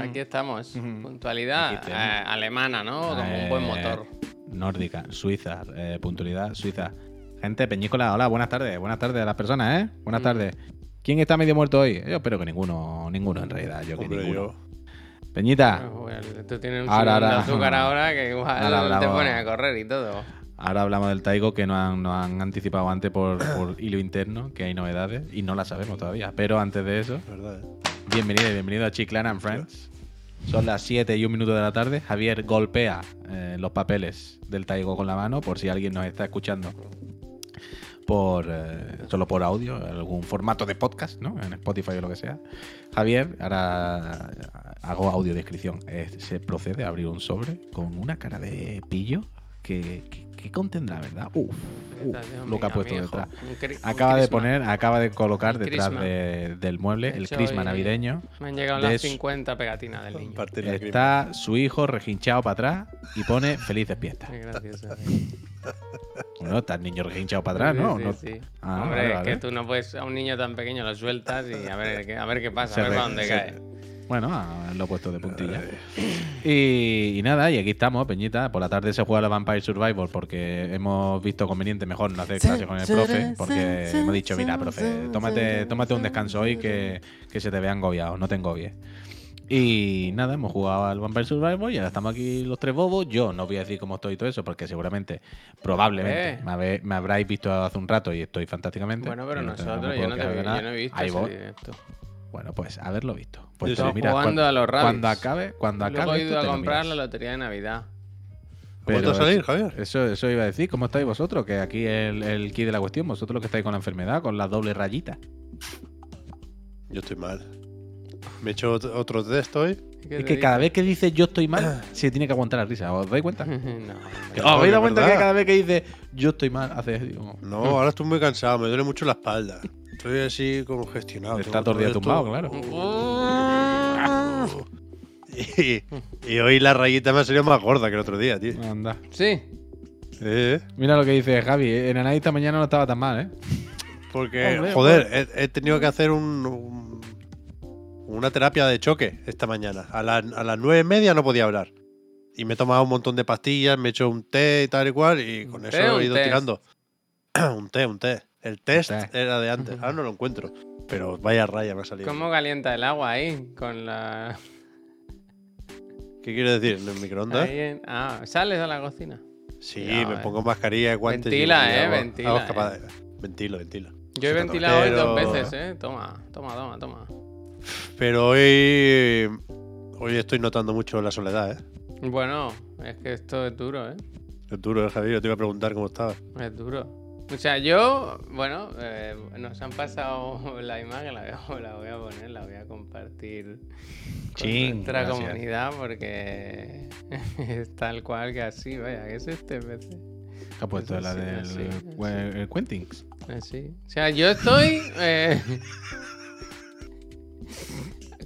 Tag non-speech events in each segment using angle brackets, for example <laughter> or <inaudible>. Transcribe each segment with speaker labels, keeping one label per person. Speaker 1: Aquí estamos. Puntualidad
Speaker 2: Aquí tenemos.
Speaker 1: eh, alemana, ¿no? Como un buen
Speaker 2: Eh,
Speaker 1: motor.
Speaker 2: Nórdica, Suiza, eh, puntualidad, Suiza. Gente, Peñícola, hola, buenas tardes. Buenas tardes a las personas, ¿eh? Buenas
Speaker 1: Mm.
Speaker 2: tardes. ¿Quién está medio muerto hoy? Yo espero que ninguno, ninguno en realidad. Yo que
Speaker 3: Hombre,
Speaker 2: ninguno.
Speaker 3: yo.
Speaker 2: Peñita,
Speaker 1: Ah, Bueno, bueno, tú tienes un
Speaker 2: Ahora,
Speaker 1: subidón de
Speaker 2: ahora.
Speaker 1: azúcar ahora que igual
Speaker 2: Ahora
Speaker 1: te
Speaker 2: hablamos.
Speaker 1: pones a correr y todo.
Speaker 3: Ah.
Speaker 2: ahora hablamos del Taigo que nos han, nos han anticipado antes por, por hilo interno, que hay novedades y no las sabemos todavía. Pero antes de eso,
Speaker 3: ¿Verdad? eh?
Speaker 2: bienvenido y bienvenido a Chiclana and Friends. Son las 7 y un minuto de la tarde. Javier golpea eh, los papeles del Taigo con la mano por si alguien nos está escuchando por eh, solo por audio, algún formato de podcast, ¿no? En Spotify o lo que sea. Javier, ahora eh, hago audiodescripción. Eh, se procede a abrir un sobre con una cara de pillo que, que- que contendrá, ¿verdad? Uf, uf,
Speaker 1: Dios
Speaker 2: lo que ha
Speaker 1: mío,
Speaker 2: puesto
Speaker 1: mi hijo.
Speaker 2: detrás.
Speaker 1: Un cri- un
Speaker 2: Acaba de
Speaker 1: crisma.
Speaker 2: poner, acaba de colocar
Speaker 1: Un
Speaker 2: detrás
Speaker 1: crisma.
Speaker 2: de- del mueble
Speaker 1: De
Speaker 2: el
Speaker 1: hecho,
Speaker 2: crisma
Speaker 1: hoy-
Speaker 2: navideño.
Speaker 1: Me han llegado
Speaker 2: de
Speaker 1: las
Speaker 2: su-
Speaker 1: 50 pegatinas del niño.
Speaker 3: Parte de la crema.
Speaker 2: Está su hijo reginchado para atrás y pone felices fiestas.
Speaker 1: Qué gracioso.
Speaker 2: Bueno, está el niño reginchado <laughs> para atrás, ¿no?
Speaker 1: Sí,
Speaker 2: No-
Speaker 1: sí, sí.
Speaker 2: Ah,
Speaker 1: Hombre,
Speaker 2: vale,
Speaker 1: es que
Speaker 2: vale.
Speaker 1: tú no puedes a un niño tan pequeño lo sueltas y a ver, qué- a ver qué pasa,
Speaker 2: Se
Speaker 1: a ver
Speaker 2: re-
Speaker 1: para dónde
Speaker 2: se- <laughs>
Speaker 1: cae.
Speaker 2: Bueno, ah, lo he puesto de puntilla. Y, y nada, y aquí estamos, Peñita. Por la tarde se juega la Vampire Survivor porque hemos visto conveniente mejor no hacer clase con el profe. Porque hemos dicho, mira, profe, tómate, tómate un descanso hoy que, que se te vea engobiado, no te engobies. Y nada, hemos jugado al Vampire Survivor y ahora estamos aquí los tres bobos. Yo no os voy a decir cómo estoy y todo eso, porque seguramente, probablemente,
Speaker 1: Eh.
Speaker 2: me, habéis- me habráis visto hace un rato y estoy fantásticamente.
Speaker 1: Bueno, pero
Speaker 2: Y no tengo- no
Speaker 1: nosotros,
Speaker 2: puedo
Speaker 1: yo no, te
Speaker 2: quejar de
Speaker 1: vi-
Speaker 2: nada.
Speaker 1: yo no he visto
Speaker 2: Ahí
Speaker 1: ese
Speaker 2: voy.
Speaker 1: directo.
Speaker 2: Bueno, pues haberlo visto. Pues
Speaker 3: Yo
Speaker 2: te lo
Speaker 3: estoy
Speaker 2: miras
Speaker 1: jugando
Speaker 2: cuando,
Speaker 1: a los Rabbids.
Speaker 2: cuando acabe, cuando acabe.
Speaker 1: Luego he
Speaker 2: esto
Speaker 1: ido a
Speaker 2: te lo
Speaker 1: comprar la
Speaker 2: miras.
Speaker 1: lotería de Navidad.
Speaker 2: Pero
Speaker 3: ¿Cuánto salir,
Speaker 2: eso-
Speaker 3: Javier?
Speaker 2: Eso, eso iba a decir, ¿cómo estáis vosotros? Que aquí el, el key de la cuestión, vosotros los que estáis con la enfermedad, con las dobles rayitas.
Speaker 3: Yo estoy mal. Me he hecho ot- otro test hoy.
Speaker 2: Es que cada vez que dices yo estoy mal, <clears throat> se tiene que aguantar la risa. ¿Os dais cuenta?
Speaker 1: <laughs>
Speaker 2: ¿Os
Speaker 1: no, hombre.
Speaker 3: Oh,
Speaker 2: habéis dado
Speaker 3: es
Speaker 2: cuenta que
Speaker 3: verdad.
Speaker 2: cada vez que dices yo estoy mal, haces.
Speaker 1: <laughs>
Speaker 2: digo,
Speaker 3: No, ahora estoy muy cansado, me duele mucho la espalda. Estoy así congestionado.
Speaker 2: Está
Speaker 3: tengo
Speaker 2: todo el día
Speaker 3: esto.
Speaker 2: tumbado, claro.
Speaker 3: <laughs> Y, y hoy la rayita me ha salido más gorda que el otro día, tío.
Speaker 2: Anda.
Speaker 1: Sí,
Speaker 3: Eh,
Speaker 2: Mira lo que dice Javi. En Anaí esta mañana no estaba tan mal, ¿eh?
Speaker 3: porque,
Speaker 1: pues.
Speaker 2: Hombre,
Speaker 3: joder, he, he tenido que hacer un, un- una terapia de choque esta mañana. A, la- a las nueve y media no podía hablar. Y me he tomado un montón de pastillas, me he hecho un té y tal y cual, y con
Speaker 1: ¿Un
Speaker 3: eso
Speaker 1: té o
Speaker 3: he
Speaker 1: un
Speaker 3: ido
Speaker 1: test?
Speaker 3: tirando. <clears throat> un té, un té. El test
Speaker 2: té.
Speaker 3: era de antes. Ahora no lo encuentro. Pero vaya raya me ha salido.
Speaker 1: ¿cómo calienta el agua ahí? Con la.
Speaker 3: ¿Qué quiere decir? ¿En el microondas?
Speaker 1: ahí en- Ah, sales a la cocina.
Speaker 3: Sí,
Speaker 1: Cuidado,
Speaker 3: me
Speaker 1: eh.
Speaker 3: pongo mascarilla, guantes. y-
Speaker 1: Ventila,
Speaker 3: y
Speaker 1: eh,
Speaker 3: hago-
Speaker 1: ventila,
Speaker 3: hago
Speaker 1: eh.
Speaker 3: escapada. Ventilo, ventilo.
Speaker 1: Yo he
Speaker 3: Soy
Speaker 1: ventilado hoy dos
Speaker 3: tabacalero.
Speaker 1: veces, eh. Toma, toma, toma, toma.
Speaker 3: Pero hoy. Hoy estoy notando mucho la soledad, ¿eh?
Speaker 1: Bueno, es que esto es duro, eh.
Speaker 3: Es duro, ¿eh, Javier. Yo te iba a preguntar cómo estaba.
Speaker 1: Es duro. O sea, yo, bueno, eh, nos han pasado <laughs> la imagen, la voy a, la voy a poner, la voy a compartir con
Speaker 2: Chin,
Speaker 1: nuestra
Speaker 2: gracias.
Speaker 1: comunidad porque <laughs> es tal cual que así, vaya, que es este PC.
Speaker 2: ¿Qué ha puesto?
Speaker 1: Sí,
Speaker 2: La
Speaker 1: sí,
Speaker 2: del
Speaker 1: sí, sí.
Speaker 2: eh, Quentin.
Speaker 1: Así. Ah, O sea, yo estoy eh,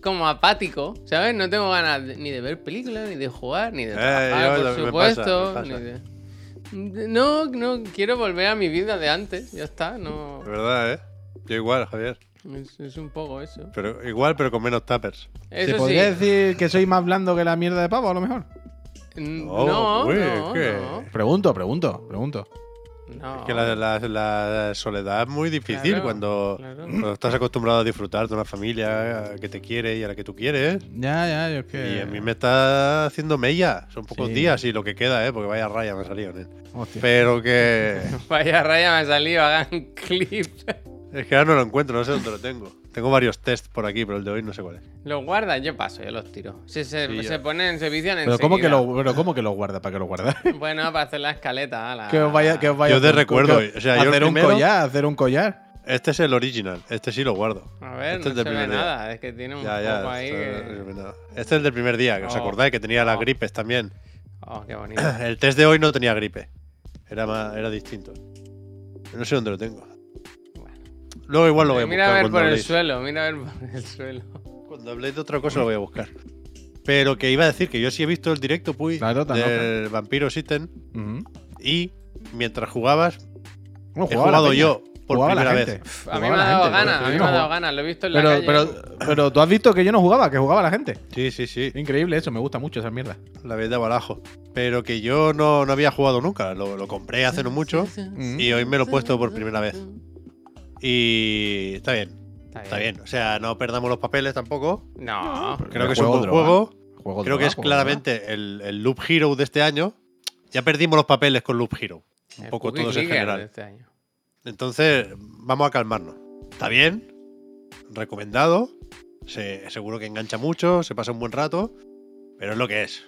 Speaker 1: como apático, ¿sabes? No tengo ganas de- ni de ver películas, ni de jugar, ni de
Speaker 3: Eh,
Speaker 1: trabajar,
Speaker 3: yo
Speaker 1: por
Speaker 3: lo- me
Speaker 1: supuesto.
Speaker 3: pasa, me
Speaker 1: ni de- No, no, quiero volver a mi vida de antes, ya está, no.
Speaker 3: De verdad, ¿eh? Yo igual, Javier.
Speaker 1: Es, es un poco eso.
Speaker 3: Pero igual, pero con menos tappers.
Speaker 2: ¿Se
Speaker 1: Eso
Speaker 2: podría
Speaker 1: sí.
Speaker 2: decir que soy más blando que la mierda de pavo, a lo mejor?
Speaker 1: n-
Speaker 3: Oh,
Speaker 1: no,
Speaker 3: uy,
Speaker 1: no,
Speaker 3: ¿qué?
Speaker 1: no,
Speaker 2: Pregunto, pregunto, pregunto.
Speaker 1: no.
Speaker 3: Es que la, la- la soledad es muy difícil
Speaker 1: Ah. Claro,
Speaker 3: cuando,
Speaker 1: claro.
Speaker 3: cuando estás acostumbrado a disfrutar de una familia que te quiere y a la que tú quieres.
Speaker 2: Ya, ya, yo es que.
Speaker 3: Y a mí me está haciendo mella. Son pocos
Speaker 2: Sí. días
Speaker 3: días y lo que queda, ¿eh? Porque vaya raya me salieron,
Speaker 2: Hostia.
Speaker 3: Pero
Speaker 1: <laughs>
Speaker 3: que.
Speaker 1: Vaya raya me ha salido, hagan <laughs> clip.
Speaker 3: Es que ahora no lo encuentro, no sé dónde lo tengo. Tengo varios tests por aquí, pero el de hoy no sé cuál es.
Speaker 1: Los guardas, yo paso, yo los tiro. Si se,
Speaker 3: Sí, yo-
Speaker 1: se ponen, se vician
Speaker 2: Pero ¿cómo, que
Speaker 1: enseguida.
Speaker 2: lo, pero ¿cómo que lo guarda? ¿Para que lo guarda? <laughs>
Speaker 1: Bueno, para hacer la escaleta. ala.
Speaker 2: que os vaya, que os vaya
Speaker 3: Yo te
Speaker 2: hacer-
Speaker 3: recuerdo,
Speaker 2: que-
Speaker 3: o sea, yo el
Speaker 2: hacer un
Speaker 3: primero-
Speaker 2: collar, hacer un collar.
Speaker 3: Este es el original, este sí lo guardo.
Speaker 1: A ver,
Speaker 3: Este
Speaker 1: no
Speaker 3: es
Speaker 1: se
Speaker 3: del
Speaker 1: ve
Speaker 3: primer día.
Speaker 1: nada. Es que tiene un
Speaker 3: Ya,
Speaker 1: poco
Speaker 3: ya.
Speaker 1: ahí
Speaker 3: esto
Speaker 1: que...
Speaker 3: es- no. Este es el del primer día, que os
Speaker 1: Oh,
Speaker 3: acordáis que tenía las
Speaker 1: oh.
Speaker 3: gripes también. <laughs>
Speaker 1: Oh, qué bonito.
Speaker 3: El test de hoy no tenía gripe. Era más, era distinto. No sé dónde lo tengo. Luego igual <laughs> lo voy a
Speaker 1: mira a ver
Speaker 3: buscar cuando
Speaker 1: por el
Speaker 3: habléis.
Speaker 1: suelo, mira a ver por
Speaker 3: <laughs>
Speaker 1: el suelo.
Speaker 3: Cuando habléis de otra cosa lo voy a buscar. Pero que iba a decir que yo sí he visto el directo Puy
Speaker 2: Claro, tan
Speaker 3: del Vampiro Sitten
Speaker 2: Ujú.
Speaker 3: y mientras jugabas
Speaker 2: Bueno, jugaba
Speaker 3: he
Speaker 2: a la
Speaker 3: jugado
Speaker 2: peña.
Speaker 3: yo por
Speaker 2: jugaba la
Speaker 3: primera
Speaker 2: gente.
Speaker 3: vez.
Speaker 1: A mí
Speaker 2: Jugaba
Speaker 1: me ha
Speaker 2: la
Speaker 1: dado
Speaker 2: gente,
Speaker 1: ganas,
Speaker 2: pero
Speaker 1: a mí me
Speaker 2: no
Speaker 1: ha dado
Speaker 2: jugaba.
Speaker 1: ganas. Lo he visto en la
Speaker 2: Pero,
Speaker 1: calle.
Speaker 2: pero, pero tú has visto que yo no jugaba, que jugaba la gente.
Speaker 3: Sí, sí, sí.
Speaker 2: Increíble eso, me gusta mucho esa mierda.
Speaker 3: La vez de balajo. Pero que yo no, no había jugado nunca. Lo, lo compré hace no mucho y hoy me lo he puesto por primera vez. Y está bien, está bien. O sea, no perdamos los papeles tampoco.
Speaker 1: No,
Speaker 3: Creo que es un
Speaker 2: Juego
Speaker 3: buen
Speaker 2: droga.
Speaker 3: juego.
Speaker 2: Juego
Speaker 3: Creo que
Speaker 2: droga,
Speaker 3: es
Speaker 2: juego droga.
Speaker 3: claramente el, el Loop Hero de este año. Ya perdimos los papeles con Loop Hero. Un
Speaker 1: el
Speaker 3: poco
Speaker 1: Cookie
Speaker 3: todos en
Speaker 1: Clicker de
Speaker 3: general.
Speaker 1: este año.
Speaker 3: Entonces, vamos a calmarnos. Está bien, recomendado. se- seguro que engancha mucho, se pasa un buen rato. Pero es lo que es.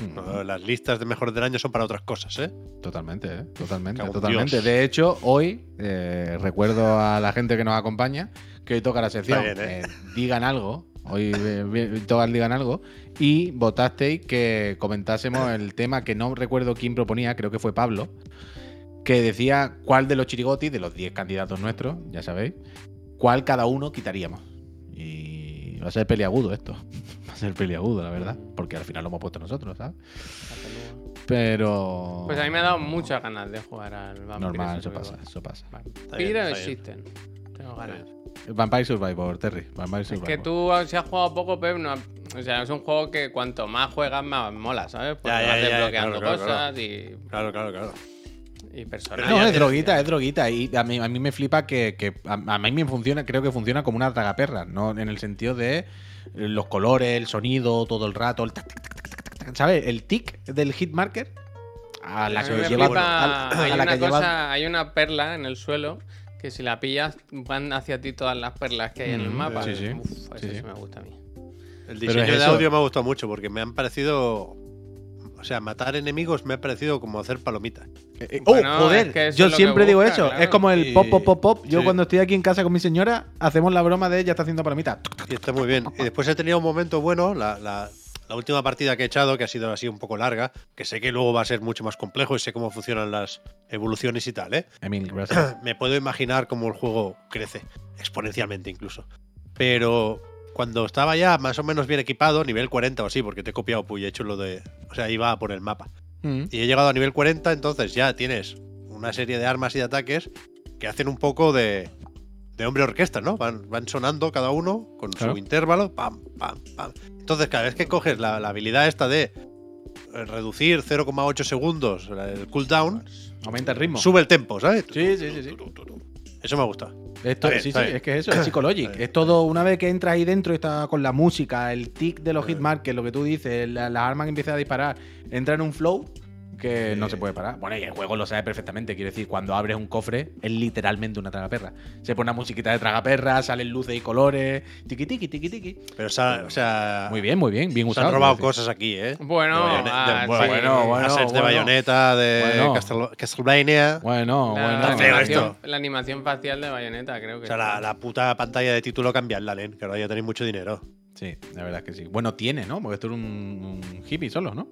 Speaker 2: Mm.
Speaker 3: No, Las listas de mejores del año son para otras cosas, ¿eh?
Speaker 2: Totalmente, ¿eh? totalmente,
Speaker 3: Cago en
Speaker 2: totalmente.
Speaker 3: Dios.
Speaker 2: De hecho, hoy eh, recuerdo a la gente que nos acompaña que hoy toca la sección.
Speaker 3: Está bien, ¿eh?
Speaker 2: eh, digan algo. Hoy eh, vi- todas digan algo. Y votasteis que comentásemos el tema que no recuerdo quién proponía, creo que fue Pablo, que decía cuál de los chirigotis, de los 10 candidatos nuestros, ya sabéis, cuál cada uno quitaríamos. Y va a ser peliagudo esto. <laughs> Va a ser peliagudo, la verdad. Porque al final lo hemos puesto nosotros, ¿sabes? Pero.
Speaker 1: Pues a mí me ha dado muchas ganas de jugar al Vampiro.
Speaker 2: Normal, eso pasa, eso pasa.
Speaker 3: Está
Speaker 1: Vampiros
Speaker 3: bien, está bien.
Speaker 1: existen. Tengo ganas.
Speaker 2: Vampire Survivor, Terry. Vampire
Speaker 1: Es
Speaker 2: Survivor.
Speaker 1: que tú, si has jugado poco, Pep, no ha- o sea, es un juego que cuanto más juegas, más mola, ¿sabes? Porque
Speaker 3: Ya, ya,
Speaker 1: vas
Speaker 3: ya, ya,
Speaker 1: desbloqueando
Speaker 3: claro, claro,
Speaker 1: cosas
Speaker 3: claro.
Speaker 1: y,
Speaker 3: Claro, claro, claro.
Speaker 1: y
Speaker 3: Pero
Speaker 1: personajes.
Speaker 2: No,
Speaker 3: ya
Speaker 2: es
Speaker 3: te-
Speaker 2: droguita, es droguita. Y a mí, a mí me flipa que, que a, a mí me funciona, creo que funciona como una tragaperra, ¿no? En el sentido de eh, los colores, el sonido, todo el rato, el tac, tac, tac, tac, tac, tac, ¿sabes? El tic del hitmarker a la
Speaker 1: A
Speaker 2: que
Speaker 1: mí me
Speaker 2: lleva.
Speaker 1: flipa-
Speaker 2: <clears throat> a- a
Speaker 1: hay,
Speaker 2: la
Speaker 1: una
Speaker 2: que lleva-
Speaker 1: cosa- hay una perla en el suelo que si la pillas van hacia ti todas las perlas que hay en el
Speaker 2: Mm,
Speaker 1: mapa.
Speaker 2: sí, sí.
Speaker 1: Uf, eso
Speaker 2: Sí,
Speaker 1: sí
Speaker 2: sí.
Speaker 1: me gusta a mí.
Speaker 3: El
Speaker 2: Pero
Speaker 3: diseño
Speaker 2: es
Speaker 3: de
Speaker 2: eso.
Speaker 3: audio me ha gustado mucho porque me han parecido. O sea, matar enemigos me ha parecido como hacer palomitas.
Speaker 2: Eh, eh, ¡Oh,
Speaker 1: Bueno,
Speaker 2: joder!
Speaker 1: es que eso
Speaker 2: yo
Speaker 1: es lo que
Speaker 2: siempre digo
Speaker 1: busca,
Speaker 2: eso.
Speaker 1: claro.
Speaker 2: Es como el
Speaker 3: Y-
Speaker 2: pop, pop, pop, pop. Yo
Speaker 3: sí.
Speaker 2: cuando estoy aquí en casa con mi señora, hacemos la broma de ella está haciendo palomita.
Speaker 3: Y está muy bien. Y después he tenido un momento bueno, la, la- la última partida que he echado, que ha sido así un poco larga, que sé que luego va a ser mucho más complejo y sé cómo funcionan las evoluciones y tal, ¿eh?
Speaker 2: Emil, gracias.
Speaker 3: me puedo imaginar cómo el juego crece, exponencialmente incluso. Pero cuando estaba ya más o menos bien equipado, nivel 40 o así, porque te he copiado, pues he hecho lo de. O sea, iba por el mapa.
Speaker 2: Mm.
Speaker 3: Y he llegado a nivel 40, entonces ya tienes una serie de armas y de ataques que hacen un poco de. de hombre orquesta, ¿no? Van, van sonando cada uno con
Speaker 2: Claro.
Speaker 3: su intervalo, pam, pam, pam. Entonces, cada vez que coges la, la habilidad esta de. eh, Reducir 0,8 segundos el cooldown,
Speaker 2: Aumenta el ritmo.
Speaker 3: sube el tempo, ¿sabes?
Speaker 2: Sí, sí, sí, sí.
Speaker 3: Eso me gusta.
Speaker 2: Esto,
Speaker 3: Está bien,
Speaker 2: sí,
Speaker 3: está
Speaker 2: sí,
Speaker 3: bien.
Speaker 2: es que eso es psicológico.
Speaker 3: <coughs> Está bien,
Speaker 2: Es todo, una vez que entras ahí dentro y estás con la música, el tic de los
Speaker 3: Está bien.
Speaker 2: hitmarkers, lo que tú dices, la- las armas que empiezan a disparar, entra en un flow que no se puede parar. Bueno, y el juego lo sabe perfectamente. Quiero decir, cuando abres un cofre, es literalmente una tragaperra. Se pone una musiquita de tragaperra, salen luces y colores, tiqui tiqui tiqui tiqui.
Speaker 3: Pero se ha- o sea,
Speaker 2: Muy bien, muy bien, bien
Speaker 3: Ah. se
Speaker 2: usado.
Speaker 3: han robado
Speaker 2: quiero decir.
Speaker 3: cosas aquí, ¿eh?
Speaker 1: Bueno,
Speaker 3: De bayone-
Speaker 1: ah,
Speaker 3: de-
Speaker 1: sí.
Speaker 3: bueno,
Speaker 2: Bueno, bueno,
Speaker 3: assets de
Speaker 2: bueno.
Speaker 3: bayoneta, de
Speaker 2: Bueno.
Speaker 3: Castel- Castlevania.
Speaker 2: Bueno,
Speaker 1: la,
Speaker 3: Está feo
Speaker 2: bueno.
Speaker 1: animación,
Speaker 3: esto.
Speaker 1: la animación facial de Bayonetta, creo que.
Speaker 3: O sea, la, la puta pantalla de título cambiarla, Len, que ahora ya tenéis mucho dinero.
Speaker 2: Sí, la verdad es que sí. Bueno, tiene, ¿no? Porque esto es un, un hippie solo, ¿no?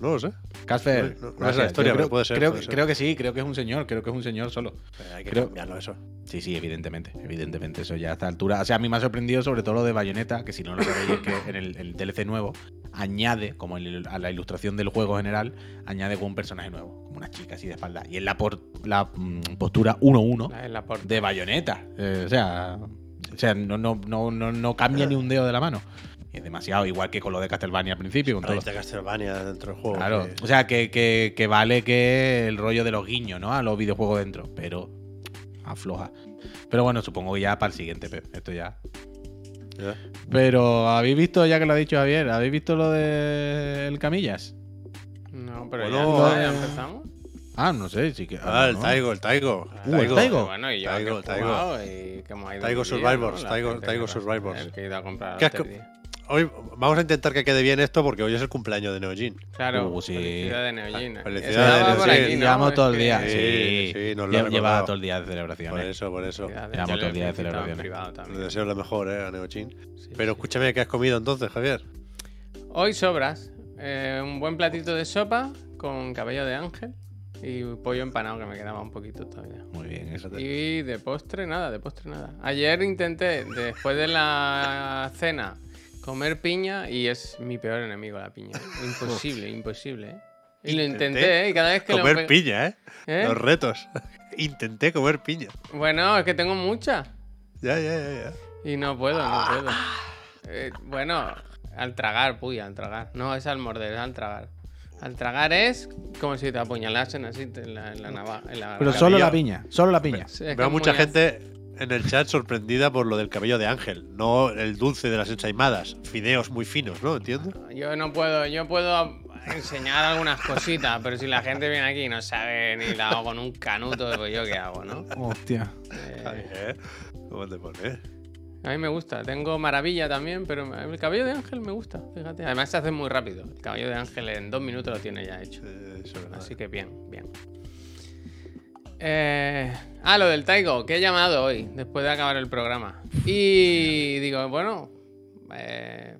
Speaker 3: No lo sé.
Speaker 2: Casper.
Speaker 3: No- no- no es
Speaker 2: gracias.
Speaker 3: la
Speaker 2: Yo
Speaker 3: historia,
Speaker 2: creo,
Speaker 3: pero puede ser,
Speaker 2: creo-
Speaker 3: puede ser.
Speaker 2: creo que sí, creo que es un señor, creo que es un señor solo.
Speaker 3: Eh, Hay que
Speaker 2: Creo-
Speaker 3: cambiarlo eso.
Speaker 2: Sí, sí, evidentemente, evidentemente, eso ya a esta altura. O sea, a mí me ha sorprendido sobre todo lo de Bayonetta, que si no lo sabéis es que en el, el DLC nuevo añade, como el- a la ilustración del juego general, añade como un personaje nuevo, como una chica así de espalda. Y es la, por, la mm, postura 1-1
Speaker 1: La- en la porta.
Speaker 2: de Bayonetta. Eh, o sea, o sea no, no, no, no, no cambia ni un dedo de la mano. Y es demasiado, igual que con lo de Castlevania al principio. Con todo
Speaker 3: Ahora
Speaker 2: lo-
Speaker 3: está Castlevania dentro del juego.
Speaker 2: Claro,
Speaker 3: que-
Speaker 2: o sea, que, que- que vale que el rollo de los guiños, ¿no? A los videojuegos dentro, pero afloja. Pero bueno, supongo que ya para el siguiente, Pep, esto ya.
Speaker 3: ya.
Speaker 2: Pero habéis visto, ya que lo ha dicho Javier, ¿habéis visto lo del Camillas?
Speaker 1: No, pero
Speaker 3: Bueno,
Speaker 1: ya, ya
Speaker 3: eh,
Speaker 1: empezamos.
Speaker 2: Ah, no sé, sí que.
Speaker 3: Ah, el
Speaker 2: no.
Speaker 3: Taigo, el Taigo.
Speaker 1: Ah,
Speaker 2: Uh, el Taigo.
Speaker 1: Bueno, y yo
Speaker 3: Taigo,
Speaker 1: que he
Speaker 3: Taigo.
Speaker 1: jugado y que hemos ido
Speaker 3: Taigo
Speaker 1: dividiendo,
Speaker 3: Survivors,
Speaker 1: la
Speaker 3: Taigo-
Speaker 1: gente
Speaker 3: Taigo
Speaker 1: que-
Speaker 3: Survivors.
Speaker 1: el que he ido a comprar
Speaker 3: ¿Qué has
Speaker 1: este
Speaker 3: co-
Speaker 1: día.
Speaker 3: Hoy vamos a intentar que quede bien esto porque hoy es el cumpleaños de Neojin.
Speaker 1: Claro,
Speaker 2: Uh, sí.
Speaker 1: felicidad de Neogina.
Speaker 3: Ah, felicidad
Speaker 1: Eso daba
Speaker 3: de
Speaker 1: por
Speaker 3: Neogina.
Speaker 1: aquí, ¿no?
Speaker 2: Llevamos
Speaker 1: Es
Speaker 2: todo el
Speaker 1: que-
Speaker 2: día.
Speaker 3: Sí,
Speaker 2: Sí,
Speaker 3: sí,
Speaker 2: Lle-
Speaker 3: nos lo ha
Speaker 2: Llevaba
Speaker 3: recordado.
Speaker 2: todo el día de celebración.
Speaker 3: Por
Speaker 2: eh.
Speaker 3: eso, por eso.
Speaker 1: Felicidades.
Speaker 2: Llevamos
Speaker 1: Yo
Speaker 2: todo el
Speaker 1: le
Speaker 2: día de
Speaker 1: felicitaba en
Speaker 2: celebraciones.
Speaker 1: privado
Speaker 3: Le
Speaker 1: también.
Speaker 3: deseo lo mejor, eh, a Neojin.
Speaker 1: Sí,
Speaker 3: Pero
Speaker 1: sí.
Speaker 3: escúchame, ¿qué has comido entonces, Javier?
Speaker 1: Hoy sobras. Eh, un buen platito de sopa con cabello de ángel y pollo empanado que me quedaba un poquito todavía.
Speaker 2: Muy bien, eso.
Speaker 1: Y de postre nada, de postre nada. Ayer intenté, después de la
Speaker 2: <laughs>
Speaker 1: cena, comer piña y es mi peor enemigo la piña. Imposible, imposible. ¿eh? Y lo intenté, y cada vez <laughs> que
Speaker 3: comer
Speaker 1: lo... pe-
Speaker 3: piña, ¿eh?
Speaker 1: ¿Eh?
Speaker 3: Los retos. <laughs> Intenté comer piña.
Speaker 1: Bueno, es que tengo muchas.
Speaker 3: Ya, ya, ya, ya.
Speaker 1: Y no puedo, no puedo. Eh, bueno, al tragar, puy, al tragar. No, es al morder, es al tragar. Al tragar es como si te apuñalasen así te- en la, en la navaja. en la
Speaker 2: Pero
Speaker 1: garganta.
Speaker 2: solo la piña, solo la piña.
Speaker 1: Sí, es que
Speaker 3: Veo
Speaker 1: es
Speaker 3: mucha
Speaker 1: muy
Speaker 3: gente en el chat sorprendida por lo del cabello de Ángel, no el dulce de las ensaimadas, fideos muy finos, ¿no? ¿Entiendes?
Speaker 1: ácido. Yo no puedo, yo puedo enseñar algunas cositas, pero si la gente viene aquí y no sabe ni la hago con un canuto, pues yo qué hago, ¿no?
Speaker 2: Hostia.
Speaker 1: Eh,
Speaker 3: Eh, ¿Cómo te pones?
Speaker 1: a mí me gusta, tengo maravilla también, pero el cabello de Ángel me gusta, fíjate. Además se hace muy rápido. El cabello de Ángel en dos minutos lo tiene ya hecho.
Speaker 3: Eh, eso es verdad.
Speaker 1: Así que bien, bien. Eh, ah, lo del Taigo, que he llamado hoy, después de acabar el programa. Y digo, bueno, eh,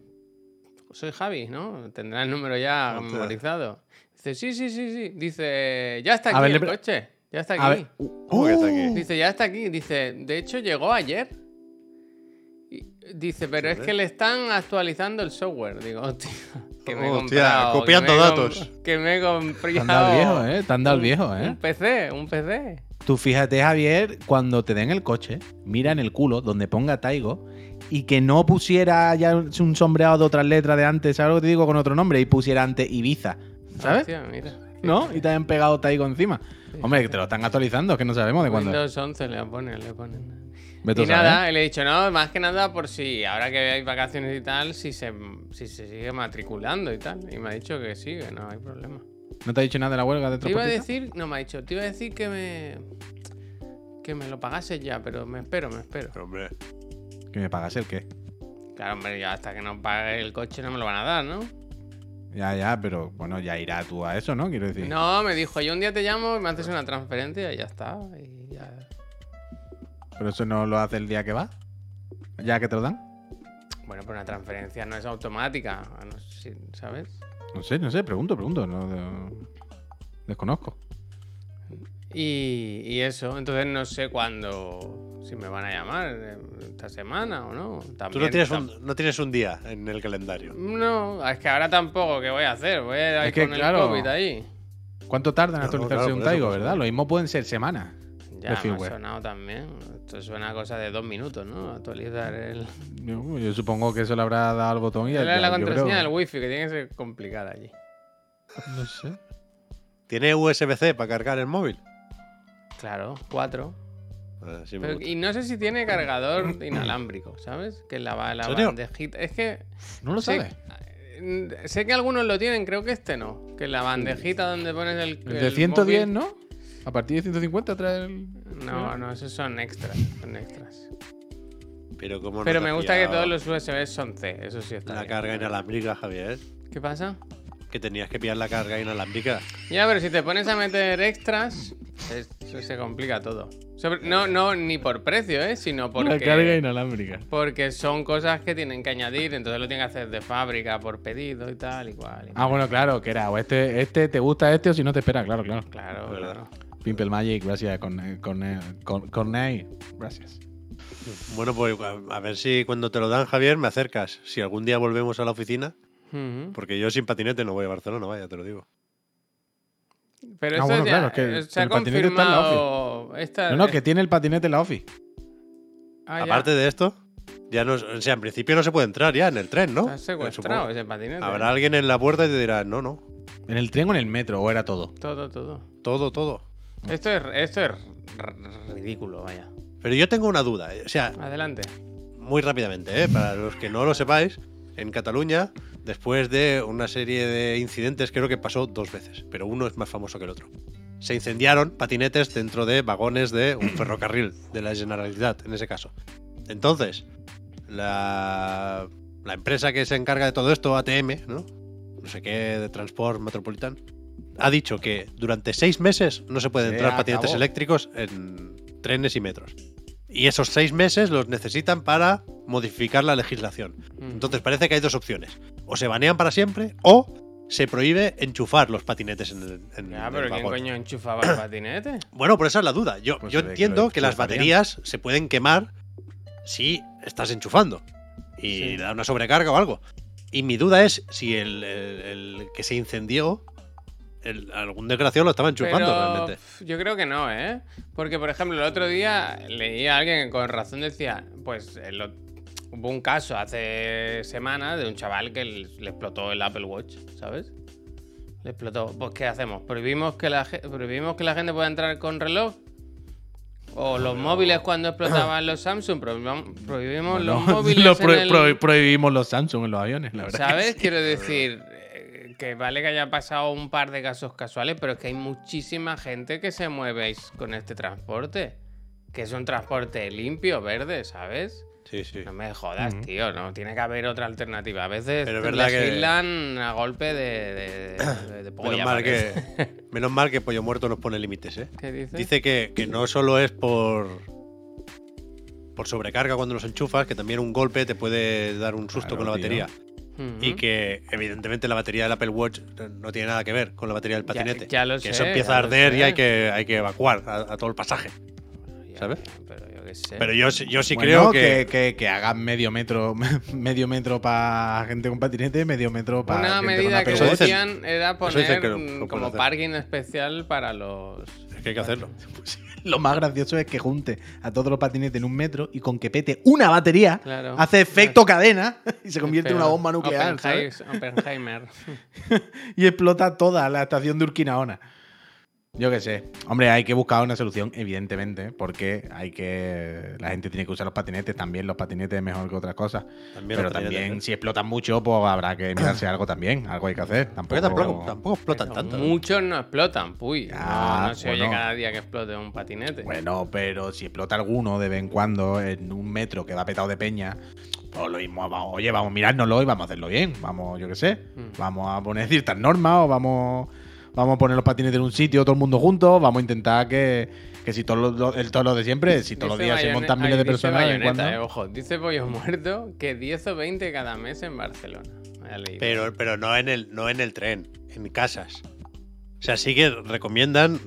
Speaker 1: soy Javi, ¿no? Tendrá el número ya
Speaker 3: Hostia.
Speaker 1: memorizado. Dice, sí, sí, sí, sí. Dice, ya está
Speaker 2: A
Speaker 1: aquí
Speaker 2: ver,
Speaker 1: el
Speaker 2: le pre-
Speaker 1: coche. Ya está
Speaker 2: A
Speaker 1: aquí.
Speaker 2: ver.
Speaker 3: ¿Cómo que está aquí?
Speaker 1: Dice, ya está aquí. Dice, de hecho llegó ayer. Y Dice, pero es
Speaker 3: Joder.
Speaker 1: que le están actualizando el software. Digo, <laughs> hostia, que me he
Speaker 3: Hostia,
Speaker 1: comprado, que
Speaker 3: copiando
Speaker 1: me he com-
Speaker 3: datos.
Speaker 1: Que me he
Speaker 2: Te han dado el
Speaker 1: comprado.
Speaker 2: viejo, ¿eh? Te han dado el
Speaker 1: Un-
Speaker 2: viejo, ¿eh?
Speaker 1: Un PC, un PC.
Speaker 2: Tú fíjate, Javier, cuando te den el coche, mira en el culo donde ponga Taigo y que no pusiera ya un sombreado de otras letras de antes, ¿sabes lo que te digo? Con otro nombre y pusiera antes Ibiza, ¿sabes?
Speaker 1: Hostia, mira.
Speaker 2: ¿No? Y te han pegado Taigo encima. Hombre, que te lo están actualizando, es que no sabemos de cuándo.
Speaker 1: Windows 11 le ponen, le ponen.
Speaker 2: Ve tú
Speaker 1: Pues Y
Speaker 2: sabes.
Speaker 1: nada, le he dicho, no, más que nada por si ahora que hay vacaciones y tal, si se, si se sigue matriculando y tal. Y me ha dicho que sí, que no hay problema.
Speaker 2: ¿No te ha dicho nada de la huelga de
Speaker 1: Te iba a
Speaker 2: transportistas?
Speaker 1: decir, no me ha dicho, te iba a decir que me que me lo pagases ya, pero me espero, me espero.
Speaker 3: Pero, hombre,
Speaker 2: Que me pagas el qué.
Speaker 1: Claro, hombre, yo hasta que no pague el coche no me lo van a dar, ¿no?
Speaker 2: Ya, ya, pero bueno, ya irá tú a eso, ¿no? Quiero decir.
Speaker 1: No, me dijo, yo un día te llamo, me haces una transferencia y ya está. Y ya.
Speaker 2: Pero eso no lo hace el día que va. Ya que te lo dan.
Speaker 1: Bueno, pero una transferencia no es automática, a no sé si- ¿sabes?
Speaker 2: No sé, no sé, pregunto, pregunto. No, no- Desconozco.
Speaker 1: Y, y eso, entonces no sé cuándo, si me van a llamar, eh, esta semana o no.
Speaker 3: tú
Speaker 1: También,
Speaker 3: no tienes,
Speaker 1: tam-
Speaker 3: un, no tienes un día en el calendario.
Speaker 1: No, es que ahora tampoco, ¿qué voy a hacer? Voy a ir ahí
Speaker 2: que,
Speaker 1: con
Speaker 2: claro,
Speaker 1: el COVID ahí.
Speaker 2: ¿Cuánto tarda en
Speaker 3: Claro,
Speaker 2: actualizarse
Speaker 3: claro,
Speaker 2: un
Speaker 3: por eso,
Speaker 2: Taigo,
Speaker 3: por eso.
Speaker 2: verdad? Lo mismo pueden ser semanas.
Speaker 1: Ya,
Speaker 2: de
Speaker 1: me ha
Speaker 2: firmware.
Speaker 1: sonado también. Esto suena a cosa de dos minutos, ¿no? Actualizar el...
Speaker 2: Yo, yo supongo que eso le habrá dado al botón y ya-
Speaker 1: Era la
Speaker 2: yo creo-
Speaker 1: contraseña del wifi, que tiene que ser complicada allí.
Speaker 2: No sé.
Speaker 3: ¿Tiene USB-C para cargar el móvil?
Speaker 1: Claro, cuatro.
Speaker 3: Ah, sí me
Speaker 1: Pero-
Speaker 3: gusta.
Speaker 1: y no sé si tiene cargador inalámbrico, ¿sabes? Que la, ba- la
Speaker 3: ¿En serio?
Speaker 1: bandejita... Es que...
Speaker 2: No lo
Speaker 1: Sí.
Speaker 2: sabes.
Speaker 1: Eh, Sé que algunos lo tienen, creo que este no. Que la bandejita donde pones el.
Speaker 2: El
Speaker 1: el
Speaker 2: de 110,
Speaker 1: móvil-
Speaker 2: ¿no? A partir de 150 trae el.
Speaker 1: No, no, esos son extras. Son extras.
Speaker 3: Pero, ¿cómo no
Speaker 1: Pero
Speaker 3: te
Speaker 1: me
Speaker 3: has
Speaker 1: gusta que
Speaker 3: pillado
Speaker 1: todos los USB son C, eso sí está.
Speaker 3: La
Speaker 1: bien.
Speaker 3: carga inalámbrica, Javier.
Speaker 1: ¿Qué pasa?
Speaker 3: Que tenías que pillar la carga inalámbrica.
Speaker 1: Ya, pero si te pones a meter extras, es- se, complica todo. Sobre- no, no, ni por precio, ¿eh? Sino porque.
Speaker 2: inalámbrica.
Speaker 1: Porque son cosas que tienen que añadir, entonces lo tienen que hacer de fábrica, por pedido y tal, igual.
Speaker 2: Ah, bueno, claro, que era. O este, este te gusta este o si no te espera, claro, claro.
Speaker 1: Claro,
Speaker 3: Verdad.
Speaker 1: claro.
Speaker 2: Pimple Magic, gracias, eh, Corne- Corne- Cor- Cornei. Gracias.
Speaker 3: Bueno, pues a a ver si cuando te lo dan, Javier, me acercas. Si algún día volvemos a la oficina,
Speaker 1: Ujú.
Speaker 3: porque yo sin patinete no voy a Barcelona, vaya, te lo digo.
Speaker 1: Pero
Speaker 2: Ah,
Speaker 1: eso
Speaker 2: bueno,
Speaker 1: ya-
Speaker 2: claro, es que
Speaker 1: eh, se ha
Speaker 2: el patinete está en la
Speaker 1: confirmado. Esta,
Speaker 2: No, no, que tiene el patinete en la office.
Speaker 1: Ah, ya.
Speaker 3: Aparte de esto, ya no, o sea, en principio no se puede entrar ya en el tren, ¿no?
Speaker 1: Está secuestrado este
Speaker 3: Supongo.
Speaker 1: ese patinete.
Speaker 3: Habrá alguien en la puerta y te dirá, no, no,
Speaker 2: ¿En el tren o en el metro? ¿O era todo?
Speaker 1: Todo, todo.
Speaker 3: todo, todo.
Speaker 1: Esto es, esto es r- ridículo, vaya.
Speaker 3: Pero yo tengo una duda, eh, o sea,
Speaker 1: Adelante.
Speaker 3: muy rápidamente, ¿eh? para los que no lo sepáis, en Cataluña, después de una serie de incidentes, creo que pasó dos veces, pero uno es más famoso que el otro. Se incendiaron patinetes dentro de vagones de un ferrocarril, de la Generalitat, en ese caso. Entonces, la, la empresa que se encarga de todo esto, ATM, ¿no? No sé qué, de Transport Metropolitan, ha dicho que durante seis meses no se pueden
Speaker 2: Se
Speaker 3: entrar patinetes
Speaker 2: acabó.
Speaker 3: eléctricos en trenes y metros. Y esos seis meses los necesitan para modificar la legislación.
Speaker 1: Mm.
Speaker 3: Entonces parece que hay dos opciones. O se banean para siempre o se prohíbe enchufar los patinetes en el, en
Speaker 1: Ya,
Speaker 3: el
Speaker 1: pero ¿quién
Speaker 3: vagón.
Speaker 1: coño enchufaba el patinete?
Speaker 3: Bueno, por esa es la duda. Yo,
Speaker 2: Pues
Speaker 3: yo
Speaker 2: se ve que
Speaker 3: entiendo
Speaker 2: lo
Speaker 3: que, las
Speaker 2: enchufarían.
Speaker 3: baterías se pueden quemar si estás enchufando y
Speaker 1: Sí.
Speaker 3: le da una sobrecarga o algo. Y mi duda es si el, el- el que se incendió el- algún desgraciado lo estaban chupando
Speaker 1: Pero,
Speaker 3: realmente.
Speaker 1: pf, Yo creo que no, ¿eh? Porque, por ejemplo, el otro día leí a alguien que con razón decía, pues eh, lo- hubo un caso hace semanas de un chaval que le le explotó el Apple Watch, ¿sabes? Le explotó. Pues, ¿qué hacemos? ¿Prohibimos que la, ge- prohibimos que la gente pueda entrar con reloj? ¿O los móviles cuando explotaban los Samsung? ¿Prohibamos- ¿Prohibimos los
Speaker 2: No,
Speaker 1: móviles?
Speaker 2: <laughs> lo
Speaker 1: en
Speaker 2: pro-
Speaker 1: el-
Speaker 2: pro- prohibimos los Samsung en los aviones, la verdad.
Speaker 1: ¿Sabes? Quiero decir eh, que vale que haya pasado un par de casos casuales, pero es que hay muchísima gente que se mueve con este transporte. Que es un transporte limpio, verde, ¿sabes?
Speaker 3: Sí, sí.
Speaker 1: No me jodas,
Speaker 2: Ujú.
Speaker 1: tío, no, tiene que haber otra alternativa. A veces
Speaker 3: Pero es verdad
Speaker 1: las
Speaker 3: que-
Speaker 1: aislan a golpe de, de, de-
Speaker 3: <coughs>
Speaker 1: de polla,
Speaker 3: Menos mal, que,
Speaker 1: parece. <laughs>
Speaker 3: menos mal que Pollo Muerto nos pone límites, ¿eh?
Speaker 1: ¿Qué dices?
Speaker 3: Dice que, que no solo es por por sobrecarga cuando los enchufas, que también un golpe te puede dar un susto
Speaker 2: Claro,
Speaker 3: con la
Speaker 2: tío.
Speaker 3: batería.
Speaker 1: Ujú.
Speaker 3: Y que evidentemente la batería del Apple Watch no tiene nada que ver con la batería del
Speaker 1: Ya-
Speaker 3: patinete.
Speaker 1: ya lo
Speaker 3: que
Speaker 1: sé,
Speaker 3: eso empieza
Speaker 1: ya
Speaker 3: a
Speaker 1: lo
Speaker 3: arder
Speaker 1: sé.
Speaker 3: y hay que, hay que evacuar a, a todo el pasaje.
Speaker 1: Ya,
Speaker 3: ¿sabes?
Speaker 1: ya, Pero yo qué sé.
Speaker 3: Pero yo, sí- yo sí creo
Speaker 2: Bueno,
Speaker 3: que,
Speaker 2: que, que hagan medio metro <laughs> medio metro para gente con patinete, medio metro para
Speaker 1: Una
Speaker 2: gente
Speaker 1: medida
Speaker 2: con
Speaker 1: que
Speaker 2: Apple
Speaker 3: Eso
Speaker 2: Watch.
Speaker 3: dicen-
Speaker 1: decían era
Speaker 3: eso dicen
Speaker 1: poner
Speaker 3: que lo- lo
Speaker 1: mm,
Speaker 3: pueden
Speaker 1: como
Speaker 3: hacer.
Speaker 1: parking especial para los
Speaker 3: es que hay que hacerlo.
Speaker 2: Lo más gracioso es que junte a todos los patinetes en un metro y con que pete una batería
Speaker 1: Claro.
Speaker 2: hace efecto cadena <laughs> y se convierte en una
Speaker 1: Pero
Speaker 2: bomba nuclear ¿sabes?
Speaker 1: Oppenheimer-
Speaker 2: <laughs>
Speaker 1: Oppenheimer.
Speaker 2: y explota toda la estación de Urquinaona. Yo qué sé. Hombre, hay que buscar una solución, evidentemente, porque hay que la gente tiene que usar los patinetes también. Los patinetes es mejor que otras cosas.
Speaker 3: También
Speaker 2: pero
Speaker 3: los patinetes,
Speaker 2: también,
Speaker 3: ¿eh?
Speaker 2: si explotan mucho, pues habrá que mirarse algo también. Algo hay que hacer. Tampoco.
Speaker 3: Porque tampoco, tampoco explotan tanto.
Speaker 1: Muchos no explotan, puy.
Speaker 2: Ah,
Speaker 1: no, no se oye
Speaker 2: bueno.
Speaker 1: cada día que explote un patinete.
Speaker 2: Bueno, pero si explota alguno de vez en cuando en un metro que va petado de peña, pues lo mismo, vamos, oye, vamos a mirárnoslo y vamos a hacerlo bien. Vamos, yo qué sé,
Speaker 1: Mm.
Speaker 2: vamos a poner ciertas normas o vamos, vamos a poner los patines en un sitio, todo el mundo juntos, vamos a intentar que, que si todos los, el- todos los de siempre, si todos los
Speaker 1: Dice
Speaker 2: días se
Speaker 1: Bayone-
Speaker 2: montan miles
Speaker 1: ay,
Speaker 2: de
Speaker 1: dice
Speaker 2: personas, de vez en
Speaker 1: Bayoneta,
Speaker 2: cuando-
Speaker 1: eh, ojo, dice Pollo Muerto que 10 o 20 cada mes en Barcelona. Vaya leído.
Speaker 3: Pero, pero no, en el, no en el tren, en casas. O sea, sí que recomiendan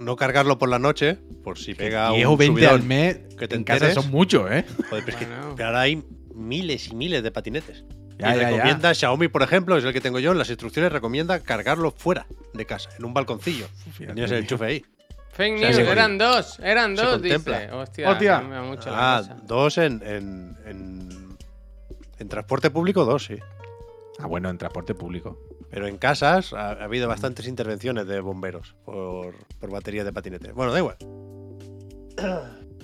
Speaker 3: no cargarlo por la noche, por si pega un
Speaker 2: 10 o 20
Speaker 3: subidón.
Speaker 2: al mes,
Speaker 3: que te
Speaker 2: en casa
Speaker 3: enteres.
Speaker 2: son muchos, ¿eh?
Speaker 3: Joder, pero, es que-
Speaker 1: Bueno.
Speaker 3: pero ahora hay miles y miles de patinetes.
Speaker 2: Ya,
Speaker 3: y
Speaker 2: ya, ya.
Speaker 3: recomienda, Xiaomi, por ejemplo, es el que tengo yo, en las instrucciones recomienda cargarlo fuera de casa, en un balconcillo.
Speaker 2: Fíjate,
Speaker 3: Tenías el
Speaker 2: tío.
Speaker 3: enchufe ahí.
Speaker 1: Fake
Speaker 3: o sea,
Speaker 1: news,
Speaker 3: se con-
Speaker 1: eran dos, eran
Speaker 3: se
Speaker 1: dos, dice.
Speaker 3: contempla.
Speaker 1: Hostia,
Speaker 2: Hostia.
Speaker 1: cambia mucho la
Speaker 3: Ah,
Speaker 1: cosa.
Speaker 3: dos en, en, en, en transporte público, dos, sí.
Speaker 2: Ah, bueno, en transporte público.
Speaker 3: Pero en casas ha, ha habido bastantes intervenciones de bomberos por, por baterías de patinetes. Bueno, da igual.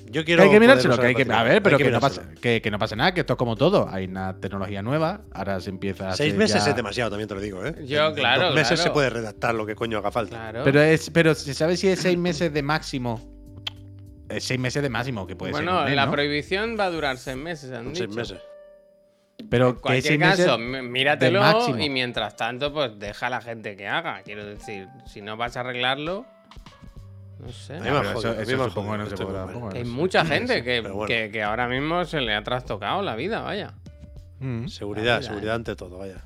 Speaker 3: Yo
Speaker 2: Que
Speaker 3: quiero.
Speaker 2: hay que
Speaker 3: poder
Speaker 2: mirárselo,
Speaker 3: usar
Speaker 2: que hay
Speaker 3: el
Speaker 2: que, a
Speaker 3: patinete.
Speaker 2: ver, pero que, no
Speaker 3: mirárselo.
Speaker 2: pasa, que, que no pasa nada, que esto es como todo. Hay una tecnología nueva, ahora se empieza a
Speaker 3: Seis
Speaker 2: hacer
Speaker 3: meses
Speaker 2: ya-
Speaker 3: es demasiado, también te lo digo, ¿eh?
Speaker 1: Yo,
Speaker 3: En
Speaker 1: claro,
Speaker 3: Dos meses
Speaker 1: claro.
Speaker 3: se puede redactar lo que coño haga falta.
Speaker 1: Claro.
Speaker 2: Pero, es, pero se sabe si es seis meses de máximo. Es seis meses de máximo, que puede ser.
Speaker 1: bueno,
Speaker 2: un mes,
Speaker 1: la
Speaker 2: ¿no?
Speaker 1: prohibición va a durar seis meses, han
Speaker 3: Son seis
Speaker 1: dicho.
Speaker 3: meses.
Speaker 1: En
Speaker 2: Pero que es
Speaker 1: cualquier
Speaker 2: seis meses. Ah,
Speaker 1: caso, m- míratelo
Speaker 2: máximo.
Speaker 1: y mientras tanto, pues deja a la gente que haga. Quiero decir, si no vas a arreglarlo, no sé.
Speaker 3: A mí
Speaker 2: Ah,
Speaker 3: me ha
Speaker 2: pero
Speaker 3: jodido, a
Speaker 2: eso
Speaker 3: mí
Speaker 2: eso
Speaker 3: me ha
Speaker 2: supongo que
Speaker 3: jodido,
Speaker 2: no se
Speaker 3: estoy
Speaker 2: podrá.
Speaker 3: muy mal.
Speaker 2: supongo que
Speaker 1: Que hay
Speaker 2: no se-
Speaker 1: mucha gente que,
Speaker 3: pero bueno.
Speaker 1: que- que ahora mismo se le ha trastocado la vida, vaya.
Speaker 2: Mm.
Speaker 3: Seguridad,
Speaker 1: Mira,
Speaker 3: seguridad ante todo, vaya.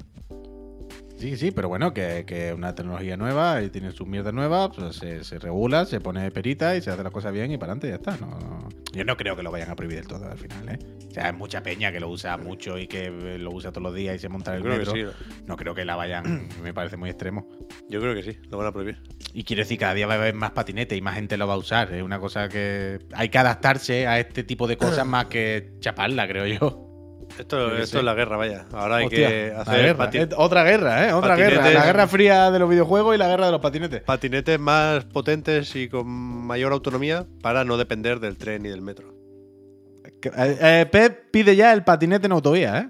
Speaker 2: Sí, sí, pero bueno, que que es una tecnología nueva y tiene sus mierdas nuevas, pues se, se regula, se pone perita y se hace las cosas bien y para adelante ya está. No, no. Yo no creo que lo vayan a prohibir del todo al final, ¿eh? O sea, hay mucha peña que lo usa mucho y que eh, lo usa todos los días y se monta en
Speaker 3: Yo
Speaker 2: el
Speaker 3: creo que
Speaker 2: metro.
Speaker 3: sí.
Speaker 2: No creo que la vayan, <clears throat> me parece muy extremo.
Speaker 3: Yo creo que sí, lo van a prohibir.
Speaker 2: Y quiero decir, cada día va a haber más patinete y más gente lo va a usar. Es una cosa que hay que adaptarse a este tipo de cosas más que chaparla, creo yo. Yo
Speaker 3: Esto,
Speaker 2: que
Speaker 3: esto
Speaker 2: sé.
Speaker 3: es la guerra, vaya. Ahora hay
Speaker 2: Hostia,
Speaker 3: que
Speaker 2: la
Speaker 3: hacer
Speaker 2: guerra.
Speaker 3: pati-
Speaker 2: Eh, Otra guerra, ¿eh? Otra guerra.
Speaker 3: Patinetes.
Speaker 2: La guerra fría de los videojuegos y la guerra de los patinetes.
Speaker 3: patinetes más potentes y con mayor autonomía para no depender del tren y del metro.
Speaker 2: Que- eh, eh, Pep pide ya el patinete en autovía, ¿eh?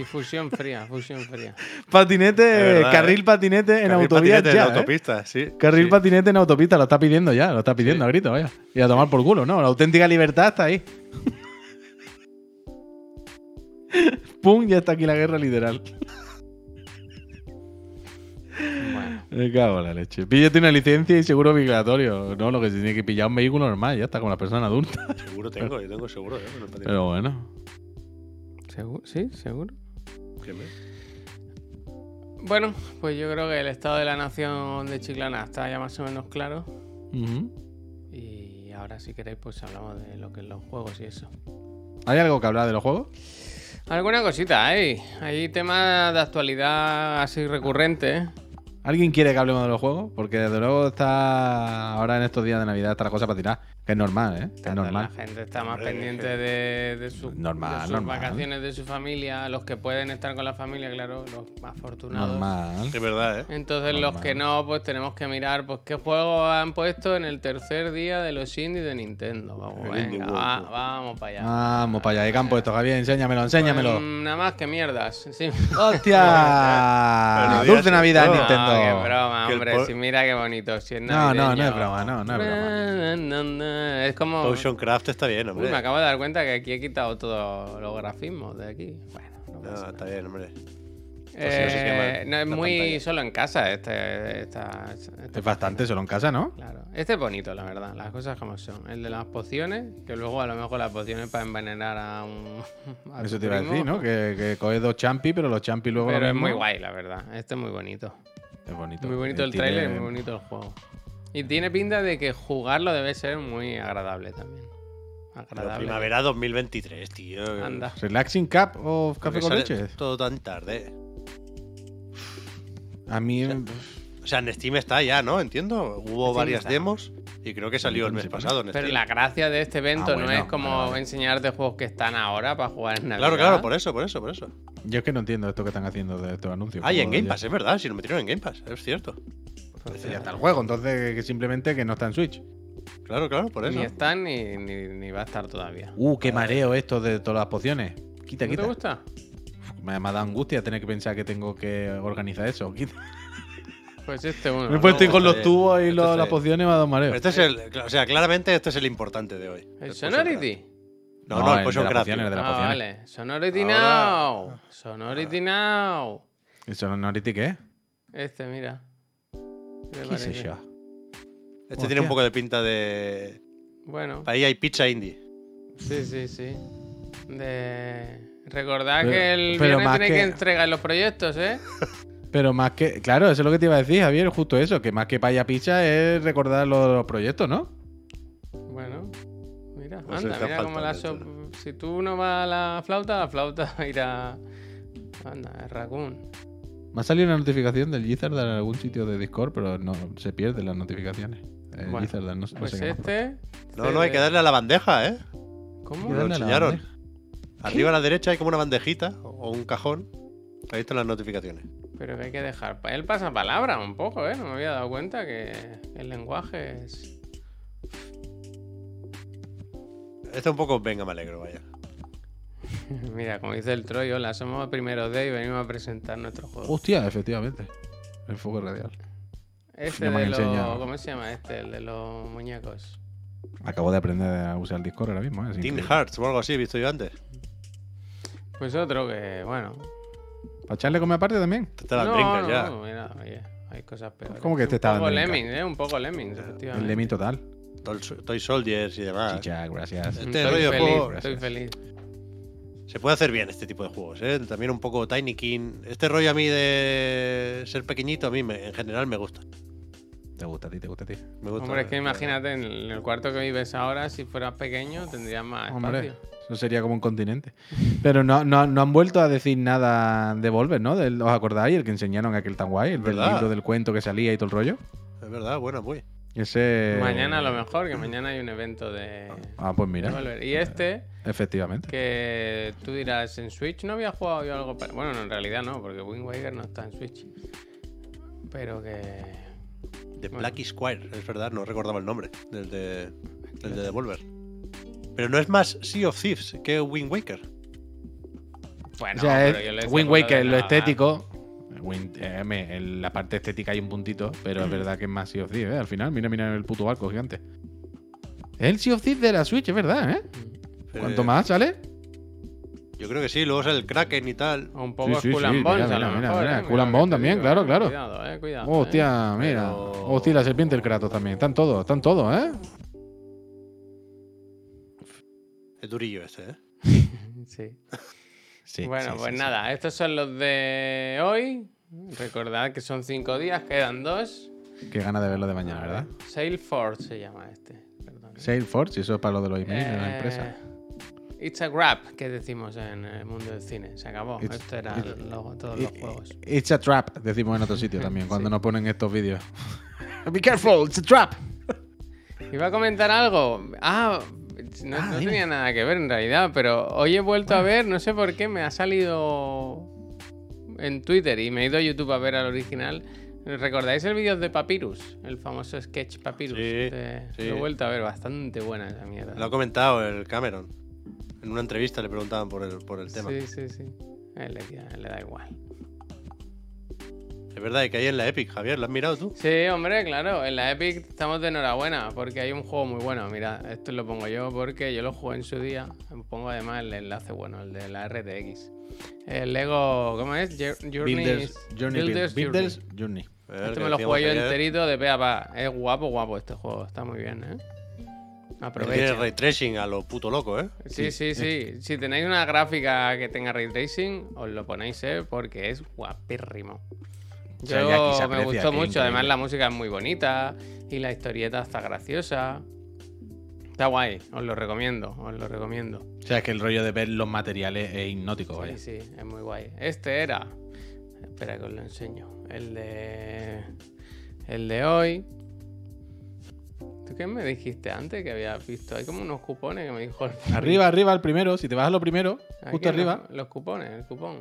Speaker 1: Y fusión fría, fusión fría.
Speaker 2: Patinete,
Speaker 3: Es verdad,
Speaker 2: carril
Speaker 3: ¿eh?
Speaker 2: patinete en
Speaker 3: Carril
Speaker 2: autovía
Speaker 3: patinete
Speaker 2: ya,
Speaker 3: en
Speaker 2: ¿eh?
Speaker 3: autopista, sí.
Speaker 2: Carril
Speaker 3: sí.
Speaker 2: patinete en autopista, lo está pidiendo ya, lo está pidiendo a grito, vaya. Y a tomar por culo, ¿no? La auténtica libertad está ahí. <laughs> Pum, ya está aquí la guerra literal.
Speaker 1: Bueno,
Speaker 2: Me cago en la leche. Píllate una licencia y seguro migratorio. No, lo que se tiene que pillar un vehículo normal, ya está con la persona adulta.
Speaker 3: Seguro tengo, yo tengo seguro, ¿eh? con el patinete.
Speaker 2: Pero bueno.
Speaker 1: ¿seguro? ¿sí? ¿Seguro?
Speaker 3: Que me-
Speaker 1: Bueno, pues yo creo que el estado de la nación de Chiclana está ya más o menos claro.
Speaker 2: Ujú.
Speaker 1: Y ahora, si queréis, pues hablamos de lo que es los juegos y eso.
Speaker 2: ¿Hay algo que hablar de los juegos?
Speaker 1: ¿eh? Alguna cosita hay. Hay temas de actualidad así recurrente.
Speaker 2: ¿Alguien quiere que hablemos de los juegos? Porque desde luego está ahora en estos días de Navidad está la cosa para tirar. Que es normal, ¿eh? Es normal.
Speaker 1: La gente está más pendiente de, de, su- de
Speaker 2: Normal,
Speaker 1: sus
Speaker 2: normal.
Speaker 1: vacaciones, de su familia, los que pueden estar con la familia, claro, los más afortunados.
Speaker 2: Normal.
Speaker 3: Es verdad, ¿eh?
Speaker 1: Entonces los
Speaker 2: Normal.
Speaker 1: que no, pues tenemos que mirar pues qué juegos han puesto en el tercer día de los indies de Nintendo. Vamos,
Speaker 3: El Indie
Speaker 1: venga,
Speaker 3: World
Speaker 1: va-
Speaker 3: Tour.
Speaker 1: vamos para allá.
Speaker 2: Vamos para allá. ¿Qué campo esto, Javier? Enséñamelo, Ah, enséñamelo. Oh,
Speaker 1: Mm, nada más que mierdas.
Speaker 2: <laughs>
Speaker 1: Sí.
Speaker 2: ¡Hostia!
Speaker 1: <laughs>
Speaker 3: Pero
Speaker 2: Dulce
Speaker 3: digas
Speaker 2: Navidad,
Speaker 3: eso.
Speaker 1: No,
Speaker 2: Nintendo.
Speaker 1: qué broma,
Speaker 3: Que el
Speaker 1: hombre.
Speaker 3: po-
Speaker 1: Sí, mira qué bonito. Si es
Speaker 2: No, no, no
Speaker 1: navideño.
Speaker 2: es broma, no, no es
Speaker 1: Na,
Speaker 2: broma.
Speaker 1: na, na. Es como.
Speaker 3: Ocean Craft está bien,
Speaker 1: Uy,
Speaker 3: hombre.
Speaker 1: me acabo de dar cuenta que aquí he quitado todos los grafismos de aquí. Bueno, no pasa
Speaker 3: No,
Speaker 1: nada.
Speaker 3: está bien, hombre.
Speaker 1: Eh,
Speaker 3: Ah, pues sí, sí,
Speaker 1: no es
Speaker 3: la
Speaker 1: muy
Speaker 3: pantalla.
Speaker 1: solo en casa este, esta- esta-
Speaker 2: Es bastante solo en casa, ¿no?
Speaker 1: Claro. Este es bonito, la verdad, las cosas como son. El de las pociones, que luego a lo mejor las pociones para envenenar a un. <laughs> a tu
Speaker 2: Eso te iba a
Speaker 1: primo.
Speaker 2: decir, ¿no? Que, que coges dos champi, pero los champi luego.
Speaker 1: Pero
Speaker 2: lo
Speaker 1: es
Speaker 2: mismo-
Speaker 1: muy guay, la verdad. Este es muy bonito.
Speaker 2: Es bonito. Eh,
Speaker 1: Muy bonito el
Speaker 2: Tiene-
Speaker 1: tráiler, muy bonito el juego. Y tiene pinta de que jugarlo debe ser muy agradable también.
Speaker 3: Pero
Speaker 1: Agradable.
Speaker 3: primavera pues, 2023, tío.
Speaker 1: Anda.
Speaker 2: Relaxing Cup o
Speaker 3: Porque
Speaker 2: café con
Speaker 3: sale
Speaker 2: leche.
Speaker 3: Todo tan tarde.
Speaker 2: A mí.
Speaker 3: O sea, en Steam está ya, ¿no? Entiendo. Hubo
Speaker 1: Steam
Speaker 3: varias
Speaker 1: está.
Speaker 3: demos y creo que salió el mes
Speaker 2: Sí,
Speaker 3: pasado en
Speaker 1: Pero
Speaker 3: Steam.
Speaker 1: la gracia de este evento
Speaker 2: Ah,
Speaker 1: no es
Speaker 2: bueno,
Speaker 1: como
Speaker 2: vale, vale.
Speaker 1: enseñarte juegos que están ahora para jugar en Navidad.
Speaker 3: Claro, claro, por eso, por eso, por eso.
Speaker 2: Yo es que no entiendo esto que están haciendo de estos anuncios.
Speaker 3: Ah, y en
Speaker 2: Como
Speaker 3: Game Pass, es verdad, si lo metieron en Game Pass, es cierto.
Speaker 1: Entonces,
Speaker 2: ya- Ya está el juego, entonces que simplemente que no está en Switch.
Speaker 3: Claro, claro, por eso.
Speaker 1: Ni este. está ni, ni, ni va a estar todavía.
Speaker 2: Uh, qué mareo esto de todas las pociones. Quita,
Speaker 1: ¿No te
Speaker 2: quita.
Speaker 1: gusta?
Speaker 2: Me, me ha dado angustia tener que pensar que tengo que organizar eso. Quita.
Speaker 1: Pues este uno.
Speaker 2: me he puesto
Speaker 3: no,
Speaker 2: ir con
Speaker 3: está
Speaker 2: los
Speaker 3: bien.
Speaker 2: tubos y
Speaker 3: Esto
Speaker 2: lo-
Speaker 3: está
Speaker 2: las
Speaker 3: bien.
Speaker 2: pociones me ha dado mareo.
Speaker 3: Pero Este es el, cla- o sea, claramente este es el importante de hoy.
Speaker 1: ¿El
Speaker 3: Potion Craft.
Speaker 1: Sonority?
Speaker 3: No, no,
Speaker 2: el
Speaker 3: el
Speaker 2: de
Speaker 3: Potion
Speaker 2: las
Speaker 3: Craft.
Speaker 2: pociones, de las
Speaker 1: Ah,
Speaker 2: pociones.
Speaker 1: vale. Sonority
Speaker 3: Ahora-
Speaker 1: Now. Sonority Now.
Speaker 2: ¿Eso no ahorita qué es?
Speaker 1: Este, mira. ¿Qué, te
Speaker 2: ¿Qué sé
Speaker 1: parece?
Speaker 2: yo?
Speaker 3: Este
Speaker 2: Hostia.
Speaker 3: tiene un poco de pinta de.
Speaker 1: Bueno,
Speaker 3: Ahí hay pizza indie.
Speaker 1: sí, sí, sí. De... Recordad
Speaker 2: Pero-
Speaker 1: que el
Speaker 2: pero
Speaker 1: viernes
Speaker 2: más
Speaker 1: tenéis que...
Speaker 2: que-
Speaker 1: entregar los proyectos, ¿eh?
Speaker 2: Pero más que. Claro, eso es lo que te iba a decir, Javier, justo eso, que más que paya picha es recordar los, los proyectos, ¿no?
Speaker 1: Bueno, mira,
Speaker 3: Pues
Speaker 1: anda,
Speaker 3: está
Speaker 1: mira cómo la
Speaker 3: faltando
Speaker 1: so- Si tú no vas a la flauta, la flauta <laughs> irá. Anda, es Raccoon.
Speaker 2: Me ha salido una notificación del Gizzard en algún sitio de Discord, pero no se pierden las notificaciones. El
Speaker 1: Bueno,
Speaker 2: Gizzard, no, no
Speaker 1: Pues
Speaker 2: sé qué.
Speaker 1: este.
Speaker 3: No, no, hay que darle a la bandeja,
Speaker 2: Hay
Speaker 3: ¿eh?
Speaker 2: que
Speaker 1: ¿Cómo?
Speaker 3: Lo
Speaker 2: darle a la
Speaker 3: enseñaron.
Speaker 2: bandeja.
Speaker 3: Arriba a la derecha hay como una bandejita o un cajón. Ahí están las notificaciones.
Speaker 1: Pero que hay que dejar. pa- Él pasa palabra un poco, ¿eh? No me había dado cuenta que el lenguaje es. <laughs>
Speaker 3: Este es un poco, venga, me alegro, vaya.
Speaker 1: Mira, como dice el Troy, hola, somos primeros de y venimos a presentar nuestro juego.
Speaker 2: Hostia, efectivamente. El fuego radial.
Speaker 1: este
Speaker 2: no me
Speaker 1: de
Speaker 2: han
Speaker 1: los.
Speaker 2: enseñado.
Speaker 1: ¿Cómo se llama este? El de los muñecos.
Speaker 2: Acabo de aprender a usar el Discord ahora mismo, ¿eh? Es
Speaker 3: Team
Speaker 2: increíble.
Speaker 3: Hearts o algo así, he visto yo antes.
Speaker 1: Pues otro que, bueno.
Speaker 2: ¿Para echarle come aparte también?
Speaker 3: Te te las
Speaker 1: no,
Speaker 3: brincas
Speaker 1: no,
Speaker 3: ya.
Speaker 1: mira, oye, hay cosas peores.
Speaker 2: ¿Cómo que
Speaker 1: un
Speaker 2: este estaba en
Speaker 1: poco
Speaker 2: drinka?
Speaker 1: Lemmings, ¿eh? Un poco Lemmings, efectivamente.
Speaker 2: El Lemmy total.
Speaker 3: Tol- Toy Soldiers y demás.
Speaker 2: Chicha, gracias.
Speaker 3: Ah. Este
Speaker 1: estoy
Speaker 3: rollo de
Speaker 1: feliz,
Speaker 3: juego-
Speaker 1: Estoy feliz.
Speaker 3: Se puede hacer bien este tipo de juegos, ¿eh? También un poco Tiny King. Este rollo a mí de ser pequeñito, a mí me- en general me gusta.
Speaker 2: Te gusta a ti, te gusta a ti.
Speaker 3: Me gusta.
Speaker 1: Hombre, es que imagínate, en el cuarto que vives ahora, si fueras pequeño, tendrías más
Speaker 2: Hombre,
Speaker 1: espacio.
Speaker 2: eso sería como un continente. Pero no, no, no han vuelto a decir nada de Volver, ¿no? Del- ¿Os acordáis? El que enseñaron aquel tan guay, el del
Speaker 3: ¿Verdad?
Speaker 2: libro del cuento que salía y todo el rollo.
Speaker 3: Es verdad, bueno, pues. muy.
Speaker 2: Ese.
Speaker 1: Mañana a lo mejor, que mañana hay un evento de...
Speaker 2: Ah, pues
Speaker 1: de
Speaker 2: mira,
Speaker 1: volver. Y este,
Speaker 2: efectivamente.
Speaker 1: que tú dirás, en Switch no había jugado yo algo... pa- Bueno, no, en realidad no, porque Wind Waker no está en Switch. Pero que...
Speaker 3: The
Speaker 1: Bueno.
Speaker 3: Black Squire, es verdad, no recordaba el nombre del de, del de Devolver. Pero no es más Sea of Thieves que Wind Waker.
Speaker 1: Bueno,
Speaker 2: o sea,
Speaker 1: pero yo le
Speaker 2: es
Speaker 1: decía
Speaker 2: Wind
Speaker 1: por
Speaker 2: Waker,
Speaker 1: de
Speaker 2: lo
Speaker 1: la-
Speaker 2: estético. Wind- eh, me- en la parte estética hay un puntito, pero
Speaker 1: Mm.
Speaker 2: es verdad que es más Sea of Thieves, ¿eh? Al final, mira, mira el puto barco gigante. Es el Sea of Thieves de la Switch, es verdad, ¿eh? Cuanto
Speaker 3: Eh,
Speaker 2: más sale,
Speaker 3: Yo creo que sí, luego sale el Kraken y tal.
Speaker 1: O un poco
Speaker 2: Sí, sí,
Speaker 1: Skull
Speaker 2: sí,
Speaker 1: and
Speaker 2: mira,
Speaker 1: Bones, a
Speaker 2: mira,
Speaker 1: lo
Speaker 2: mira,
Speaker 1: mejor,
Speaker 2: mira,
Speaker 1: ¿eh?
Speaker 2: Skull
Speaker 1: Mira
Speaker 2: and
Speaker 1: lo que
Speaker 2: Bones
Speaker 1: te
Speaker 2: también,
Speaker 1: digo,
Speaker 2: claro,
Speaker 1: ¿eh?
Speaker 2: claro.
Speaker 1: Cuidado, eh, cuidado. eh.
Speaker 2: Hostia, mira.
Speaker 3: Pero-
Speaker 2: Hostia, la serpiente del Kratos también. Están todos, están todos, ¿eh?
Speaker 3: Es durillo este, ¿eh?
Speaker 1: Sí.
Speaker 2: Sí.
Speaker 1: bueno, pues nada, estos son los de hoy. Recordad que son cinco días, quedan dos.
Speaker 2: Qué gana de verlo de mañana, ¿verdad?
Speaker 1: Eh. Salesforce se llama este. perdón.
Speaker 2: Salesforce, y eso es para lo de los emails de la
Speaker 1: Eh,
Speaker 2: empresa.
Speaker 1: It's a grab, que decimos en el mundo del cine. Se acabó.
Speaker 2: It's-
Speaker 1: Esto era
Speaker 2: it's-
Speaker 1: lo- todos los juegos.
Speaker 2: It's a trap, decimos en
Speaker 1: <laughs>
Speaker 2: otro sitio también, cuando
Speaker 1: Sí.
Speaker 2: nos ponen estos vídeos. <laughs> Be careful, it's a trap.
Speaker 1: Iba a comentar algo. Ah, no,
Speaker 2: Ah,
Speaker 1: no
Speaker 2: dime.
Speaker 1: tenía nada que ver en realidad, pero hoy he vuelto a ver, no sé por qué, me ha salido en Twitter y me he ido a YouTube a ver al original. ¿Recordáis el vídeo de Papyrus? El famoso sketch Papyrus.
Speaker 3: Sí,
Speaker 1: De-
Speaker 3: sí.
Speaker 1: Lo he vuelto a ver, bastante buena esa mierda.
Speaker 3: Lo ha comentado el Cameron. En una entrevista le preguntaban por el, por el tema.
Speaker 1: Sí, sí, sí. A Él le, a él le da igual.
Speaker 3: Es verdad, y que hay en la Epic, Javier, ¿lo has mirado tú?
Speaker 1: Sí, hombre, claro. En la Epic estamos de enhorabuena porque hay un juego muy bueno. Mira, esto lo pongo yo porque yo lo jugué en su día. Pongo además el enlace bueno, el de la RTX. El Lego, ¿cómo es? Jour- Journeys-
Speaker 2: Builders Journey.
Speaker 1: Builders
Speaker 2: Builders,
Speaker 1: Journey.
Speaker 2: Journey.
Speaker 1: Este me lo jugué yo enterito de pe a pa. Es guapo, guapo este juego. Está muy bien, ¿eh?
Speaker 3: Tiene
Speaker 1: Aprovecha.
Speaker 3: ray tracing a lo puto loco, ¿eh?
Speaker 1: Sí, sí, sí. Si tenéis una gráfica que tenga ray tracing, os lo ponéis, ¿eh? Porque es guapérrimo. Yo
Speaker 2: O sea, ya aquí se
Speaker 1: me
Speaker 2: aprecia
Speaker 1: gustó
Speaker 2: que
Speaker 1: mucho.
Speaker 2: increíble.
Speaker 1: Además, la música es muy bonita y la historieta está graciosa. Está guay, os lo recomiendo, os lo recomiendo.
Speaker 2: O sea, es que el rollo de ver los materiales es hipnótico, vaya.
Speaker 1: Sí, sí, es muy guay. Este era. Espera que os lo enseño. El de. El de hoy. ¿Tú qué me dijiste antes que habías visto? Hay como unos cupones que me dijo el
Speaker 2: Arriba, arriba, el primero. Si te vas a lo primero,
Speaker 1: Aquí
Speaker 2: justo
Speaker 1: los-
Speaker 2: arriba.
Speaker 1: Los, cupones, el cupón.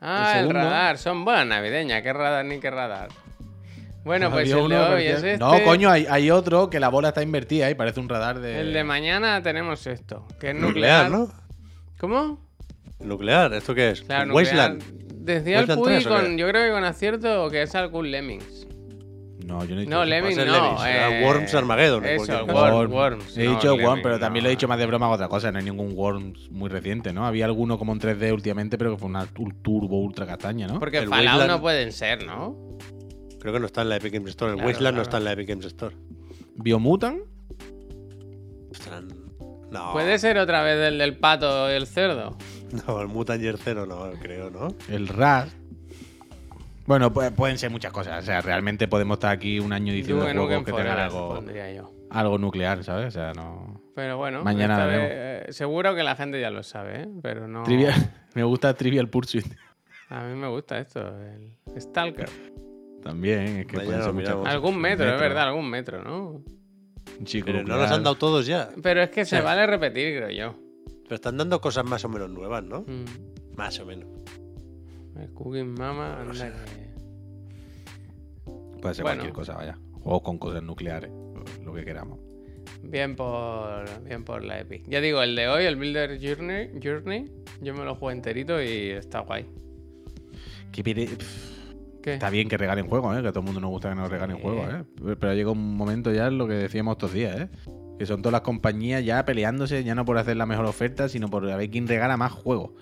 Speaker 1: Ah, el,
Speaker 2: segundo.
Speaker 1: radar. Son buenas navideñas. Qué radar ni qué radar. Bueno, pues
Speaker 2: Había
Speaker 1: el
Speaker 2: uno
Speaker 1: de
Speaker 2: que
Speaker 1: hoy
Speaker 2: parecía-
Speaker 1: es este.
Speaker 2: No, coño, eh. hay, hay otro que la bola está invertida y parece un radar de.
Speaker 1: El de mañana tenemos esto, que es nuclear.
Speaker 3: Nuclear, ¿no?
Speaker 1: ¿Cómo?
Speaker 3: Nuclear, ¿esto qué es?
Speaker 1: Claro, nuclear.
Speaker 3: Wasteland.
Speaker 1: Decía el
Speaker 3: Wasteland
Speaker 1: Puy
Speaker 3: 3 o qué?
Speaker 1: con, yo creo que con acierto que es algún Lemmings.
Speaker 2: No, yo no
Speaker 1: No,
Speaker 2: he dicho. eso.
Speaker 3: Va a
Speaker 1: Lemmings
Speaker 3: ser
Speaker 1: no.
Speaker 3: Lemmings, será
Speaker 1: eh,
Speaker 3: Worms Armageddon,
Speaker 1: Eso,
Speaker 3: cualquier
Speaker 1: Worms,
Speaker 3: cosa.
Speaker 1: Worms.
Speaker 2: He
Speaker 1: no,
Speaker 2: dicho Worms,
Speaker 1: Lemmings,
Speaker 2: pero también
Speaker 1: no.
Speaker 2: lo he dicho más de broma que otra cosa. No hay ningún Worms muy reciente, ¿no? Había alguno como en 3D últimamente, pero que fue una tul- turbo ultra castaña, ¿no?
Speaker 1: Porque
Speaker 3: El
Speaker 1: Fallout
Speaker 3: Wasteland-
Speaker 1: no pueden ser, ¿no?
Speaker 3: Creo que no está en la Epic Games Store. El
Speaker 1: Claro,
Speaker 3: Wasteland no
Speaker 1: claro.
Speaker 3: está en la Epic Games Store.
Speaker 2: Biomutan.
Speaker 3: Ostras,
Speaker 2: Ah.
Speaker 3: No,
Speaker 1: Puede ser otra vez el del pato y el cerdo.
Speaker 3: <laughs> no, el Mutant Year Zero no, creo, ¿no?
Speaker 2: El RAS. Bueno, pues pueden ser muchas cosas. O sea, realmente podemos estar aquí un año diciendo
Speaker 1: Duke
Speaker 2: juegos
Speaker 1: Nukem
Speaker 2: que tengan
Speaker 1: Forever,
Speaker 2: algo,
Speaker 1: pondría yo.
Speaker 2: algo nuclear, ¿sabes? O sea, no.
Speaker 1: Pero bueno,
Speaker 2: Mañana
Speaker 1: esta
Speaker 2: la
Speaker 1: vez, eh, seguro que la gente ya lo sabe, ¿eh? pero no.
Speaker 2: Trivial. <laughs> Me gusta Trivial Pursuit. <laughs>
Speaker 1: A mí me gusta esto, el Stalker.
Speaker 2: También, es que
Speaker 3: Vaya,
Speaker 2: pueden
Speaker 3: lo
Speaker 2: ser muchas
Speaker 3: miramos.
Speaker 2: cosas.
Speaker 1: Algún metro, es
Speaker 2: Metro.
Speaker 1: verdad, algún metro, ¿no?
Speaker 2: Un chico
Speaker 3: Pero no
Speaker 2: nuclear.
Speaker 3: los han dado todos ya.
Speaker 1: Pero es que se vale repetir, creo yo.
Speaker 3: Pero están dando cosas más o menos nuevas, ¿no?
Speaker 1: Mm.
Speaker 3: Más o menos.
Speaker 1: El Cooking Mama,
Speaker 3: No lo
Speaker 1: anda
Speaker 2: Puede ser
Speaker 1: Bueno.
Speaker 2: cualquier cosa, vaya. Juegos con cosas nucleares, lo que queramos.
Speaker 1: que- Bien por, bien por la Epic. Ya digo, el de hoy, el Builder Journey, Journey yo me lo juego enterito y está guay.
Speaker 2: Que pide- pff,
Speaker 1: ¿Qué?
Speaker 2: Está bien que regalen juegos, ¿eh? Que a todo el mundo nos gusta que nos regalen
Speaker 1: Sí.
Speaker 2: juegos, ¿eh? Pero- Pero llega un momento ya, lo que decíamos estos días, ¿eh? Que son todas las compañías ya peleándose, ya no por hacer la mejor oferta, sino por a ver quién regala más juegos.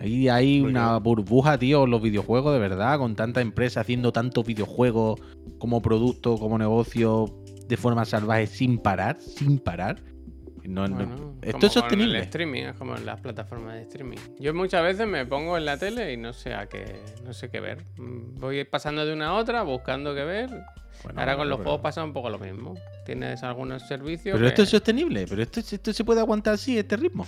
Speaker 2: Ahí hay
Speaker 3: Porque-
Speaker 2: una burbuja, tío, en los videojuegos, de verdad, con tanta empresa haciendo tantos videojuegos como producto, como negocio, de forma salvaje, sin parar, sin parar. No, no-
Speaker 1: Bueno, como
Speaker 2: esto es
Speaker 1: Con el este.
Speaker 2: sostenible.
Speaker 1: streaming, es como en las plataformas de streaming. Yo muchas veces me pongo en la tele y no sé a qué, no sé qué ver. Mm, Voy pasando de una a otra, buscando qué ver.
Speaker 2: Bueno,
Speaker 1: Ahora con
Speaker 2: bueno,
Speaker 1: los
Speaker 2: pero-
Speaker 1: juegos pasa un poco lo mismo. Tienes algunos servicios.
Speaker 2: Pero
Speaker 1: que-
Speaker 2: esto es sostenible, pero esto, esto se puede aguantar así, este ritmo.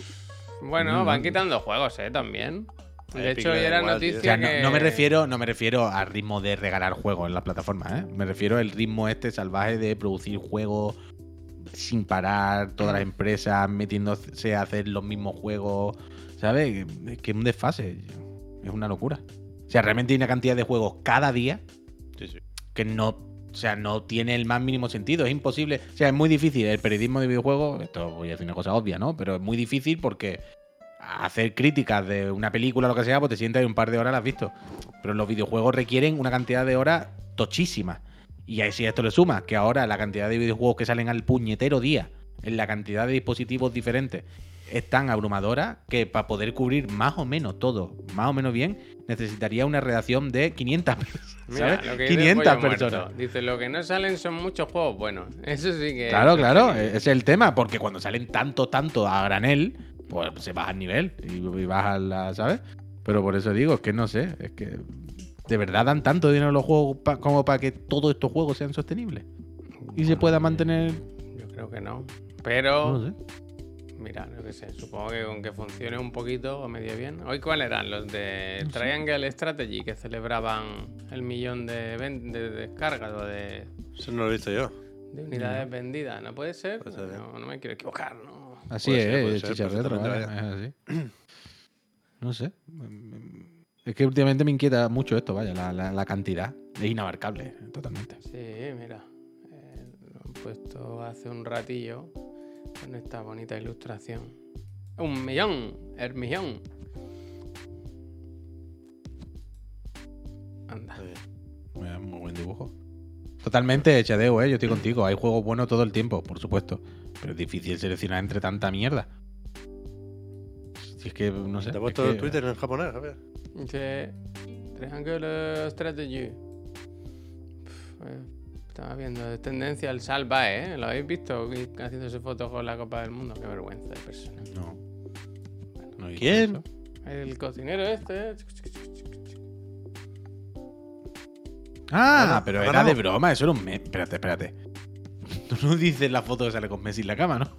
Speaker 1: Bueno,
Speaker 2: no,
Speaker 1: van
Speaker 2: no.
Speaker 1: quitando juegos, eh, también. De
Speaker 3: Epic
Speaker 1: hecho,
Speaker 3: le
Speaker 1: hoy
Speaker 3: da
Speaker 1: era
Speaker 3: igual, tío.
Speaker 1: noticia
Speaker 2: O sea, no,
Speaker 1: que.
Speaker 2: no me refiero, no me refiero al ritmo de regalar juegos en las plataformas, ¿eh? Me refiero al ritmo este salvaje de producir juegos sin parar, todas las empresas metiéndose a hacer los mismos juegos, ¿sabes? Es que es un desfase, es una locura. O sea, realmente hay una cantidad de juegos cada día
Speaker 3: Sí, sí.
Speaker 2: que no, o sea, no tiene el más mínimo sentido, es imposible, o sea, es muy difícil el periodismo de videojuegos, esto voy a decir una cosa obvia, ¿no? Pero es muy difícil porque hacer críticas de una película o lo que sea, pues te sientas y un par de horas las has visto. Pero los videojuegos requieren una cantidad de horas tochísima. Y ahí si a esto le sumas que ahora la cantidad de videojuegos que salen al puñetero día, en la cantidad de dispositivos diferentes, es tan abrumadora que para poder cubrir más o menos todo, más o menos bien, necesitaría una redacción de 500 personas.
Speaker 1: Mira,
Speaker 2: ¿sabes?
Speaker 1: lo que dice
Speaker 2: 500
Speaker 1: Pollo Muerto.
Speaker 2: personas.
Speaker 1: Dice, lo que no salen son muchos juegos buenos. <laughs> Eso sí
Speaker 3: Eh,
Speaker 1: que.
Speaker 2: Claro, claro, e-, eh,
Speaker 1: Sí.
Speaker 2: ese es el tema, porque cuando salen tanto, tanto a granel, pues se baja el nivel y, y baja la, ¿sabes? Pero por eso digo, es que no sé, es que de verdad dan tanto dinero a los juegos pa- como para que todos estos juegos sean sostenibles y se
Speaker 1: Bueno,
Speaker 2: pueda mantener,
Speaker 1: Yo creo que no.
Speaker 2: no
Speaker 1: Pero
Speaker 2: sé.
Speaker 1: mira, no que sé, supongo que con que funcione un poquito o medio bien. ¿Hoy cuáles eran? Los de Triangle Strategy que celebraban el millón de, ven- de descargas o de,
Speaker 3: Eso no lo he visto yo.
Speaker 1: de unidades vendidas, ¿no puede ser?
Speaker 3: Mm. Puede ser,
Speaker 1: No, no me quiero equivocar, ¿no?
Speaker 2: Así
Speaker 3: Puede ser, puede
Speaker 2: es,
Speaker 3: ser,
Speaker 2: chichar retro,
Speaker 3: perfectamente,
Speaker 2: vaya, es así. No sé. Es que últimamente me inquieta mucho esto, vaya, la, la- la cantidad. Es inabarcable, totalmente.
Speaker 1: Sí, mira, eh, lo han puesto hace un ratillo con esta bonita ilustración. Un millón, el millón. Anda.
Speaker 3: Está bien.
Speaker 2: Eh, Muy buen dibujo. Totalmente chadeo, ¿eh? Yo estoy contigo. Hay juegos buenos todo el tiempo, por supuesto. Pero es difícil seleccionar entre tanta mierda. Si es que, no sé.
Speaker 3: Te ha
Speaker 2: es
Speaker 3: puesto
Speaker 2: que-
Speaker 3: Twitter en japonés, Javier.
Speaker 1: Dice Triangle Strategy. Pf, eh, Estaba viendo de tendencia el salva, ¿eh? ¿Lo habéis visto? Y Haciéndose fotos con la Copa del Mundo. Qué vergüenza de persona.
Speaker 2: No. No he visto
Speaker 3: ¿Quién?
Speaker 2: eso.
Speaker 1: El cocinero este. ¿eh?
Speaker 2: Ah,
Speaker 3: Claro,
Speaker 2: pero
Speaker 3: ha
Speaker 2: era
Speaker 3: ganado.
Speaker 2: de broma, eso era un mes. Espérate, espérate. <laughs> Tú no dices la foto que sale con Messi en la cama, ¿no?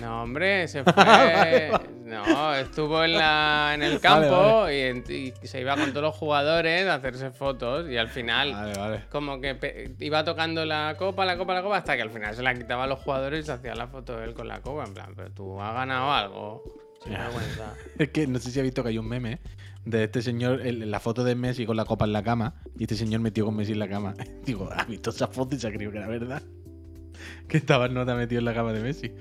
Speaker 1: No, hombre, se fue. No, estuvo en, la, en el campo Y, y se iba con todos los jugadores a hacerse fotos. Y al final,
Speaker 2: Vale, vale.
Speaker 1: como que pe- iba tocando la copa, la copa, la copa, hasta que al final se la quitaba a los jugadores y se hacía la foto de él con la copa. En plan, pero tú has ganado algo. Sin
Speaker 2: Ya.
Speaker 1: vergüenza.
Speaker 2: Es que no sé si ha visto que hay un meme de este señor, el- la foto de Messi con la copa en la cama, y este señor metido con Messi en la cama. <laughs> Digo, ha visto esa foto y se ha creído que era verdad. <laughs> Que estaba nota metido en la cama de Messi.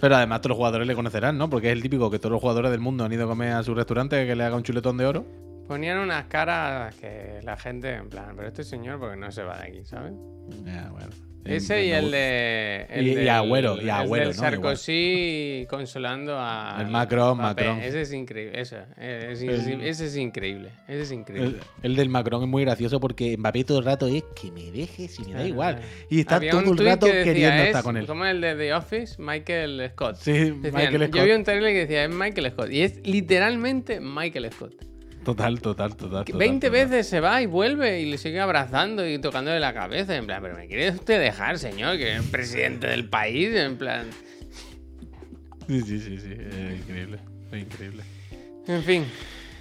Speaker 2: Pero además todos los jugadores le conocerán, ¿no? Porque es el típico que todos los jugadores del mundo han ido a comer a su restaurante que le haga un chuletón de oro.
Speaker 1: Ponían unas caras que la gente, en plan, pero este señor, porque no se va de aquí, ¿sabes?
Speaker 2: Ah, bueno.
Speaker 1: Ese y el de. el
Speaker 2: Y- y
Speaker 1: del-
Speaker 2: Agüero, y
Speaker 1: el
Speaker 2: Agüero,
Speaker 1: del
Speaker 2: ¿no?
Speaker 1: Sarkozy consolando a.
Speaker 2: El Macron, Macron.
Speaker 1: Ese es increíble. Eso, eh, es,
Speaker 2: El-
Speaker 1: ese es increíble. Ese es increíble.
Speaker 2: El, el del Macron es muy gracioso porque Mbappé todo el rato es que me deje si me da
Speaker 1: Ah,
Speaker 2: igual. Y está
Speaker 1: Había un
Speaker 2: todo el
Speaker 1: tuit
Speaker 2: rato
Speaker 1: que decía,
Speaker 2: queriendo
Speaker 1: es-
Speaker 2: estar con él.
Speaker 1: ¿Cómo es el de The Office? Michael Scott.
Speaker 2: Sí,
Speaker 1: Decían,
Speaker 2: Michael
Speaker 1: Yo vi
Speaker 2: Scott.
Speaker 1: un trailer que decía, es Michael Scott. Y es literalmente Michael Scott.
Speaker 2: Total, total, total.
Speaker 1: Que
Speaker 2: total,
Speaker 1: 20
Speaker 2: total.
Speaker 1: veces se va y vuelve y le sigue abrazando y tocándole la cabeza. En plan, pero ¿me quiere usted dejar, señor? Que es presidente del país. En plan.
Speaker 2: Sí, sí, sí, sí. Es increíble. Es increíble.
Speaker 1: En fin.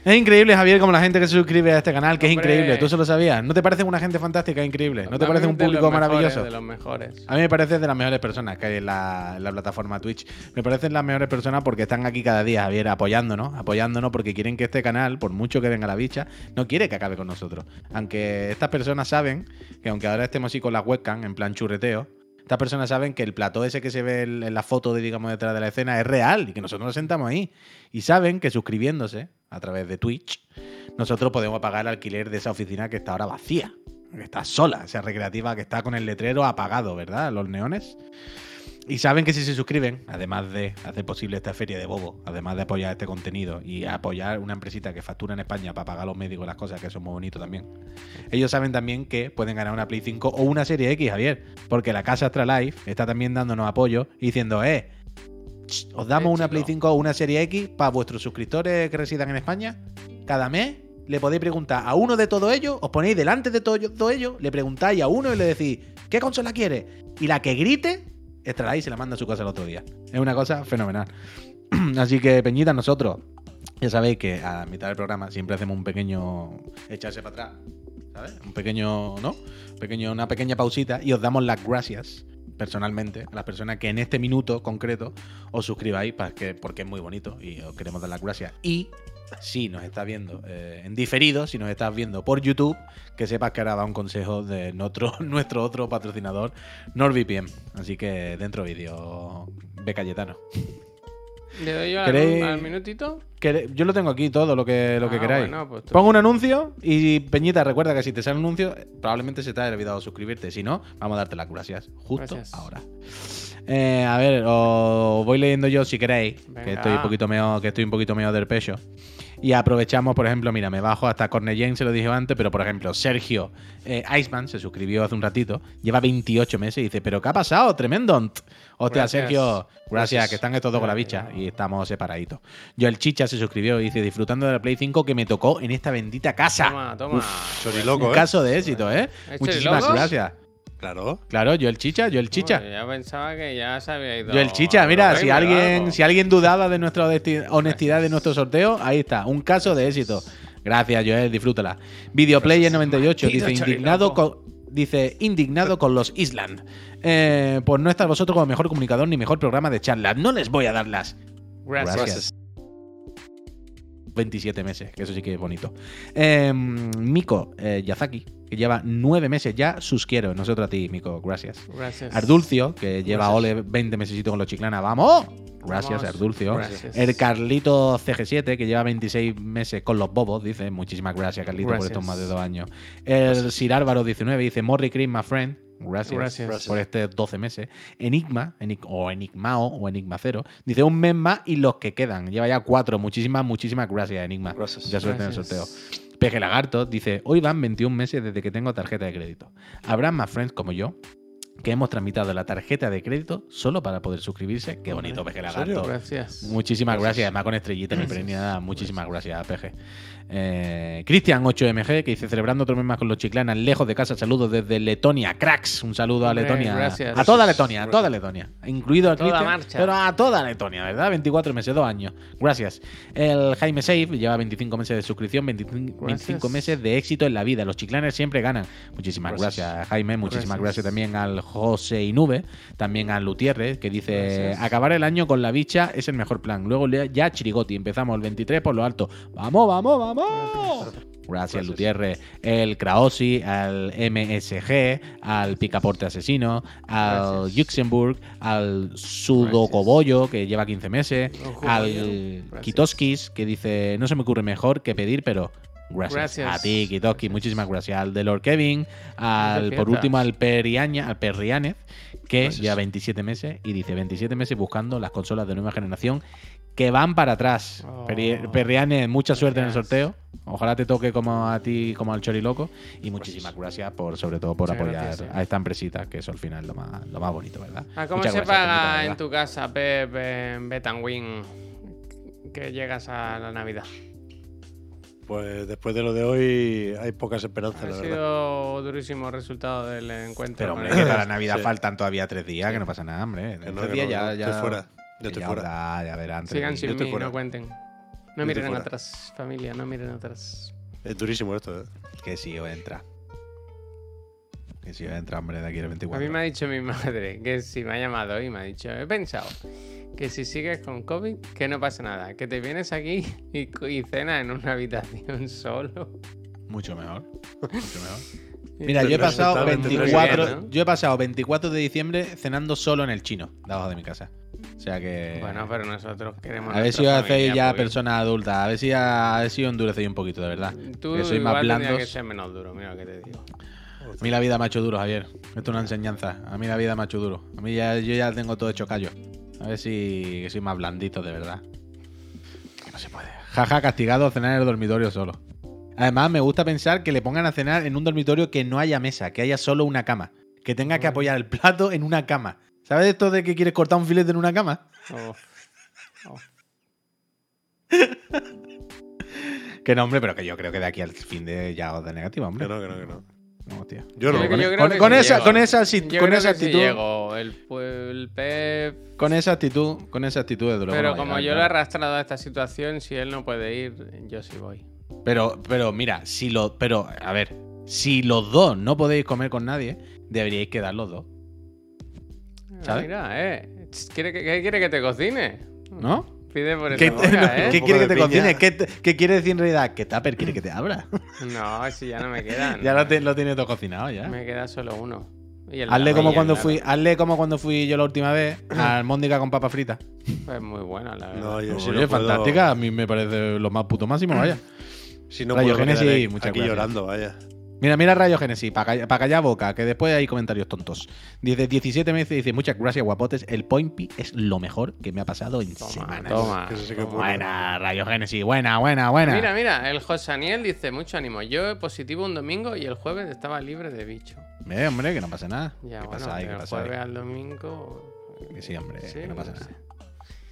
Speaker 2: Es increíble, Javier, como la gente que se suscribe a este canal, que
Speaker 1: Hombre.
Speaker 2: es increíble. Tú eso lo sabías. ¿No te parece una gente fantástica, increíble? ¿No te parece un
Speaker 1: De los
Speaker 2: público
Speaker 1: mejores,
Speaker 2: maravilloso?
Speaker 1: De los mejores.
Speaker 2: A mí me pareces de las mejores personas que hay en la, en la plataforma Twitch. Me parecen las mejores personas porque están aquí cada día, Javier, apoyándonos, apoyándonos porque quieren que este canal, por mucho que venga la bicha, no quiere que acabe con nosotros. Aunque estas personas saben que aunque ahora estemos así con las webcam, en plan churreteo, estas personas saben que el plató ese que se ve en en la foto, de, digamos, detrás de la escena es real y que nosotros nos sentamos ahí. Y saben que suscribiéndose a través de Twitch, nosotros podemos pagar el alquiler de esa oficina que está ahora vacía que está sola, esa recreativa que está con el letrero apagado, ¿verdad? Los neones. Y saben que si se suscriben, además de hacer posible esta feria de bobo, además de apoyar este contenido y apoyar una empresita que factura en España para pagar a los médicos las cosas, que son muy bonitos también, ellos saben también que pueden ganar una Play 5 o una Serie X, Javier, porque la casa Astralife está también dándonos apoyo y diciendo, eh, ch, os damos una
Speaker 1: Échalo.
Speaker 2: Play 5 o una Serie X para vuestros suscriptores que residan en España cada mes le podéis preguntar a uno de todos ellos, os ponéis delante de todo- todos ellos, le preguntáis a uno y le decís, ¿qué consola quiere? Y la que grite, estará y se la manda a su casa el otro día. Es una cosa fenomenal. <clears throat> Así que, Peñita, nosotros, ya sabéis que a mitad del programa siempre hacemos un pequeño echarse para atrás, ¿sabes? Un pequeño, ¿no? Pequeño, una pequeña pausita y os damos las gracias personalmente a las personas que en este minuto concreto os suscribáis para que, porque es muy bonito y os queremos dar las gracias. Y si nos estás viendo eh, en diferido, si nos estás viendo por YouTube, que sepas que ahora va un consejo de nuestro, <laughs> nuestro otro patrocinador, NordVPN. Así que dentro vídeo, B. Cayetano.
Speaker 1: ¿Le doy yo
Speaker 2: ¿Queréis-
Speaker 1: al, al minutito?
Speaker 2: Que- Yo lo tengo aquí todo, lo que, lo que
Speaker 1: Ah,
Speaker 2: queráis.
Speaker 1: bueno, pues tú-
Speaker 2: Pongo un anuncio y Peñita, recuerda que si te sale un anuncio, eh, probablemente se te haya olvidado suscribirte. Si no, vamos a darte las gracias justo
Speaker 1: Gracias.
Speaker 2: ahora. Eh, a ver, os voy leyendo yo si queréis, que
Speaker 1: Venga.
Speaker 2: estoy un poquito meo, que estoy un poquito meo del pecho. Y aprovechamos, por ejemplo, mira, me bajo hasta Cornellén, se lo dije antes, pero por ejemplo, Sergio eh, Iceman se suscribió hace un ratito, lleva 28 meses y dice, pero ¿qué ha pasado? Tremendo. Hostia,
Speaker 1: Gracias.
Speaker 2: Sergio, gracias,
Speaker 1: Gracias.
Speaker 2: que están estos dos con la bicha
Speaker 1: Gracias.
Speaker 2: y estamos separaditos. Yo el Chicha se suscribió y dice, disfrutando de la Play 5 que me tocó en esta bendita casa.
Speaker 1: Toma, toma.
Speaker 2: Uf,
Speaker 3: Choriloco,
Speaker 2: un
Speaker 3: ¿eh?
Speaker 2: caso de éxito, ¿eh?
Speaker 1: ¿Es
Speaker 2: Muchísimas
Speaker 1: Chorilocos?
Speaker 2: gracias.
Speaker 3: Claro.
Speaker 2: Claro, yo el chicha, yo el chicha.
Speaker 1: Bueno, ya pensaba que ya se había ido.
Speaker 2: Yo el chicha,
Speaker 1: al
Speaker 2: mira,
Speaker 1: Rocketman
Speaker 2: si
Speaker 1: o algo.
Speaker 2: alguien, si alguien dudaba de nuestra honesti- honestidad de nuestro sorteo, ahí está, un caso de éxito. Gracias, Joel, disfrútala. Videoplayer98
Speaker 1: Maldito
Speaker 2: dice indignado con, dice indignado con los Island. Eh, por no estar vosotros como mejor comunicador ni mejor programa de charla. No les voy a darlas.
Speaker 1: Gracias.
Speaker 2: Gracias. 27 meses, que eso sí que es bonito. Eh, Miko eh, Yazaki, que lleva 9 meses ya, sus quiero. Nosotros a ti, Miko, gracias.
Speaker 1: Gracias.
Speaker 2: Ardulcio, que lleva Ole 20 mesecitos con los chiclana. ¡Vamos! Gracias,
Speaker 1: Vamos.
Speaker 2: Ardulcio.
Speaker 1: Gracias.
Speaker 2: El Carlito CG7, que lleva 26 meses con los bobos, dice. Muchísimas gracias, Carlito, por
Speaker 1: Gracias.
Speaker 2: estos más de dos años. El Sir Álvaro 19 dice Morri Chris, my friend. Gracias,
Speaker 1: Gracias.
Speaker 3: Gracias.
Speaker 2: por este 12 meses. Enigma, Enig- o Enigmao, o Enigma Cero, dice un mes más y los que quedan. Lleva ya cuatro. Muchísimas, muchísimas gracias, Enigma.
Speaker 3: Gracias.
Speaker 2: Ya suerte en el
Speaker 1: Gracias.
Speaker 2: sorteo. Peje Lagarto dice, hoy van 21 meses desde que tengo tarjeta de crédito. Habrá más friends como yo que hemos tramitado la tarjeta de crédito solo para poder suscribirse. Qué bonito, Peje
Speaker 3: ¿en serio?
Speaker 2: Lagarto.
Speaker 1: Gracias.
Speaker 2: Muchísimas gracias, además con estrellita mi premiada. Muchísimas gracias, PG. Eh, Cristian 8MG, que dice celebrando otro mes más con los chiclanas, lejos de casa. Saludos desde Letonia, cracks. Un saludo a
Speaker 1: Hombre,
Speaker 2: Letonia.
Speaker 1: gracias.
Speaker 2: A toda
Speaker 3: Gracias,
Speaker 2: Letonia, a toda Letonia. Incluido a
Speaker 1: Toda
Speaker 2: Cristian.
Speaker 1: marcha.
Speaker 2: Pero a toda Letonia, ¿verdad? 24 meses, 2 años. Gracias. El Jaime Safe lleva 25 meses de suscripción, 25,
Speaker 1: Gracias.
Speaker 2: 25 meses de éxito en la vida. Los chiclanes siempre ganan. Muchísimas gracias,
Speaker 3: Gracias.
Speaker 2: Jaime. Muchísimas
Speaker 1: Gracias.
Speaker 2: gracias. también al José Inube, también al Lutierrez, que dice
Speaker 1: Gracias.
Speaker 2: Acabar el año con la bicha es el mejor plan. Luego le- ya Chirigoti. Empezamos el 23 por lo alto. ¡Vamos, vamos, vamos! Gracias,
Speaker 3: Gracias.
Speaker 2: Gutiérrez. El Kraosi, al MSG, al Picaporte Asesino, al
Speaker 1: Gracias.
Speaker 2: Luxemburg, al Sudocobollo, que lleva 15 meses,
Speaker 1: Ojo,
Speaker 2: al
Speaker 1: Boyo. Gracias.
Speaker 2: Kitoskis, que dice: No se me ocurre mejor que pedir, pero. Gracias.
Speaker 1: Gracias.
Speaker 2: A ti, Kitoski, muchísimas gracias. Al de Lord Kevin, al,
Speaker 1: te
Speaker 2: por
Speaker 1: pierdas.
Speaker 2: último, al Periaña, al Perrianez,
Speaker 1: Pues
Speaker 2: que
Speaker 3: Gracias.
Speaker 2: lleva 27 meses y dice 27 meses buscando las consolas de nueva generación que van para atrás.
Speaker 1: Oh.
Speaker 2: Perri- Perriane, mucha suerte en el
Speaker 1: Gracias.
Speaker 2: sorteo. Ojalá te toque como a ti, como al Choriloco. Y muchísimas gracias por, sobre todo, por
Speaker 1: Pues Muchas
Speaker 2: apoyar
Speaker 1: gracias, sí.
Speaker 2: a esta empresita, que eso al final es lo más, lo más bonito, ¿verdad?
Speaker 1: ¿A cómo
Speaker 2: Muchas
Speaker 1: se
Speaker 2: gracias,
Speaker 1: paga
Speaker 2: Pepita, de
Speaker 1: en
Speaker 2: verdad.
Speaker 1: tu casa, Pepe, en Betanwin, que llegas a la Navidad?
Speaker 3: Pues después de lo de hoy hay pocas esperanzas,
Speaker 1: Ha
Speaker 3: la verdad.
Speaker 1: sido durísimo el resultado del encuentro.
Speaker 2: Pero
Speaker 1: con
Speaker 2: hombre,
Speaker 1: el-
Speaker 2: que <laughs> para Navidad
Speaker 3: Sí.
Speaker 2: faltan todavía tres días, que no pasa nada, hombre.
Speaker 3: Que no,
Speaker 2: tres
Speaker 3: que
Speaker 2: días
Speaker 3: no,
Speaker 2: ya,
Speaker 3: no,
Speaker 2: ya.
Speaker 3: estoy fuera.
Speaker 2: que
Speaker 3: Yo estoy
Speaker 2: ya
Speaker 3: fuera.
Speaker 2: habrá- ya verán. tres
Speaker 1: Sigan
Speaker 2: días.
Speaker 1: sin
Speaker 3: estoy
Speaker 1: mí,
Speaker 3: fuera.
Speaker 1: no cuenten. No
Speaker 3: estoy
Speaker 1: miren
Speaker 3: fuera.
Speaker 1: atrás, familia, no miren atrás.
Speaker 3: Es durísimo esto, ¿eh?
Speaker 2: Que sí, o entra. Que sí, o entra, hombre, de aquí al 24.
Speaker 1: A mí me ha dicho mi <laughs> madre que si me ha llamado y me ha dicho, he pensado que si sigues con COVID, que no pasa nada, que te vienes aquí y, y cenas en una habitación <laughs> solo.
Speaker 2: Mucho mejor. Mucho mejor. <laughs> Mira, yo he
Speaker 3: Tendrás
Speaker 2: pasado
Speaker 3: que estar- tendrás que
Speaker 2: 24,
Speaker 1: estar, ¿no?
Speaker 2: yo he pasado 24 de diciembre cenando solo en el chino, de abajo de mi casa. O sea que
Speaker 1: Bueno, pero nosotros queremos.
Speaker 2: a ver si os
Speaker 1: nuestra
Speaker 2: hacéis
Speaker 1: familia,
Speaker 2: ya
Speaker 1: porque
Speaker 2: personas adultas, a ver si a, a ver si os endurecéis un poquito, de verdad.
Speaker 1: Tú
Speaker 2: que sois
Speaker 1: igual
Speaker 2: más
Speaker 1: tendrías que
Speaker 2: blandos.
Speaker 1: ser menos duro, mira lo que te digo.
Speaker 2: A mí la vida me ha hecho duro, Javier. Esto es una enseñanza. A mí la vida me ha hecho duro. A mí ya yo ya tengo todo hecho callo. A ver si que soy más blandito, de verdad. Que no se puede. Jaja, castigado cenar en el dormitorio solo. Además, me gusta pensar que le pongan a cenar en un dormitorio que no haya mesa, que haya solo una cama. Que tenga que apoyar el plato en una cama. ¿Sabes esto de que quieres cortar un filete en una cama? <laughs>
Speaker 1: <laughs> Oh, oh.
Speaker 2: Que no, hombre, pero que yo creo que de aquí al fin de ya os de negativa,
Speaker 3: Que
Speaker 2: hombre.
Speaker 3: no, que no, que no.
Speaker 2: No, tío.
Speaker 3: Yo no.
Speaker 1: Yo creo que-
Speaker 3: ¿vale?
Speaker 1: yo
Speaker 2: Con,
Speaker 1: creo
Speaker 2: con
Speaker 1: sí
Speaker 2: esa,
Speaker 1: llego.
Speaker 2: con esa, si-
Speaker 1: Yo
Speaker 2: con
Speaker 1: creo
Speaker 2: esa
Speaker 1: que sí
Speaker 2: actitud.
Speaker 1: llego. El, pu- el Pep.
Speaker 2: Con esa actitud, con esa actitud de droga.
Speaker 1: Pero
Speaker 2: no va a
Speaker 1: como
Speaker 2: llegar,
Speaker 1: yo lo he
Speaker 2: claro.
Speaker 1: arrastrado a esta situación, si él no puede ir, yo sí voy.
Speaker 2: Pero, pero mira, si lo. Pero, a ver, si los dos no podéis comer con nadie, deberíais quedar los dos,
Speaker 1: Ah,
Speaker 2: ¿Sabes?
Speaker 1: Mira, eh. ¿Quiere que, ¿Qué quiere que te cocine?
Speaker 2: ¿no?
Speaker 1: Pide por
Speaker 2: ¿Qué,
Speaker 1: esa boca, ¿eh?
Speaker 2: ¿qué
Speaker 3: Un
Speaker 2: quiere
Speaker 3: poco
Speaker 2: que
Speaker 3: de
Speaker 2: te
Speaker 3: piña.
Speaker 2: contiene? ¿Qué, te- qué quiere decir en realidad? Que Tupper quiere que te abra.
Speaker 1: No, si <laughs> ya no me quedan.
Speaker 2: ya lo, te- lo tiene todo cocinado, ya.
Speaker 1: Me queda solo uno. Y el de
Speaker 2: Hazle
Speaker 1: la
Speaker 2: como
Speaker 1: paella,
Speaker 2: cuando
Speaker 1: claro.
Speaker 2: fui, hazle como cuando fui yo la última
Speaker 3: <clears throat>
Speaker 2: vez, a almóndiga con papa frita.
Speaker 1: Es Pues muy bueno, la verdad.
Speaker 3: No, yo si
Speaker 2: Oye,
Speaker 3: no puedo-
Speaker 2: fantástica, a mí me parece lo más puto máximo, vaya.
Speaker 3: Si no
Speaker 2: Rayo
Speaker 3: puedo quedar
Speaker 2: Génesis,
Speaker 3: aquí
Speaker 2: muchas
Speaker 3: aquí
Speaker 2: gracias.
Speaker 3: llorando, vaya.
Speaker 2: Mira, mira Rayo Génesis, para callar, boca, que después hay comentarios tontos. Dice 17 meses, dice, muchas gracias, guapotes. El Point P es lo mejor que me ha pasado en
Speaker 1: Toma,
Speaker 2: semanas.
Speaker 1: toma.
Speaker 3: Eso sí que es
Speaker 1: toma.
Speaker 3: bueno.
Speaker 2: Buena, Radio Génesis, buena, buena, buena.
Speaker 1: Mira, mira, el José Aniel dice mucho ánimo. Yo positivo un domingo y el jueves estaba libre de bicho.
Speaker 2: Eh, hombre, que no pasa nada.
Speaker 1: Ya,
Speaker 2: ¿Qué
Speaker 1: bueno,
Speaker 2: pasa ahí?
Speaker 1: del
Speaker 2: ¿Qué pasa ahí?
Speaker 1: jueves al domingo.
Speaker 2: Que sí, hombre,
Speaker 1: Sí, eh.
Speaker 2: que no pasa
Speaker 1: no sé.
Speaker 2: nada.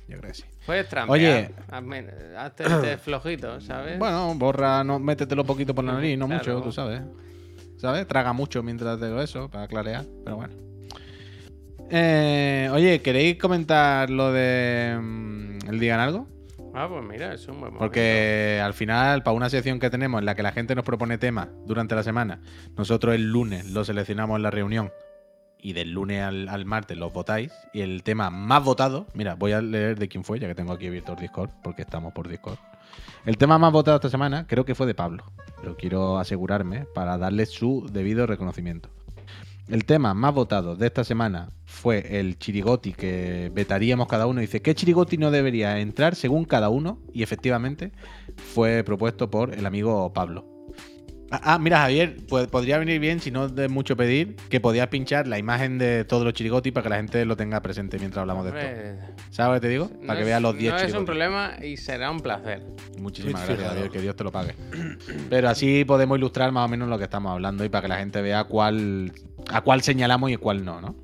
Speaker 2: Yo creo que sí.
Speaker 1: Puedes trampear.
Speaker 2: Oye.
Speaker 1: hazme- Hazte
Speaker 2: <clears throat>
Speaker 1: hazte flojito, ¿sabes?
Speaker 2: Bueno, borra, no, métetelo poquito por la nariz, no
Speaker 1: Pues, Claro.
Speaker 2: mucho, tú sabes. ¿sabes? Traga mucho mientras de eso, para clarear, pero bueno. Eh, oye, ¿queréis comentar lo de. mm, el Digan algo?
Speaker 1: Ah, pues mira, es un buen momento.
Speaker 2: Porque al final, para una sección que tenemos en la que la gente nos propone temas durante la semana, nosotros el lunes lo seleccionamos en la reunión y del lunes al, al martes los votáis. Y el tema más votado, mira, voy a leer de quién fue, ya que tengo aquí abierto el Discord, porque estamos por Discord. El tema más votado esta semana creo que fue de Pablo, pero quiero asegurarme para darle su debido reconocimiento. El tema más votado de esta semana fue el chirigoti que vetaríamos cada uno. Dice, ¿qué chirigoti no debería entrar según cada uno? Y efectivamente fue propuesto por el amigo Pablo. Ah, ah, mira, Javier, pues podría venir bien, si no es de mucho pedir, que podías pinchar la imagen de todos los chirigotis para que la gente lo tenga presente mientras hablamos de esto.
Speaker 1: Hombre,
Speaker 2: ¿Sabes lo que te digo?
Speaker 1: no
Speaker 2: Para que
Speaker 1: es-
Speaker 2: veas los 10
Speaker 1: No es un
Speaker 2: chirigotis.
Speaker 1: problema y será un placer.
Speaker 2: Muchísimas gracias,
Speaker 3: Twitch fijado.
Speaker 2: Javier, que Dios te lo pague. Pero así podemos ilustrar más o menos lo que estamos hablando y para que la gente vea cuál, a cuál señalamos y cuál no, ¿no?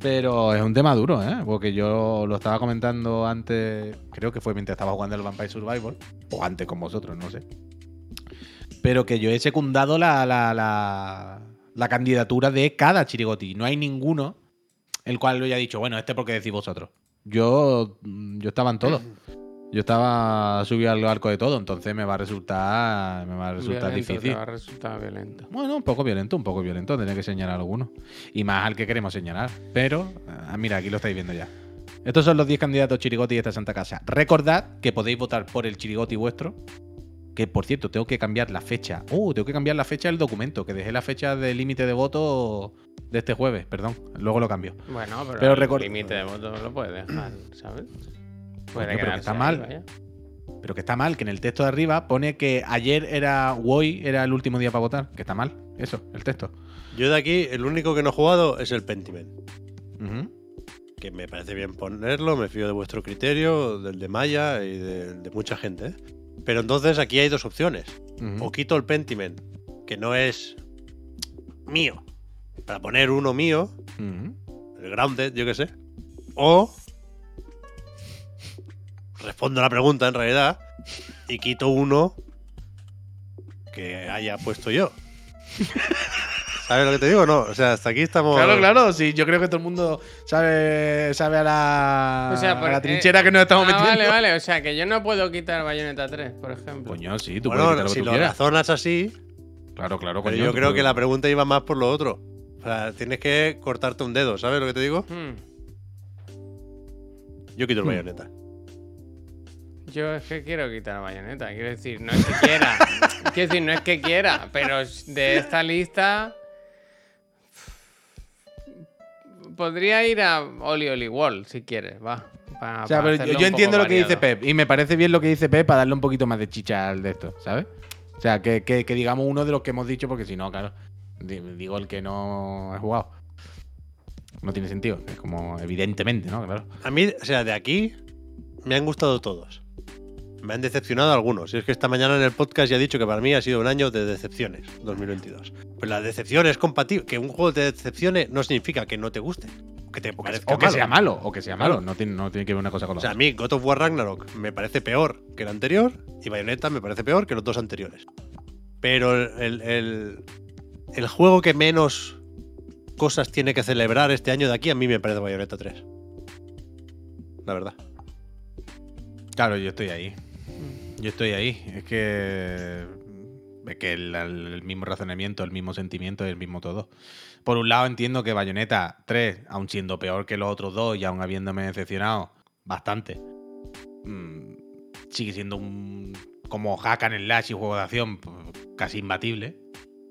Speaker 2: Pero es un tema duro, ¿eh? Porque yo lo estaba comentando antes, creo que fue mientras estaba jugando el Vampire Survivor, o antes con vosotros, no sé. Pero que yo he secundado la, la, la, la candidatura de cada chirigoti. No hay ninguno el cual lo haya dicho, bueno, este porque decís vosotros. Yo, mm, yo estaba en todo. Yo estaba subido al arco de todo, entonces me va a resultar, me va a resultar
Speaker 1: Violento, te
Speaker 2: difícil.
Speaker 1: Va a resultar violento.
Speaker 2: Bueno, un poco violento, un poco violento, tendría que señalar alguno. Y más al que queremos señalar. Pero, ah, mira, aquí lo estáis viendo ya. Estos son los 10 candidatos chirigoti de esta Santa Casa. Recordad que podéis votar por el chirigoti vuestro. Que por cierto, tengo que cambiar la fecha. Uh, tengo que cambiar la fecha del documento, que dejé la fecha de límite de voto de este jueves, perdón. Luego lo cambio.
Speaker 1: Bueno, pero,
Speaker 2: Pero
Speaker 1: el
Speaker 2: record-
Speaker 1: límite de votos lo puedes dejar, ¿sabes?
Speaker 2: Coño, pero que
Speaker 1: quedarse
Speaker 2: está
Speaker 1: ahí,
Speaker 2: mal.
Speaker 1: vaya.
Speaker 2: Pero que está mal, que en el texto de arriba pone que ayer era hoy era el último día para votar. Que está mal, eso, el texto.
Speaker 3: Yo de aquí, el único que no he jugado es el Pentiment.
Speaker 2: Ujú.
Speaker 3: Que me parece bien ponerlo, me fío de vuestro criterio, del de Maya y de, de mucha gente. ¿eh? Pero entonces aquí hay dos opciones.
Speaker 2: Ujú.
Speaker 3: O quito el Pentiment, que no es mío. Para poner uno mío,
Speaker 2: Ujú.
Speaker 3: el Grounded, yo qué sé. O respondo la pregunta en realidad y quito uno que haya puesto yo.
Speaker 2: <laughs>
Speaker 3: ¿Sabes lo que te digo? No, o sea, hasta aquí estamos.
Speaker 2: Claro, claro, sí, yo creo que todo el mundo sabe, sabe a la,
Speaker 1: O sea,
Speaker 2: a
Speaker 1: por-
Speaker 2: la
Speaker 1: eh,
Speaker 2: trinchera que nos estamos
Speaker 1: Ah,
Speaker 2: metiendo.
Speaker 1: vale, vale. O sea, que yo no puedo quitar Bayonetta 3, por ejemplo.
Speaker 2: Coño, sí, tú puedes quitar lo
Speaker 3: Bueno,
Speaker 2: que
Speaker 3: si
Speaker 2: tú
Speaker 3: lo
Speaker 2: quieras.
Speaker 3: razonas así,
Speaker 2: Claro, claro,
Speaker 3: pero
Speaker 2: coño.
Speaker 3: yo
Speaker 2: tú
Speaker 3: creo que
Speaker 2: puedes-
Speaker 3: la pregunta iba más por lo otro. O sea, tienes que cortarte un dedo, ¿sabes lo que te digo?
Speaker 1: Hmm.
Speaker 3: Yo quito el
Speaker 2: Hmm.
Speaker 3: bayoneta.
Speaker 1: Yo es que quiero quitar Bayonetta. Quiero decir, no es que
Speaker 2: <laughs>
Speaker 1: quiera. quiero decir, no es que quiera. Pero de esta lista. Podría ir a Oli Oli Wall si quieres, va. pa-
Speaker 2: O sea,
Speaker 1: pa
Speaker 2: pero
Speaker 1: hacerlo
Speaker 2: yo,
Speaker 1: un
Speaker 2: yo
Speaker 1: poco
Speaker 2: entiendo lo que dice
Speaker 1: variado.
Speaker 2: Pep y me parece bien lo que dice Pep para darle un poquito más de chicha al de esto, ¿sabes? O sea, que, que- que digamos uno de los que hemos dicho, porque si no, claro, di- digo el que no he jugado. No tiene sentido, es como evidentemente, ¿no? Claro.
Speaker 3: A mí, o sea, de aquí me han gustado todos. Me han decepcionado algunos. Y es que esta mañana en el podcast ya he dicho que para mí ha sido un año de decepciones, 2022. Pues la decepción es compatible. Que un juego te decepcione no significa que no te guste. Que te
Speaker 2: O que,
Speaker 3: parezca
Speaker 2: o que sea malo, o que sea malo,
Speaker 3: Claro.
Speaker 2: no tiene, no tiene que ver una cosa con la
Speaker 3: O sea, a
Speaker 2: otra.
Speaker 3: mí God of War Ragnarok me parece peor que el anterior y Bayonetta me parece peor que los dos anteriores. Pero el, el- el juego que menos cosas tiene que celebrar este año de aquí a mí me parece Bayonetta 3. La verdad.
Speaker 2: Claro, yo estoy ahí. Yo estoy ahí. Es que. Es que el, el mismo razonamiento, el mismo sentimiento, el mismo todo. Por un lado, entiendo que Bayonetta 3, aun siendo peor que los otros dos y aun habiéndome decepcionado bastante, mm, sigue siendo un. Como hack and slash y juego de acción p- casi imbatible.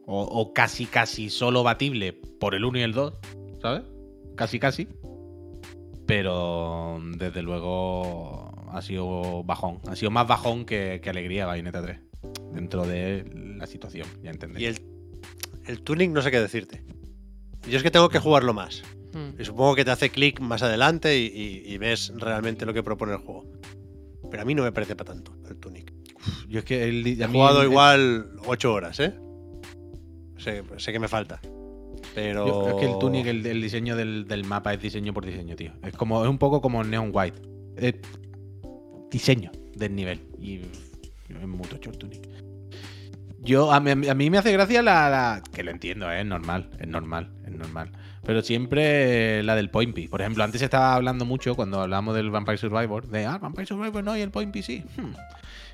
Speaker 2: O, o casi, casi solo batible por el 1 y el 2, ¿sabes? Casi, casi. Pero desde luego ha sido bajón. Ha sido más bajón que, que alegría Bayonetta 3. Dentro de la situación, ya entendéis.
Speaker 3: Y el, el tuning no sé qué decirte. Yo es que tengo que jugarlo más.
Speaker 1: Hmm.
Speaker 3: Y supongo que te hace clic más adelante y, y- y ves realmente lo que propone el juego. Pero a mí no me parece para tanto el tuning.
Speaker 2: Yo es que el,
Speaker 3: He jugado igual 8 horas, ¿eh? Sé, sé que me falta. Pero...
Speaker 2: Yo creo que el Tunic, el, el diseño del, del mapa es diseño por diseño, tío. Es como es un poco como Neon White. Es diseño del nivel. Y es muy tocho el Tunic. Yo, a mí, a mí me hace gracia la, la- Que lo entiendo, ¿eh? es normal, es normal, es normal. Pero siempre la del Point P. Por ejemplo, antes estaba hablando mucho cuando hablábamos del Vampire Survivor. De, ah, Vampire Survivor no, y el Point P sí. Hmm.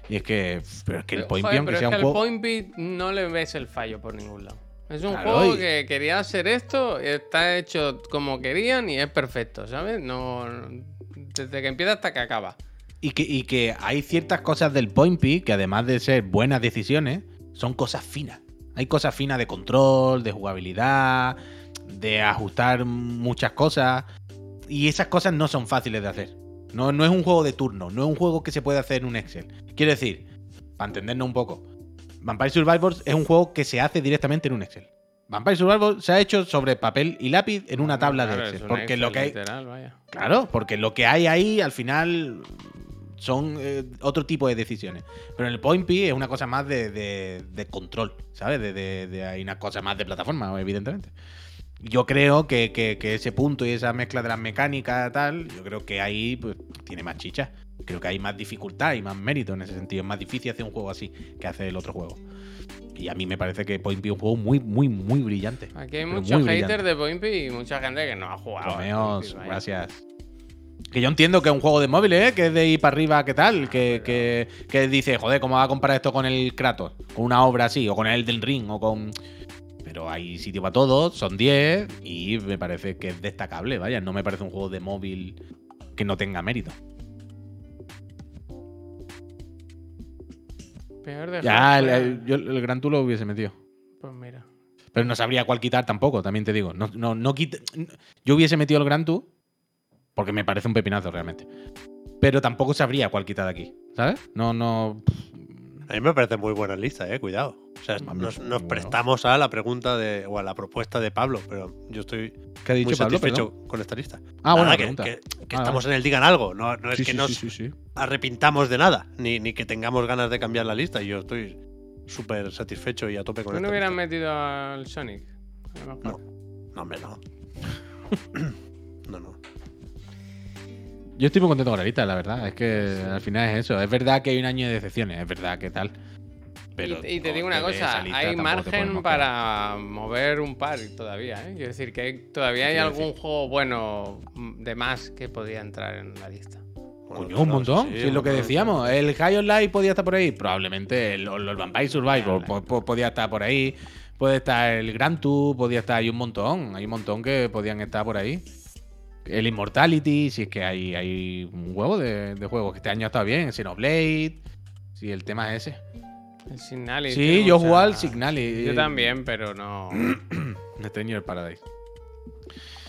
Speaker 2: Y es que. Pero es que el
Speaker 1: Pero,
Speaker 2: Point P,
Speaker 1: joder,
Speaker 2: aunque
Speaker 1: pero
Speaker 2: sea
Speaker 1: es
Speaker 2: un
Speaker 1: que
Speaker 2: juego.
Speaker 1: al Point Beat no le ves el fallo por ningún lado. Es un
Speaker 2: Claro,
Speaker 1: juego
Speaker 2: y-
Speaker 1: que quería hacer esto, está hecho como querían y es perfecto, ¿sabes? No, no- desde que empieza hasta que acaba.
Speaker 2: Y que, y que hay ciertas cosas del Point P que además de ser buenas decisiones, son cosas finas. Hay cosas finas de control, de jugabilidad, de ajustar muchas cosas. Y esas cosas no son fáciles de hacer. No, no es un juego de turno, no es un juego que se puede hacer en un Excel. Quiero decir, para entendernos un poco, Vampire Survivors es un juego que se hace directamente en un Excel. Vampire Survivors se ha hecho sobre papel y lápiz en una tabla de
Speaker 1: Claro,
Speaker 2: Excel.
Speaker 1: es un
Speaker 2: porque lo
Speaker 1: Excel,
Speaker 2: que hay,
Speaker 1: literal, vaya.
Speaker 2: Claro, porque lo que hay ahí al final son eh, otro tipo de decisiones. Pero en el Point P es una cosa más de, de- de control, ¿sabes? De, de- de- hay una cosa más de plataforma, evidentemente. Yo creo que, que- que ese punto y esa mezcla de las mecánicas, tal, yo creo que ahí pues, tiene más chicha. Creo que hay más dificultad y más mérito en ese sentido. Es más difícil hacer un juego así que hacer el otro juego. Y a mí me parece que Point P es un juego muy, muy, muy brillante.
Speaker 1: Aquí hay
Speaker 2: Pero
Speaker 1: muchos
Speaker 2: muy
Speaker 1: haters
Speaker 2: brillante.
Speaker 1: de Pointy y mucha gente que no ha jugado. al Point
Speaker 2: Romeos,
Speaker 1: Beat, vaya.
Speaker 2: gracias. Que yo entiendo que es un juego de móviles, ¿eh? que es de ir para arriba, ¿qué tal? Que, que, que dice, joder, ¿cómo va a comparar esto con el Kratos? Con una obra así, o con el del Ring, o con. Pero hay sitio para todos, son 10, y me parece que es destacable, vaya. No me parece un juego de móvil que no tenga mérito.
Speaker 1: Peor de
Speaker 2: Ya, el,
Speaker 1: hardware,
Speaker 2: el- yo el Gran Tulo lo hubiese metido.
Speaker 1: Pues mira.
Speaker 2: Pero no sabría cuál quitar tampoco, también te digo. No, no, no quita- yo hubiese metido el Gran Tour porque me parece un pepinazo realmente. Pero tampoco sabría cuál quitar de aquí, ¿sabes? No, no.
Speaker 3: A mí me parece muy buena lista, eh, cuidado. O sea,
Speaker 2: Mami,
Speaker 3: nos, nos
Speaker 2: bueno.
Speaker 3: prestamos a la pregunta de, o a la propuesta de Pablo, pero yo estoy
Speaker 2: ¿Qué ha dicho
Speaker 3: muy
Speaker 2: Pablo?
Speaker 3: satisfecho
Speaker 2: Perdón.
Speaker 3: con esta lista.
Speaker 2: Ah, bueno,
Speaker 3: Nada,
Speaker 2: la
Speaker 3: que,
Speaker 2: pregunta.
Speaker 3: que- que
Speaker 2: Ah,
Speaker 3: estamos en el digan algo, no, no es
Speaker 2: Sí,
Speaker 3: que
Speaker 2: sí,
Speaker 3: nos
Speaker 2: sí, sí, sí.
Speaker 3: arrepintamos de nada, ni, ni que tengamos ganas de cambiar la lista. y Yo estoy súper satisfecho y a tope con
Speaker 1: ¿Tú no
Speaker 3: esta
Speaker 1: hubieras
Speaker 3: lista.
Speaker 1: metido al Sonic? A lo mejor.
Speaker 3: No, hombre,
Speaker 2: <coughs>
Speaker 3: no. <coughs> no, no.
Speaker 2: Yo estoy muy contento con la lista, la verdad. Es que al final es eso. Es verdad que hay un año de decepciones, es verdad que tal. Pero
Speaker 1: y, y te
Speaker 2: no
Speaker 1: digo una
Speaker 2: ves esa
Speaker 1: cosa,
Speaker 2: lista,
Speaker 1: hay
Speaker 2: tampoco te
Speaker 1: margen
Speaker 2: podemos
Speaker 1: para mover un par todavía, ¿eh? Quiero decir que hay- todavía hay
Speaker 2: quiero
Speaker 1: algún juego bueno mm, de más que podría entrar en la lista.
Speaker 3: Bueno,
Speaker 2: Coño, un
Speaker 3: claro,
Speaker 2: montón.
Speaker 3: sí,
Speaker 2: si
Speaker 3: un
Speaker 2: es lo que
Speaker 3: montón.
Speaker 2: decíamos. El High on Life podía estar por ahí. Probablemente el, el Vampire Survivor po- po- podía estar por ahí. Puede estar el Grand Tour, podía estar. Hay un montón. Hay un montón que podían estar por ahí. El Immortality, si es que hay, hay un huevo de, de juegos. Que este año está bien. Xenoblade. Si el tema es ese.
Speaker 1: El Signalis.
Speaker 2: Sí,
Speaker 1: tiene
Speaker 2: yo
Speaker 1: mucha-
Speaker 2: jugaba al Signali.
Speaker 1: Yo también, pero
Speaker 2: <clears throat>
Speaker 1: no.
Speaker 2: Stranger Paradise.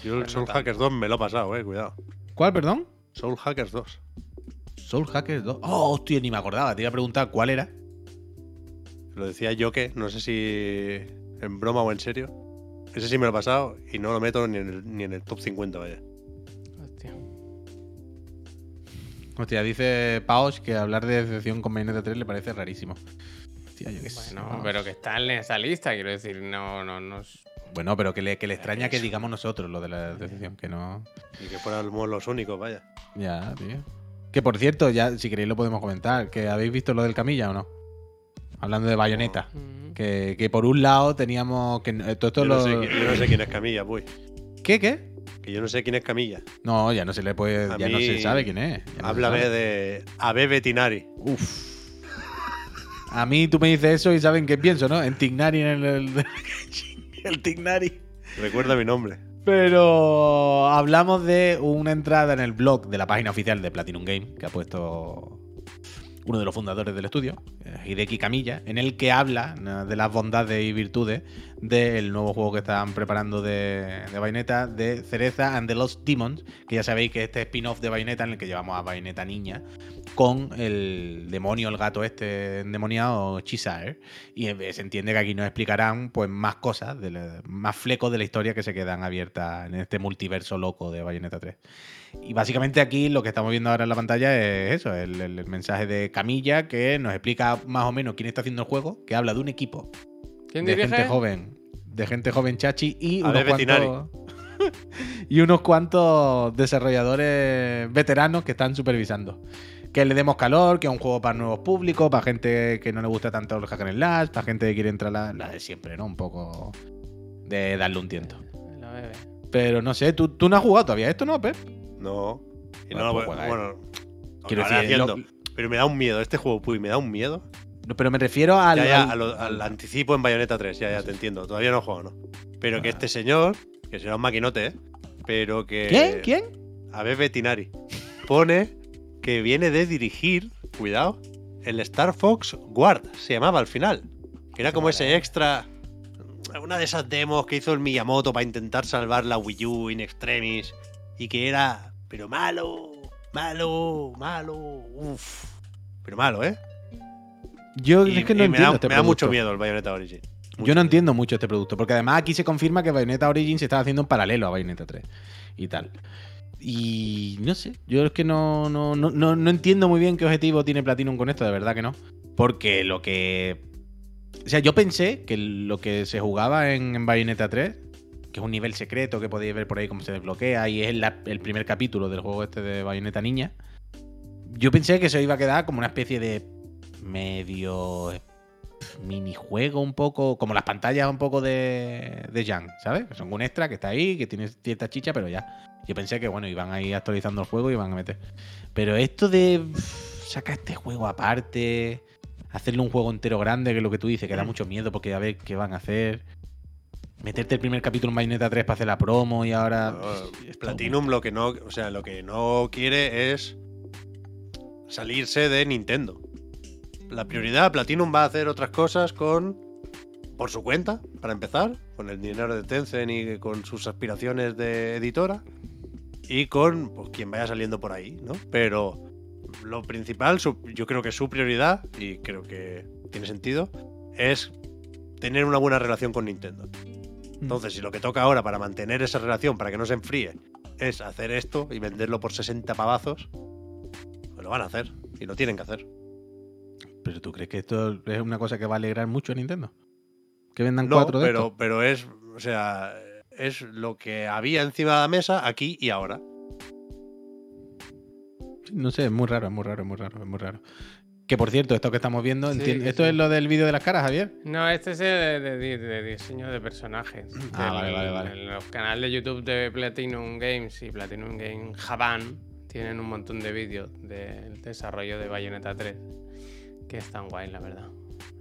Speaker 3: Yo
Speaker 2: Pues
Speaker 3: el Soul Hackers 2 me lo he pasado, eh, cuidado.
Speaker 2: ¿Cuál, perdón?
Speaker 3: Soul Hackers 2.
Speaker 2: Soul Hackers 2. Oh, hostia, ni me acordaba. Te iba a preguntar cuál era.
Speaker 3: Lo decía yo que, no sé si en broma o en serio. Ese sí me lo he pasado y no lo meto ni en el, ni en el top 50, vaya.
Speaker 1: Hostia.
Speaker 2: Hostia, dice Paos que hablar de decepción con Bayonetta 3 le parece rarísimo. Hostia, yo qué sé,
Speaker 1: Bueno,
Speaker 2: Paos.
Speaker 1: pero que está en esa lista, quiero decir, no, no, no. es-
Speaker 2: Bueno, pero que le, que le extraña que digamos nosotros lo de la decepción, que no.
Speaker 3: Y que fuéramos los únicos, vaya.
Speaker 2: Ya, tío. Que por cierto, ya si queréis lo podemos comentar, que habéis visto lo del Camilla o no. Hablando de Bayonetta.
Speaker 1: Mm.
Speaker 2: Que, que por un lado teníamos que eh, todo esto
Speaker 3: Yo no,
Speaker 2: lo-
Speaker 3: sé, qui- yo no sé quién es Camilla, voy.
Speaker 2: ¿Qué qué?
Speaker 3: Que yo no sé quién es Camilla.
Speaker 2: No, ya no se le puede,
Speaker 3: A
Speaker 2: ya no se
Speaker 3: mí-
Speaker 2: sabe quién es. ya no se
Speaker 3: Háblame
Speaker 2: sabe.
Speaker 3: de Abe Betinari.
Speaker 2: Uf. A mí tú me dices eso y saben qué pienso, ¿no? En Tignari en el- el, <laughs> el Tignari.
Speaker 3: Recuerda mi nombre.
Speaker 2: Pero hablamos de una entrada en el blog de la página oficial de Platinum Game que ha puesto uno de los fundadores del estudio, eh, Hideki Kamiya, en el que habla eh, de las bondades y virtudes del nuevo juego que están preparando de, de Bayonetta, de Cereza and the Lost Demons, que ya sabéis que este spin-off de Bayonetta en el que llevamos a Bayonetta niña con el demonio, el gato este endemoniado, Chisire. Y eh, se entiende que aquí nos explicarán pues más cosas, de la- más flecos de la historia que se quedan abiertas en este multiverso loco de Bayonetta 3. Y básicamente aquí lo que estamos viendo ahora en la pantalla es eso, el, el- el mensaje de Camilla que nos explica más o menos quién está haciendo el juego, que habla de un equipo
Speaker 1: ¿Quién
Speaker 2: de
Speaker 1: dirige?
Speaker 2: gente joven, de gente joven chachi y
Speaker 3: A
Speaker 2: unos
Speaker 3: ver, Bettinari.
Speaker 2: cuantos- <laughs> y unos cuantos desarrolladores veteranos que están supervisando. Que le demos calor, que es un juego para nuevos públicos, para gente que no le gusta tanto el hack and slash, para gente que quiere entrar la, la de siempre, ¿no? Un poco de darle un tiento.
Speaker 1: La bebé.
Speaker 2: Pero no sé, ¿tú, tú no has jugado todavía esto, ¿no, Pep?
Speaker 3: No. Y
Speaker 2: Bueno,
Speaker 3: no
Speaker 2: pues
Speaker 3: lo
Speaker 2: juega,
Speaker 3: bueno,
Speaker 2: eh.
Speaker 3: lo
Speaker 2: Quiero
Speaker 3: acabaré
Speaker 2: decir, lo-
Speaker 3: haciendo. Pero me da un miedo, este juego Puy, me da un miedo.
Speaker 2: No, Pero me refiero al.
Speaker 3: ya, ya,
Speaker 2: al-
Speaker 3: al, al anticipo en Bayonetta 3, ya, ya, te entiendo. Todavía no he jugado, ¿no? Pero
Speaker 2: Ah.
Speaker 3: que este señor, que será un maquinote, ¿eh? Pero que.
Speaker 2: ¿Quién? ¿Quién?
Speaker 3: A ver, Betinari. Pone que viene de dirigir, cuidado, el Star Fox Guard, se llamaba al final. Que era como ese extra. Una de esas demos que hizo el Miyamoto para intentar salvar la Wii U in extremis. Y que era. Pero malo, malo, malo. Uff. Pero malo, ¿eh?
Speaker 2: Yo
Speaker 3: Y-
Speaker 2: es que no
Speaker 3: y me da,
Speaker 2: entiendo. este
Speaker 3: me da mucho
Speaker 2: producto.
Speaker 3: miedo el Bayonetta Origin.
Speaker 2: Yo
Speaker 3: Mucho
Speaker 2: no
Speaker 3: miedo.
Speaker 2: entiendo mucho este producto, porque además aquí se confirma que Bayonetta Origins se está haciendo en paralelo a Bayonetta 3 y tal. Y no sé, yo es que no, no, no, no, no entiendo muy bien qué objetivo tiene Platinum con esto, de verdad que no. Porque lo que. O sea, yo pensé que lo que se jugaba en, en Bayonetta 3, que es un nivel secreto que podéis ver por ahí cómo se desbloquea y es la- el primer capítulo del juego este de Bayonetta Niña, yo pensé que se iba a quedar como una especie de medio eh, minijuego un poco, como las pantallas un poco de, de Yang, ¿sabes? Que son un extra que está ahí, que tiene cierta chicha, pero ya. Yo pensé que, bueno, iban a ir actualizando el juego y iban a meter. Pero esto de pff, saca este juego aparte, hacerle un juego entero grande, que es lo que tú dices, que
Speaker 3: Mm.
Speaker 2: da mucho miedo porque a ver qué van a hacer. Meterte el primer capítulo en Bayonetta 3 para hacer la promo y ahora.
Speaker 3: No,
Speaker 2: pff, esto-
Speaker 3: Platinum lo que no, o sea, lo que no quiere es salirse de Nintendo. La prioridad, Platinum va a hacer otras cosas con por su cuenta, para empezar, con el dinero de Tencent y con sus aspiraciones de editora y con pues, quien vaya saliendo por ahí, ¿no? Pero lo principal, su- yo creo que su prioridad y creo que tiene sentido es tener una buena relación con Nintendo.
Speaker 2: mm.
Speaker 3: Entonces, si lo que toca ahora para mantener esa relación, para que no se enfríe, es hacer esto y venderlo por 60 pavazos, pues lo van a hacer y lo tienen que hacer.
Speaker 2: Pero tú crees que esto es una cosa que va a alegrar mucho a Nintendo. Que vendan
Speaker 3: No,
Speaker 2: cuatro de
Speaker 3: pero,
Speaker 2: estos.
Speaker 3: pero es, o sea, es lo que había encima de la mesa aquí y ahora.
Speaker 2: No sé, es muy raro, es muy raro, es muy raro, es muy raro. Que por cierto, esto que estamos viendo,
Speaker 1: Sí,
Speaker 2: enti-
Speaker 1: que
Speaker 2: esto
Speaker 1: sí.
Speaker 2: es lo del vídeo de las caras, Javier.
Speaker 1: No, este es el de, de- de diseño de personajes.
Speaker 2: Ah,
Speaker 1: Del-
Speaker 2: vale, vale, vale.
Speaker 1: En los canales de YouTube de Platinum Games y Platinum Game Japan tienen un montón de vídeos del desarrollo de Bayonetta 3 que están guay, la verdad.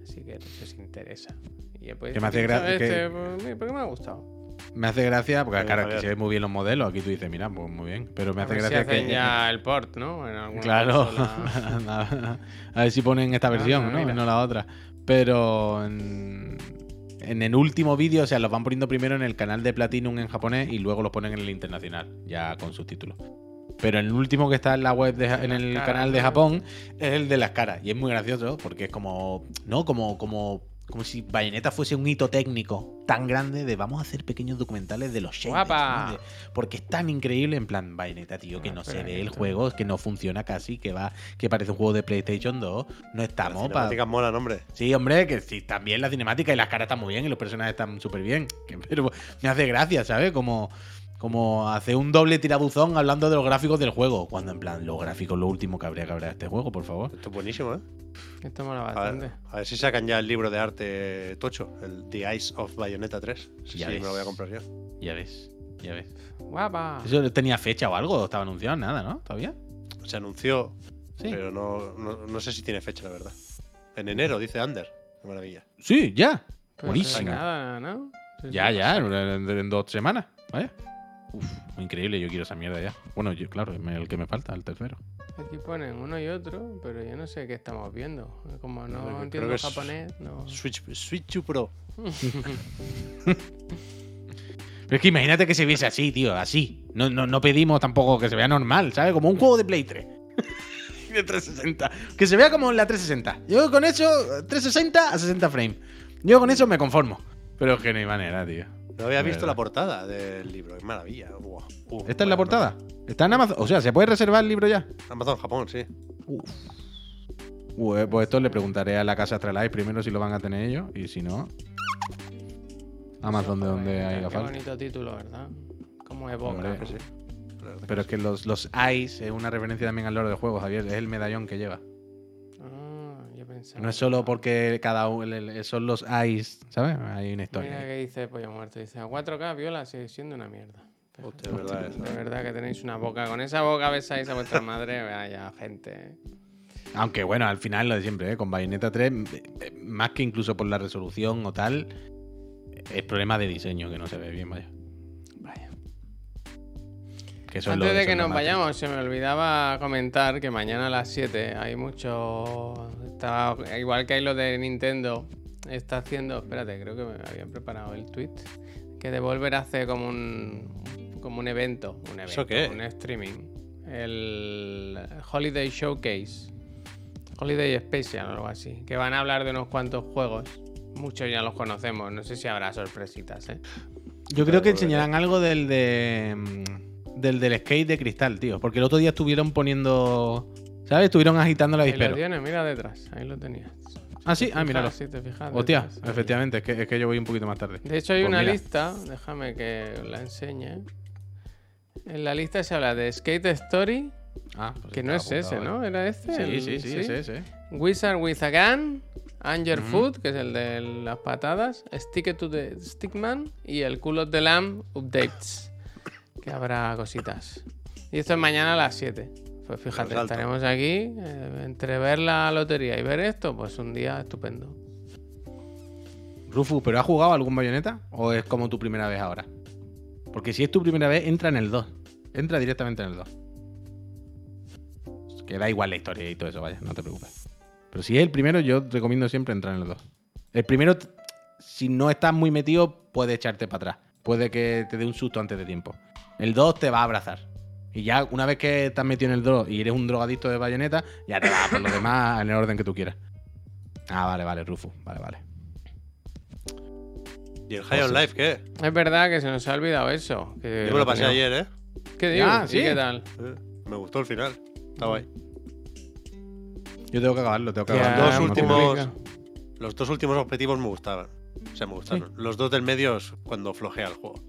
Speaker 1: Así que si os interesa. Y pues,
Speaker 2: Que me hace gra-
Speaker 1: ¿sabes?
Speaker 2: que-
Speaker 1: Este, pues, mira, porque me ha gustado.
Speaker 2: Me hace gracia, porque
Speaker 3: Venga,
Speaker 2: claro,
Speaker 3: Javier.
Speaker 2: aquí se ven muy bien los modelos. Aquí tú dices, mira, pues muy bien. Pero me
Speaker 1: A
Speaker 2: hace
Speaker 1: ver si
Speaker 2: gracia
Speaker 1: hacen
Speaker 2: que.
Speaker 1: ya el port, ¿no? En alguna
Speaker 2: Claro. <laughs>
Speaker 1: consola.
Speaker 2: a ver si ponen esta
Speaker 1: Ah,
Speaker 2: versión,
Speaker 1: mira,
Speaker 2: ¿no?
Speaker 1: mira.
Speaker 2: No la otra. Pero en, en el último vídeo, o sea, los van poniendo primero en el canal de Platinum en japonés y luego los ponen en el internacional, ya con subtítulos. Pero el último que está en la web, de- en
Speaker 1: las
Speaker 2: el
Speaker 1: caras,
Speaker 2: canal de
Speaker 1: ¿no?
Speaker 2: Japón, es el de las caras. Y es muy gracioso porque es como, ¿no? Como, como, como si Bayonetta fuese un hito técnico tan grande de vamos a hacer pequeños documentales de los shaders.
Speaker 1: Guapa.
Speaker 2: ¿no? De- porque es tan increíble en plan Bayonetta, tío, que
Speaker 1: Ah,
Speaker 2: no se
Speaker 1: pero
Speaker 2: ve el
Speaker 1: esto-
Speaker 2: juego, que no funciona casi, que va, que parece un juego de PlayStation 2. No
Speaker 3: Las
Speaker 2: estamos para.
Speaker 3: cinemáticas molan, hombre.
Speaker 2: Sí, hombre, que sí, también la cinemática y las caras están muy bien y los personajes están súper bien. que- Pero me hace gracia, ¿sabes? Como, como hace un doble tirabuzón hablando de los gráficos del juego. Cuando en plan, los gráficos, lo último que habría que hablar de este juego, por favor.
Speaker 3: Esto es buenísimo, ¿eh?
Speaker 1: Esto mola
Speaker 3: A
Speaker 1: bastante.
Speaker 3: ver, a ver si sacan ya el libro de arte tocho, el The Eyes of Bayonetta 3. Sí,
Speaker 2: Ya
Speaker 3: me
Speaker 2: ves.
Speaker 3: lo voy a comprar yo.
Speaker 2: Ya ves, ya ves.
Speaker 1: Guapa.
Speaker 2: ¿Eso tenía fecha o algo? ¿Estaba anunciado? Nada, ¿no? ¿Todavía?
Speaker 3: Se anunció,
Speaker 2: Sí.
Speaker 3: pero no, no, no sé si tiene fecha, la verdad. En enero, dice Ander. Qué maravilla.
Speaker 2: Sí, ya.
Speaker 1: Pues
Speaker 2: Buenísimo.
Speaker 1: nada, ¿no? Sí,
Speaker 2: Ya,
Speaker 1: sí.
Speaker 2: ya, en, en- en dos semanas, vaya. Uf, increíble, yo quiero esa mierda ya. Bueno, yo, claro, me- el que me falta, el tercero.
Speaker 1: Aquí ponen uno y otro, pero yo no sé qué estamos viendo. Como
Speaker 3: Creo
Speaker 1: no
Speaker 3: que-
Speaker 1: entiendo
Speaker 3: creo que es-
Speaker 1: japonés, no.
Speaker 3: Switch, Switch U Pro.
Speaker 2: Pero es que imagínate que se viese así, tío, así. No, no, no pedimos tampoco que se vea normal, ¿sabes? Como un juego de Play 3. Y <laughs> de 360. Que se vea como en la 360. Yo con eso, 360 a 60 frames. Yo con eso me conformo. Pero es que no hay manera, tío.
Speaker 3: No había visto
Speaker 2: Verdad.
Speaker 3: la portada del libro, es maravilla. Buah. Uh,
Speaker 2: ¿Esta es la
Speaker 3: bueno,
Speaker 2: portada? ¿Está en Amazon? O sea, ¿se puede reservar el libro ya?
Speaker 3: no. Amazon Japón, sí.
Speaker 2: Uf. Ue, pues esto le preguntaré a la casa Astralife primero si lo van a tener ellos y si no. Amazon de donde
Speaker 1: Joder,
Speaker 2: hay la
Speaker 1: Qué
Speaker 2: falta.
Speaker 1: bonito título, ¿verdad? Como Como evoca.
Speaker 2: Hombre. Pero es que los, los eyes es una referencia también al lore del juego, Javier. Es el medallón que lleva.
Speaker 1: Ah, yo pensaba.
Speaker 2: No es solo porque cada uno el- el- son los eyes, ¿sabes? Hay una
Speaker 1: Mira
Speaker 2: historia.
Speaker 1: que dice Pollo Muerto. Dice, a 4K viola sigue siendo una mierda.
Speaker 2: Ah,
Speaker 3: Hostia, es verdad eso.
Speaker 1: De verdad que tenéis una boca. Con esa boca besáis a vuestra madre. Vaya, gente. ¿eh?
Speaker 2: Aunque bueno, al final lo de siempre, ¿eh? con Bayonetta 3, eh, eh, más que incluso por la resolución o tal, es problema de diseño que no se ve bien, vaya.
Speaker 1: Vaya.
Speaker 2: Que eso es
Speaker 1: Antes
Speaker 2: lo-
Speaker 1: de
Speaker 2: eso
Speaker 1: que
Speaker 2: es lo
Speaker 1: nos
Speaker 2: más triste.
Speaker 1: vayamos, se me olvidaba comentar que mañana a las 7 hay mucho. Está... Igual que hay lo de Nintendo, está haciendo. Espérate, creo que me habían preparado el tweet. Que Devolver hace como un. Como un evento. Un evento
Speaker 3: ¿Eso qué?
Speaker 1: Un streaming. El Holiday Showcase. Holiday Special o algo así. Que van a hablar de unos cuantos juegos. Muchos ya los conocemos. No sé si habrá sorpresitas, ¿eh?
Speaker 2: Yo creo que enseñarán algo del de mm, del del skate de cristal, tío, porque el otro día estuvieron poniendo, ¿sabes? Estuvieron agitando la
Speaker 1: Ahí lo
Speaker 2: dispero.
Speaker 1: tienes, mira detrás. Ahí lo tenías.
Speaker 2: Ah, sí,
Speaker 1: Fijas,
Speaker 2: ah, míralo.
Speaker 1: si te fijas,
Speaker 2: Hostia,
Speaker 1: detrás, ahí.
Speaker 2: efectivamente, es que, es que yo voy un poquito más tarde.
Speaker 1: De hecho, hay
Speaker 2: Pues
Speaker 1: una
Speaker 2: mira.
Speaker 1: lista, déjame que la enseñe. En la lista se habla de Skate Story,
Speaker 2: Ah, pues
Speaker 1: que no es
Speaker 2: estaba
Speaker 1: ese,
Speaker 2: apuntado
Speaker 1: ¿no? ¿Era este?
Speaker 2: ahí.
Speaker 1: El-
Speaker 2: Sí, sí, sí, ese, ese.
Speaker 1: Wizard with a Gun, Anger
Speaker 2: Ujú.
Speaker 1: Food, que es el de las patadas, Stick to the Stickman y el Cool of the Lamb Updates, que habrá cositas. Y esto es mañana a las 7. Pues fíjate,
Speaker 3: Resalto.
Speaker 1: estaremos aquí. eh, entre ver la lotería y ver esto, pues un día estupendo.
Speaker 2: Rufus, ¿pero has jugado algún bayoneta? ¿O es como tu primera vez ahora? Porque si es tu primera vez, entra en el 2. Entra directamente en el 2. Que da igual la historia y todo eso, vaya, no te preocupes. Pero si es el primero, yo te recomiendo siempre entrar en el 2. El primero, t- si no estás muy metido, puede echarte para atrás. Puede que te dé un susto antes de tiempo. El 2 te va a abrazar. Y ya una vez que estás metido en el 2 y eres un drogadicto de bayoneta, ya te va por lo demás en el orden que tú quieras. Ah, vale, vale, Rufus. Vale, vale.
Speaker 3: ¿Y el High on Life qué?
Speaker 1: Es verdad que se nos ha olvidado eso. Que
Speaker 3: Yo me lo pasé
Speaker 1: teníamos-
Speaker 3: ayer, ¿eh?
Speaker 1: ¿Qué digo?
Speaker 2: Ah,
Speaker 1: ¿Y
Speaker 2: sí.
Speaker 1: qué tal?
Speaker 3: Eh, Me gustó el final. Está guay.
Speaker 2: Yo tengo que acabarlo, tengo que
Speaker 1: Tía,
Speaker 2: acabarlo.
Speaker 3: dos
Speaker 2: No tengo-
Speaker 3: últimos- Los dos últimos objetivos me gustaban. O sea, me gustaron. Los dos del medio es cuando flojea el juego.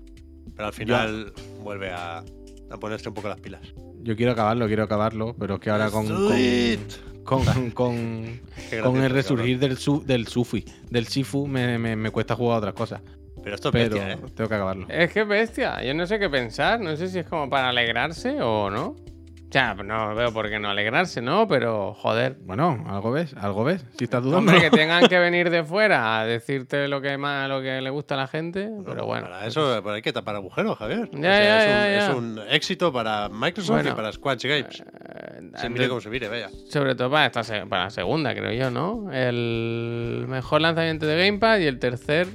Speaker 3: Pero al final vuelve a, a ponerse un poco las pilas.
Speaker 2: Yo quiero acabarlo, quiero acabarlo, pero es que ahora con.
Speaker 3: Do it.
Speaker 2: Con, con, con,
Speaker 3: <laughs> Qué
Speaker 2: con el
Speaker 3: gracioso,
Speaker 2: resurgir del, su, del Sufi, del Sifu, me, me, me cuesta jugar a otras cosas.
Speaker 3: cabrón. Pero esto es
Speaker 2: Pero
Speaker 3: bestia, ¿eh?
Speaker 2: tengo que acabarlo.
Speaker 1: Es que es bestia, yo no sé qué pensar, no sé si es como para alegrarse o no. O sea, no veo por qué no alegrarse, ¿no? Pero joder.
Speaker 2: Bueno, algo ves, algo ves. Si estás dudando.
Speaker 1: Hombre, que tengan
Speaker 3: <laughs>
Speaker 1: que venir de fuera a decirte lo que más, lo que le gusta a la gente, pero bueno.
Speaker 3: Para eso pero hay que tapar agujeros, Javier.
Speaker 1: Ya, ya, ya,
Speaker 3: es,
Speaker 1: ya.
Speaker 3: un, es un éxito para Microsoft
Speaker 1: Bueno.
Speaker 3: y para Squatch Games.
Speaker 1: Eh,
Speaker 3: se
Speaker 1: antes-
Speaker 3: mire como se mire, vaya.
Speaker 1: sobre todo para esta se- para la segunda, creo yo, ¿no? El mejor lanzamiento de Gamepad y el tercer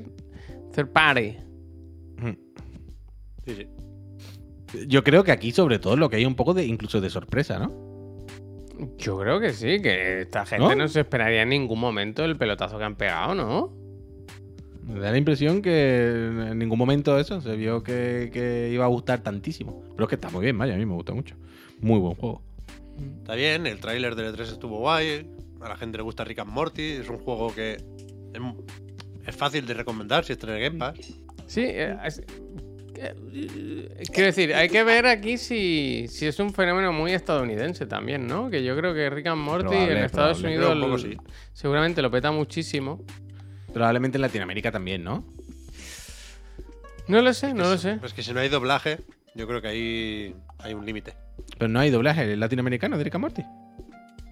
Speaker 1: third party.
Speaker 3: Sí, sí.
Speaker 2: <laughs> Yo creo que aquí, sobre todo, lo que hay un poco de incluso de sorpresa, ¿no?
Speaker 1: Yo creo que sí, que esta gente
Speaker 2: ¿No?
Speaker 1: no se esperaría en ningún momento el pelotazo que han pegado, ¿no?
Speaker 2: Me da la impresión que en ningún momento eso se vio que, que iba a gustar tantísimo. Pero es que está muy bien, vaya, a mí me gusta mucho. Muy buen juego.
Speaker 3: Está bien, el tráiler del E3 estuvo guay. A la gente le gusta Rick and Morty. Es un juego que es, es fácil de recomendar si estás en Game Pass.
Speaker 1: Sí, eh, es- que- eh, quiero decir, hay que ver aquí si, si es un fenómeno muy estadounidense también, ¿no? Que yo creo que Rick and Morty
Speaker 2: Probable,
Speaker 1: en Estados
Speaker 2: probable.
Speaker 1: Unidos
Speaker 3: Creo un poco
Speaker 1: lo-
Speaker 3: sí.
Speaker 1: seguramente lo peta muchísimo.
Speaker 2: Probablemente en Latinoamérica también, ¿no?
Speaker 1: No lo sé, no lo sé.
Speaker 3: Pues que si no hay doblaje, yo creo que ahí hay un límite.
Speaker 2: Pero no hay doblaje ¿es latinoamericano de Rick and Morty.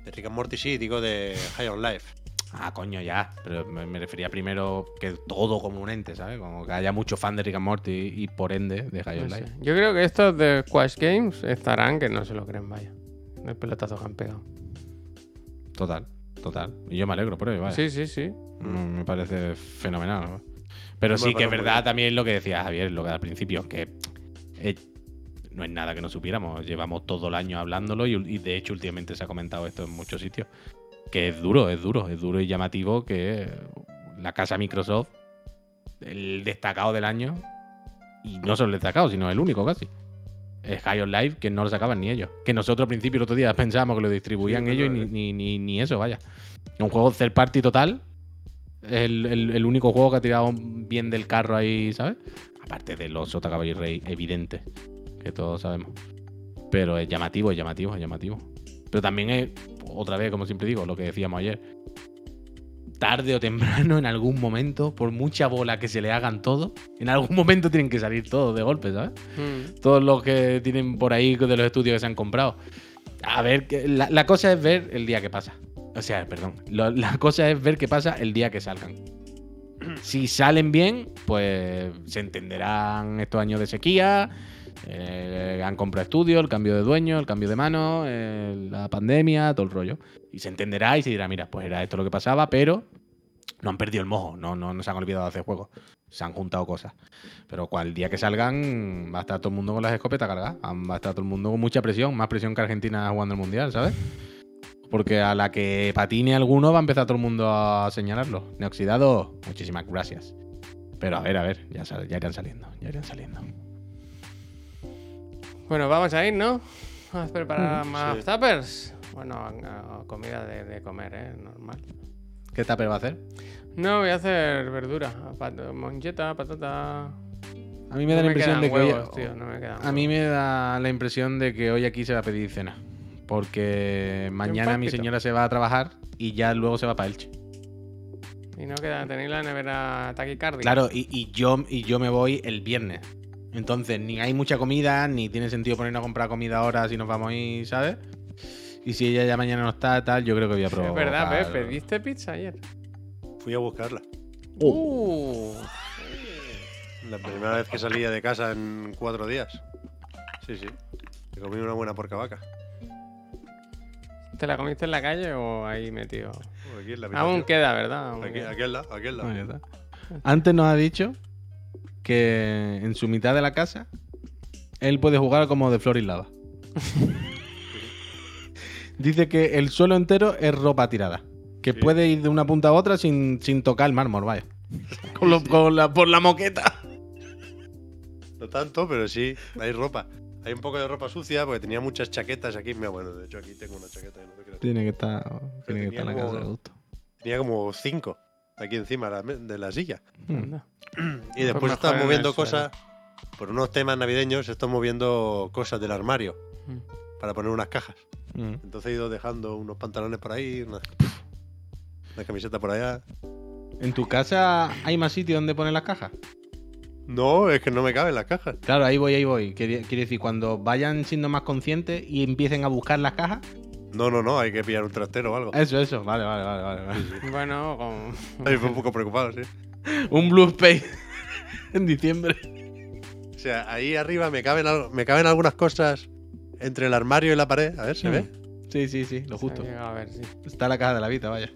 Speaker 3: De Rick and Morty sí, digo de High on Life.
Speaker 2: Ah, coño, ya. Pero me, me refería primero que todo como un ente, ¿sabes? Como que haya mucho fan de Rick and Morty y por ende de High
Speaker 1: no
Speaker 2: on
Speaker 1: sé.
Speaker 2: Life.
Speaker 1: Yo creo que estos de Quash Games estarán que no se lo creen, vaya. El pelotazo que han pegado.
Speaker 2: Total, total. Y yo me alegro por ello, vaya.
Speaker 1: Sí, sí, sí.
Speaker 2: Mm, Me parece fenomenal. ¿no? Pero
Speaker 3: Me
Speaker 2: sí que
Speaker 3: parece
Speaker 2: es
Speaker 3: muy
Speaker 2: verdad
Speaker 3: bien.
Speaker 2: también lo que decía Javier, lo que al principio, que eh, no es nada que no supiéramos. Llevamos todo el año hablándolo y, y de hecho últimamente se ha comentado esto en muchos sitios. Que es duro, es duro, es duro y llamativo que la casa Microsoft, el destacado del año, y no solo el destacado, sino el único casi. Es High on Life que no lo sacaban ni ellos. Que nosotros al principio el otro día pensábamos que lo distribuían
Speaker 3: Sí,
Speaker 2: ellos y ni,
Speaker 3: total.
Speaker 2: ni- ni- ni eso, vaya. Un juego third party total el, el- el único juego que ha tirado bien del carro ahí, ¿sabes? Aparte de los Sota Caballo y Rey, evidente, que todos sabemos. Pero es llamativo, es llamativo, es llamativo. Pero también es, otra vez, como siempre digo, lo que decíamos ayer. Tarde o temprano, en algún momento, por mucha bola que se le hagan todo, en algún momento tienen que salir todos de golpe, ¿sabes?
Speaker 1: Mm.
Speaker 2: todos los que tienen por ahí de los estudios que se han comprado. A ver, que- la, la cosa es ver el día que pasa. O sea, perdón. lo- la cosa es ver qué pasa el día que salgan. Si salen bien, pues se entenderán estos años de sequía. eh, han comprado estudios, el cambio de dueño, el cambio de mano, eh, la pandemia, todo el rollo. Y se entenderá y se dirá, mira, pues era esto lo que pasaba, pero no han perdido el mojo, no, no, no se han olvidado de hacer juegos. Se han juntado cosas. Pero cual día que salgan, va a estar todo el mundo con las escopetas cargadas. Va a estar todo el mundo con mucha presión, más presión que Argentina jugando el mundial, ¿sabes? Porque a la que patine alguno va a empezar todo el mundo a señalarlo. Neoxidado, muchísimas gracias. Pero a ver, a ver, ya, sal- ya irán saliendo, ya irán saliendo.
Speaker 1: Bueno, vamos a ir, ¿no? Vamos a preparar más
Speaker 3: sí.
Speaker 1: tappers. Bueno, a- a- comida de, de comer, ¿eh? Normal.
Speaker 2: ¿Qué tupper va a hacer?
Speaker 1: No, voy a hacer verdura. Pat moncheta, patata.
Speaker 2: A mí me da
Speaker 1: no
Speaker 2: la impresión
Speaker 1: quedan
Speaker 2: de que hoy-
Speaker 1: huevos, tío, no me quedan
Speaker 2: A mí me da la impresión de que hoy aquí se va a pedir cena. Porque mañana mi
Speaker 1: palpito.
Speaker 2: señora se va a trabajar y ya luego se va para Elche.
Speaker 1: huevos. Y no queda, tenéis la nevera taquicardia.
Speaker 2: Claro, y, y yo, y yo me voy el viernes. Entonces, ni hay mucha comida, ni tiene sentido ponernos a comprar comida ahora si nos vamos a ir, ¿sabes? Y si ella ya mañana no está, tal, yo creo que voy a probar.
Speaker 1: Es verdad, Pep, pediste pizza ayer.
Speaker 3: Fui a buscarla.
Speaker 2: Oh.
Speaker 1: Uh.
Speaker 3: La primera vez que salía de casa en cuatro días. Sí, sí. Me comí una buena porca vaca.
Speaker 1: ¿Te la comiste en la calle o ahí metido?
Speaker 3: Aquí en la
Speaker 1: Aún
Speaker 3: habitación.
Speaker 1: queda, ¿verdad? Aún
Speaker 3: Aquí,
Speaker 1: queda.
Speaker 3: aquí al lado, aquí al lado.
Speaker 2: Ahí está. Antes nos ha dicho que en su mitad de la casa él puede jugar como de flor
Speaker 1: <laughs>
Speaker 2: y lava. Dice que el suelo entero es ropa tirada. Que
Speaker 3: Sí.
Speaker 2: puede ir de una punta a otra sin, sin tocar el mármol, vaya. Con lo- con la- por la moqueta.
Speaker 3: No tanto, pero sí, hay ropa. Hay un poco de ropa sucia porque tenía muchas chaquetas aquí. Mira, bueno, de hecho aquí tengo una chaqueta. que No te creas.
Speaker 2: Tiene que estar, tiene que
Speaker 3: tenía
Speaker 2: estar la
Speaker 3: como-
Speaker 2: casa de gusto.
Speaker 3: Tenía como cinco aquí encima la me- de la silla.
Speaker 2: Hmm.
Speaker 1: Anda.
Speaker 3: Y
Speaker 1: Pues
Speaker 3: después
Speaker 1: mejor en ¿eh?
Speaker 3: estás
Speaker 1: el
Speaker 3: moviendo
Speaker 1: suelo.
Speaker 3: cosas, por unos temas navideños, estás moviendo cosas del armario
Speaker 1: Mm.
Speaker 3: para poner unas cajas.
Speaker 2: Mm.
Speaker 3: Entonces he ido dejando unos pantalones por ahí, una, una camiseta por allá.
Speaker 2: ¿En tu casa hay más sitio donde poner las cajas?
Speaker 3: No, es que no me caben las cajas.
Speaker 2: Claro, ahí voy, ahí voy. Quiere, quiere decir, cuando vayan siendo más conscientes y empiecen a buscar las cajas.
Speaker 3: No, no, no, hay que pillar un trastero o algo.
Speaker 1: Eh.
Speaker 2: Eso, eso. Vale, vale, vale. vale, vale.
Speaker 1: Bueno, con...
Speaker 3: Ahí fue un poco preocupado, sí.
Speaker 2: Un Blue Space <laughs> en diciembre.
Speaker 3: O sea, ahí arriba me caben, al- me caben algunas cosas entre el armario y la pared. A ver,
Speaker 2: Mm.
Speaker 3: ¿se ve?
Speaker 2: Sí, sí, sí, lo justo.
Speaker 1: Se ha llegado a ver, sí.
Speaker 2: Está la caja de la vida, vaya.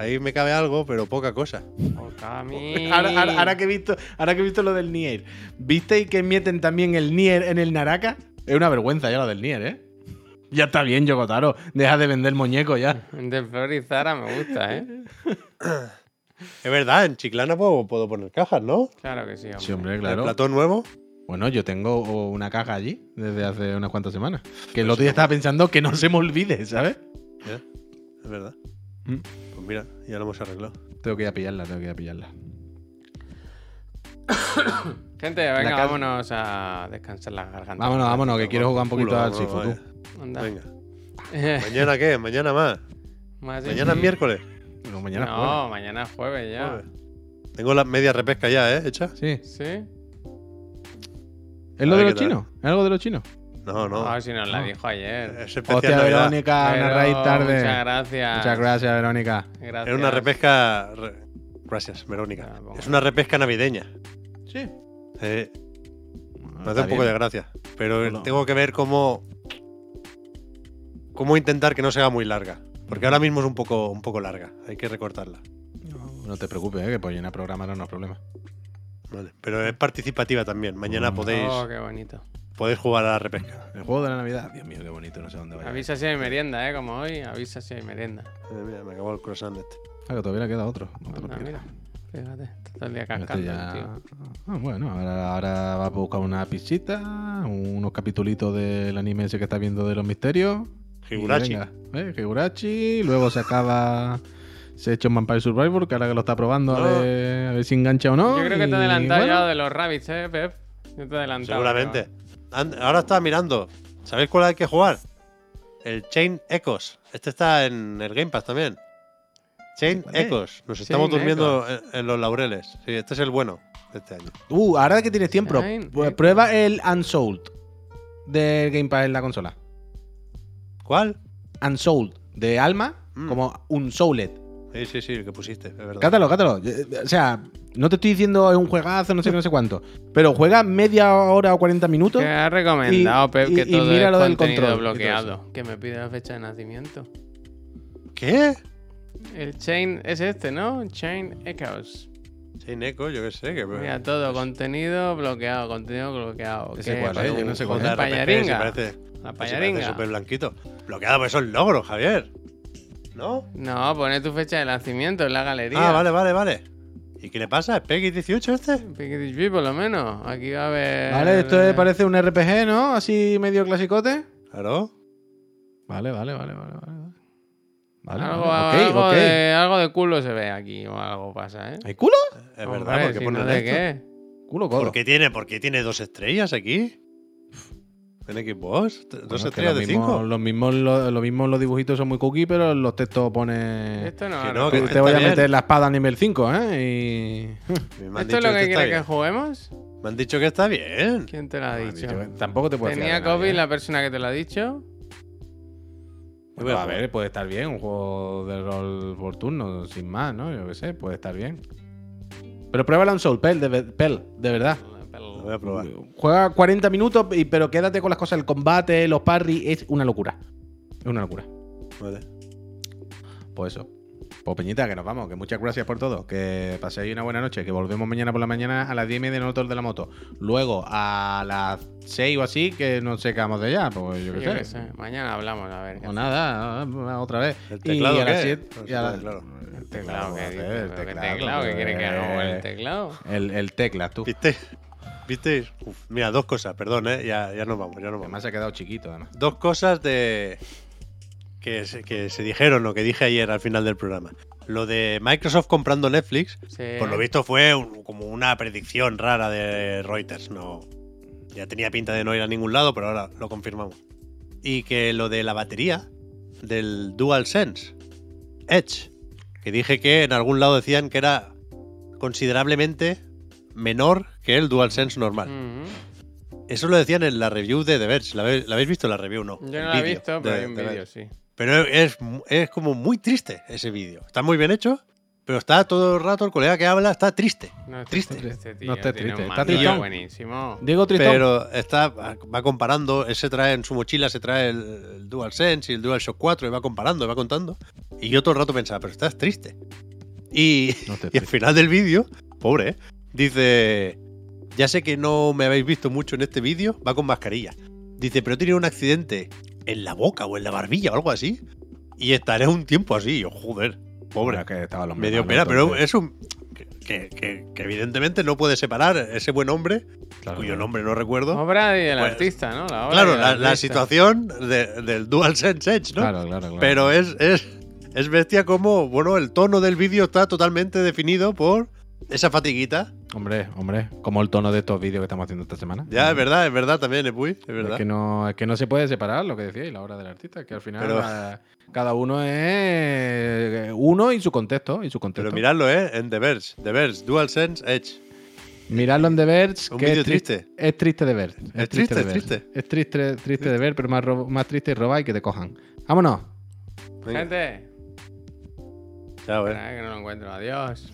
Speaker 3: Ahí me cabe algo, pero poca cosa.
Speaker 1: Okami.
Speaker 2: <laughs> Ahora, ahora- ahora que he visto, ahora que he visto lo del Nier, ¿visteis que meten también el Nier en el Naraka? Es una vergüenza ya lo del Nier, ¿eh? Ya está bien, Yokotaro. Deja de vender muñeco ya.
Speaker 1: De Flor y Zara me gusta, ¿eh?
Speaker 3: Es verdad, en Chiclana puedo, puedo poner cajas, ¿no?
Speaker 1: Claro que sí, hombre.
Speaker 2: Sí, hombre,
Speaker 3: El
Speaker 2: claro.
Speaker 3: platón nuevo.
Speaker 2: Bueno, yo tengo una caja allí desde hace unas cuantas semanas. Que
Speaker 1: Pues
Speaker 2: el otro día estaba pensando que no se me olvide, ¿sabes?
Speaker 3: Ya, es verdad.
Speaker 2: Mm.
Speaker 3: Pues mira, ya lo hemos arreglado.
Speaker 2: Tengo que ir a pillarla, tengo que ir a pillarla.
Speaker 1: Gente, venga,
Speaker 2: casa-
Speaker 1: vámonos a descansar las gargantas.
Speaker 2: Vámonos, vámonos, que quiero jugar un poquito
Speaker 3: Culo,
Speaker 2: al
Speaker 3: vámonos,
Speaker 2: Sifu, tú.
Speaker 3: vaya.
Speaker 1: Anda. <laughs>
Speaker 3: Venga. ¿Mañana qué?
Speaker 2: <laughs>
Speaker 3: ¿Mañana más?
Speaker 1: Más de-
Speaker 3: ¿Mañana es miércoles?
Speaker 2: Pero
Speaker 1: No,
Speaker 2: mañana
Speaker 1: mañana
Speaker 2: jueves.
Speaker 1: es jueves ya.
Speaker 3: Joder. Tengo la media repesca ya, ¿eh? ¿Hecha?
Speaker 2: Sí.
Speaker 1: ¿Sí?
Speaker 2: ¿Es lo
Speaker 3: A
Speaker 2: de los
Speaker 3: ver qué tal.
Speaker 2: chinos? ¿Es algo de los chinos?
Speaker 3: No, no.
Speaker 1: Ah, si nos la
Speaker 2: No.
Speaker 1: dijo ayer.
Speaker 3: Es especial
Speaker 2: Hostia,
Speaker 3: Navidad.
Speaker 2: Verónica, una
Speaker 1: Pero,
Speaker 2: raíz tarde.
Speaker 1: Muchas gracias.
Speaker 2: Muchas gracias, Verónica.
Speaker 1: Gracias.
Speaker 3: Es una repesca... re- Gracias, Verónica.
Speaker 1: Ah, bueno.
Speaker 3: Es una repesca navideña.
Speaker 2: Sí.
Speaker 3: Eh,
Speaker 1: Pues
Speaker 3: me hace un poco de gracia. Pero
Speaker 2: Hola.
Speaker 3: tengo que ver cómo... Cómo intentar que no sea muy larga. Porque ahora mismo es un poco, un poco larga. Hay que recortarla.
Speaker 2: No te preocupes, eh, que por llenar programa no es problema.
Speaker 3: Vale. Pero es participativa también. Mañana
Speaker 2: Mm.
Speaker 3: podéis,
Speaker 1: Oh, qué bonito.
Speaker 3: podéis jugar a la repesca.
Speaker 2: El juego de la Navidad, Dios mío, qué bonito, no sé dónde va. a llegar.
Speaker 1: Avisa si hay merienda, ¿eh? Como hoy, avisa si hay merienda.
Speaker 3: Eh, mira, me acabó el croissant este.
Speaker 2: Ah, que todavía le queda otro. No te lo
Speaker 1: Anda,
Speaker 2: pierdas.
Speaker 1: mira. Fíjate, está todo el día
Speaker 2: Este
Speaker 1: cascando,
Speaker 2: ya-
Speaker 1: tío.
Speaker 2: Ah, bueno, ahora, ahora va a buscar una pizzita, unos capitulitos del anime ese que está viendo de los misterios. y
Speaker 3: Higurashi.
Speaker 2: venga, eh, Higurashi, luego se acaba. Se ha hecho un Vampire Survivor, que ahora que lo está probando, a,
Speaker 3: No.
Speaker 2: ver, a ver si engancha o no.
Speaker 1: Yo creo que
Speaker 2: y
Speaker 1: te he adelantado
Speaker 2: bueno.
Speaker 1: ya de los rabbits, eh, Pep. Yo te he adelantado.
Speaker 3: Seguramente. And- ahora estaba mirando. ¿Sabéis cuál hay que jugar? El Chain Echoes. Este está en el Game Pass también. Chain
Speaker 2: ¿Cuál es?
Speaker 3: Echoes. Nos estamos
Speaker 1: Chain
Speaker 3: durmiendo en, en los laureles. Sí, este es el bueno de este año.
Speaker 2: Uh, ahora que tienes tiempo,
Speaker 1: Shine,
Speaker 2: pues
Speaker 1: eh.
Speaker 2: prueba el Unsold del Game Pass en la consola.
Speaker 3: ¿Cuál?
Speaker 2: Unsold de alma,
Speaker 3: Mm.
Speaker 2: como un Soulet.
Speaker 3: Sí, sí, sí, el que pusiste, es verdad.
Speaker 2: Cátalo, cátalo. Eh, eh, O sea, no te estoy diciendo es un juegazo, no sé qué, no sé cuánto. Pero juega media hora o 40 minutos.
Speaker 1: Que ha recomendado,
Speaker 2: Y-
Speaker 1: Pep, que
Speaker 2: y- y
Speaker 1: todo
Speaker 2: mira
Speaker 1: es
Speaker 2: lo
Speaker 1: contenido
Speaker 2: del control y todo
Speaker 1: bloqueado. Que me pide la fecha de nacimiento.
Speaker 3: ¿Qué?
Speaker 1: El chain es este, ¿no? Chain Echoes.
Speaker 3: Chain Echoes, yo qué sé. Que,
Speaker 1: Mira, todo, contenido bloqueado, contenido bloqueado.
Speaker 2: Ese
Speaker 1: ¿Qué?
Speaker 2: cuál,
Speaker 1: Pero
Speaker 2: eh, yo no sé
Speaker 1: un
Speaker 2: cuál
Speaker 3: JRPG,
Speaker 2: es.
Speaker 3: si
Speaker 1: payaringa.
Speaker 3: parece,
Speaker 1: La
Speaker 3: si parece
Speaker 1: payaringa.
Speaker 3: súper blanquito. Bloqueado por esos logros, Javier. ¿No?
Speaker 1: No, pone tu fecha de nacimiento en la galería.
Speaker 3: Ah, vale, vale, vale. ¿Y qué le pasa? ¿Es Peggy 18 este?
Speaker 1: Piquet HP, por lo menos. Aquí va a haber.
Speaker 2: Vale, esto es- parece un RPG, ¿no? Así medio clasicote.
Speaker 3: Claro.
Speaker 2: Vale, vale, vale, vale. Vale, vale.
Speaker 1: Algo,
Speaker 3: Ah,
Speaker 2: vale. Ok,
Speaker 1: algo
Speaker 2: ok.
Speaker 1: De, algo de culo se ve aquí o algo pasa, ¿eh?
Speaker 2: ¿Hay culo?
Speaker 3: Es
Speaker 1: Hombre,
Speaker 3: verdad, porque
Speaker 1: si
Speaker 3: pone
Speaker 1: no, ¿de
Speaker 3: esto.
Speaker 1: qué?
Speaker 2: Culo, codo.
Speaker 3: ¿Por qué tiene, por qué tiene dos estrellas aquí? ¿En Xbox? ¿Dos
Speaker 2: Bueno, es que
Speaker 3: estrellas
Speaker 2: lo
Speaker 3: de
Speaker 2: mismo-
Speaker 3: cinco?
Speaker 2: Lo mismo, lo, lo mismo los dibujitos son muy cookie, pero los textos pone.
Speaker 1: Esto no. no.
Speaker 3: que Eh, no,
Speaker 2: Te
Speaker 3: que- Este, está
Speaker 2: voy a
Speaker 3: bien.
Speaker 2: meter la espada a nivel 5, ¿eh? Y.
Speaker 3: Me han
Speaker 1: ¿Esto es
Speaker 3: dicho
Speaker 1: lo que
Speaker 3: está
Speaker 1: quieres que
Speaker 3: bien.
Speaker 1: juguemos?
Speaker 3: Me han dicho que está bien.
Speaker 1: ¿Quién te lo ha dicho?
Speaker 2: Tampoco te puede
Speaker 3: Pues
Speaker 1: Tenía COVID
Speaker 2: ¿eh?
Speaker 1: la persona que te lo ha dicho.
Speaker 2: a
Speaker 3: pues
Speaker 2: ver, puede estar bien, un juego de rol por turno, sin más, ¿no? Yo qué sé, puede estar bien. Pero pruébalo en Soul, Pel, de, ve- Pel, de verdad.
Speaker 3: Lo voy a probar.
Speaker 2: Juega 40 minutos, y- pero quédate con las cosas, el combate, los parry, es una locura. Es una locura.
Speaker 3: Vale.
Speaker 2: Pues eso. Pues Peñita, que nos vamos, que muchas gracias por todo, que paséis una buena noche, que volvemos mañana por la mañana a las 10 y media en el Hotel de la moto. Luego a las 6 o así, que nos secamos de allá, pues yo
Speaker 1: Yo
Speaker 2: qué
Speaker 1: qué
Speaker 2: sé.
Speaker 1: sé, Mañana hablamos, a ver. qué
Speaker 2: O nada, ah, otra vez.
Speaker 3: ¿El teclado
Speaker 2: y a
Speaker 3: qué? Pues
Speaker 2: las siete-
Speaker 3: No se
Speaker 2: y a la-
Speaker 3: puede, claro.
Speaker 2: El
Speaker 1: Teclado,
Speaker 2: teclado,
Speaker 1: que
Speaker 2: joder,
Speaker 1: dices,
Speaker 2: el
Speaker 1: pero qué
Speaker 2: teclado,
Speaker 1: teclado, ¿qué quieres que hagamos con el
Speaker 2: eh,
Speaker 1: teclado?
Speaker 2: El, el tecla, tú.
Speaker 3: ¿Viste? ¿Viste? Uf, mira, dos cosas, perdón, ¿eh? Ya, ya nos vamos, ya nos vamos.
Speaker 2: Además se ha quedado chiquito, además.
Speaker 3: Dos cosas de. Que se, que se dijeron, lo que dije ayer al final del programa. Lo de Microsoft comprando Netflix,
Speaker 1: Sí.
Speaker 3: por lo visto fue un- como una predicción rara de Reuters. No, ya tenía pinta de no ir a ningún lado, pero ahora lo confirmamos. Y que lo de la batería del DualSense Edge, que dije que en algún lado decían que era considerablemente menor que el DualSense
Speaker 1: Mm.
Speaker 3: normal.
Speaker 1: Ujú.
Speaker 3: Eso lo decían en la review de The Verge. ¿La, habe- la habéis visto la review? No.
Speaker 1: Yo
Speaker 3: el
Speaker 1: no lo he
Speaker 3: vídeo
Speaker 1: visto,
Speaker 3: de-
Speaker 1: pero hay un
Speaker 3: de The
Speaker 1: vídeo,
Speaker 3: Verge.
Speaker 1: sí.
Speaker 3: Pero es, mu- es como muy triste ese vídeo. Está muy bien hecho, pero está todo el rato el colega que habla está triste.
Speaker 1: No estés
Speaker 3: Triste.
Speaker 1: triste, tío.
Speaker 2: No estés
Speaker 1: Tiene un
Speaker 2: triste. Está
Speaker 1: mando
Speaker 2: tristón.
Speaker 1: buenísimo.
Speaker 2: Diego Tristón.
Speaker 3: Pero está, va comparando, ese trae en su mochila, se trae el, el DualSense y el DualShock 4 y va comparando, y va contando. Y yo todo el rato pensaba, pero estás triste. Y,
Speaker 2: No te
Speaker 3: y al
Speaker 2: explico.
Speaker 3: final del vídeo, pobre, ¿eh? dice, ya sé que no me habéis visto mucho en este vídeo, va con mascarilla. Dice, pero he tenido un accidente en la boca o en la barbilla o algo así. Y estaré un tiempo así, Y yo, joder, pobre.
Speaker 2: Bueno, que estaba los
Speaker 3: Me dio
Speaker 2: malos,
Speaker 3: pena, pero
Speaker 2: entonces,
Speaker 3: es un... Que, que- que evidentemente no puede separar ese buen hombre,
Speaker 2: claro,
Speaker 3: cuyo
Speaker 2: claro.
Speaker 3: nombre no recuerdo,
Speaker 1: Obra del
Speaker 3: Pues,
Speaker 1: artista, ¿no? La obra
Speaker 3: Claro,
Speaker 1: del
Speaker 3: la, la
Speaker 1: artista.
Speaker 3: situación de- del DualSense Edge, ¿no?
Speaker 2: Claro, claro, claro.
Speaker 3: Pero es, es, es bestia como, bueno, el tono del vídeo está totalmente definido por esa fatiguita.
Speaker 2: Hombre, hombre, como el tono de estos vídeos que estamos haciendo esta semana.
Speaker 3: Ya, es verdad, es verdad también, Epuy, es
Speaker 2: Es
Speaker 3: verdad.
Speaker 2: que, no, es que no se puede separar lo que decíais, la obra del artista, que al final
Speaker 3: Pero-
Speaker 2: la- cada uno es uno y su contexto. Y su contexto.
Speaker 3: Pero miradlo, ¿eh? En The Verge, The Verge, DualSense Edge.
Speaker 2: Miradlo en The Verge,
Speaker 3: Un
Speaker 2: que es
Speaker 3: vídeo
Speaker 2: tris-
Speaker 3: triste.
Speaker 2: Es triste de ver. Es, triste,
Speaker 3: Es triste,
Speaker 2: de
Speaker 3: es
Speaker 2: ver.
Speaker 3: triste.
Speaker 2: Es triste, triste de ver, pero más, rob- más triste es robar y que te cojan. Vámonos.
Speaker 3: Venga,
Speaker 1: Gente,
Speaker 3: chao, eh.
Speaker 1: espera, que no lo encuentro. Adiós.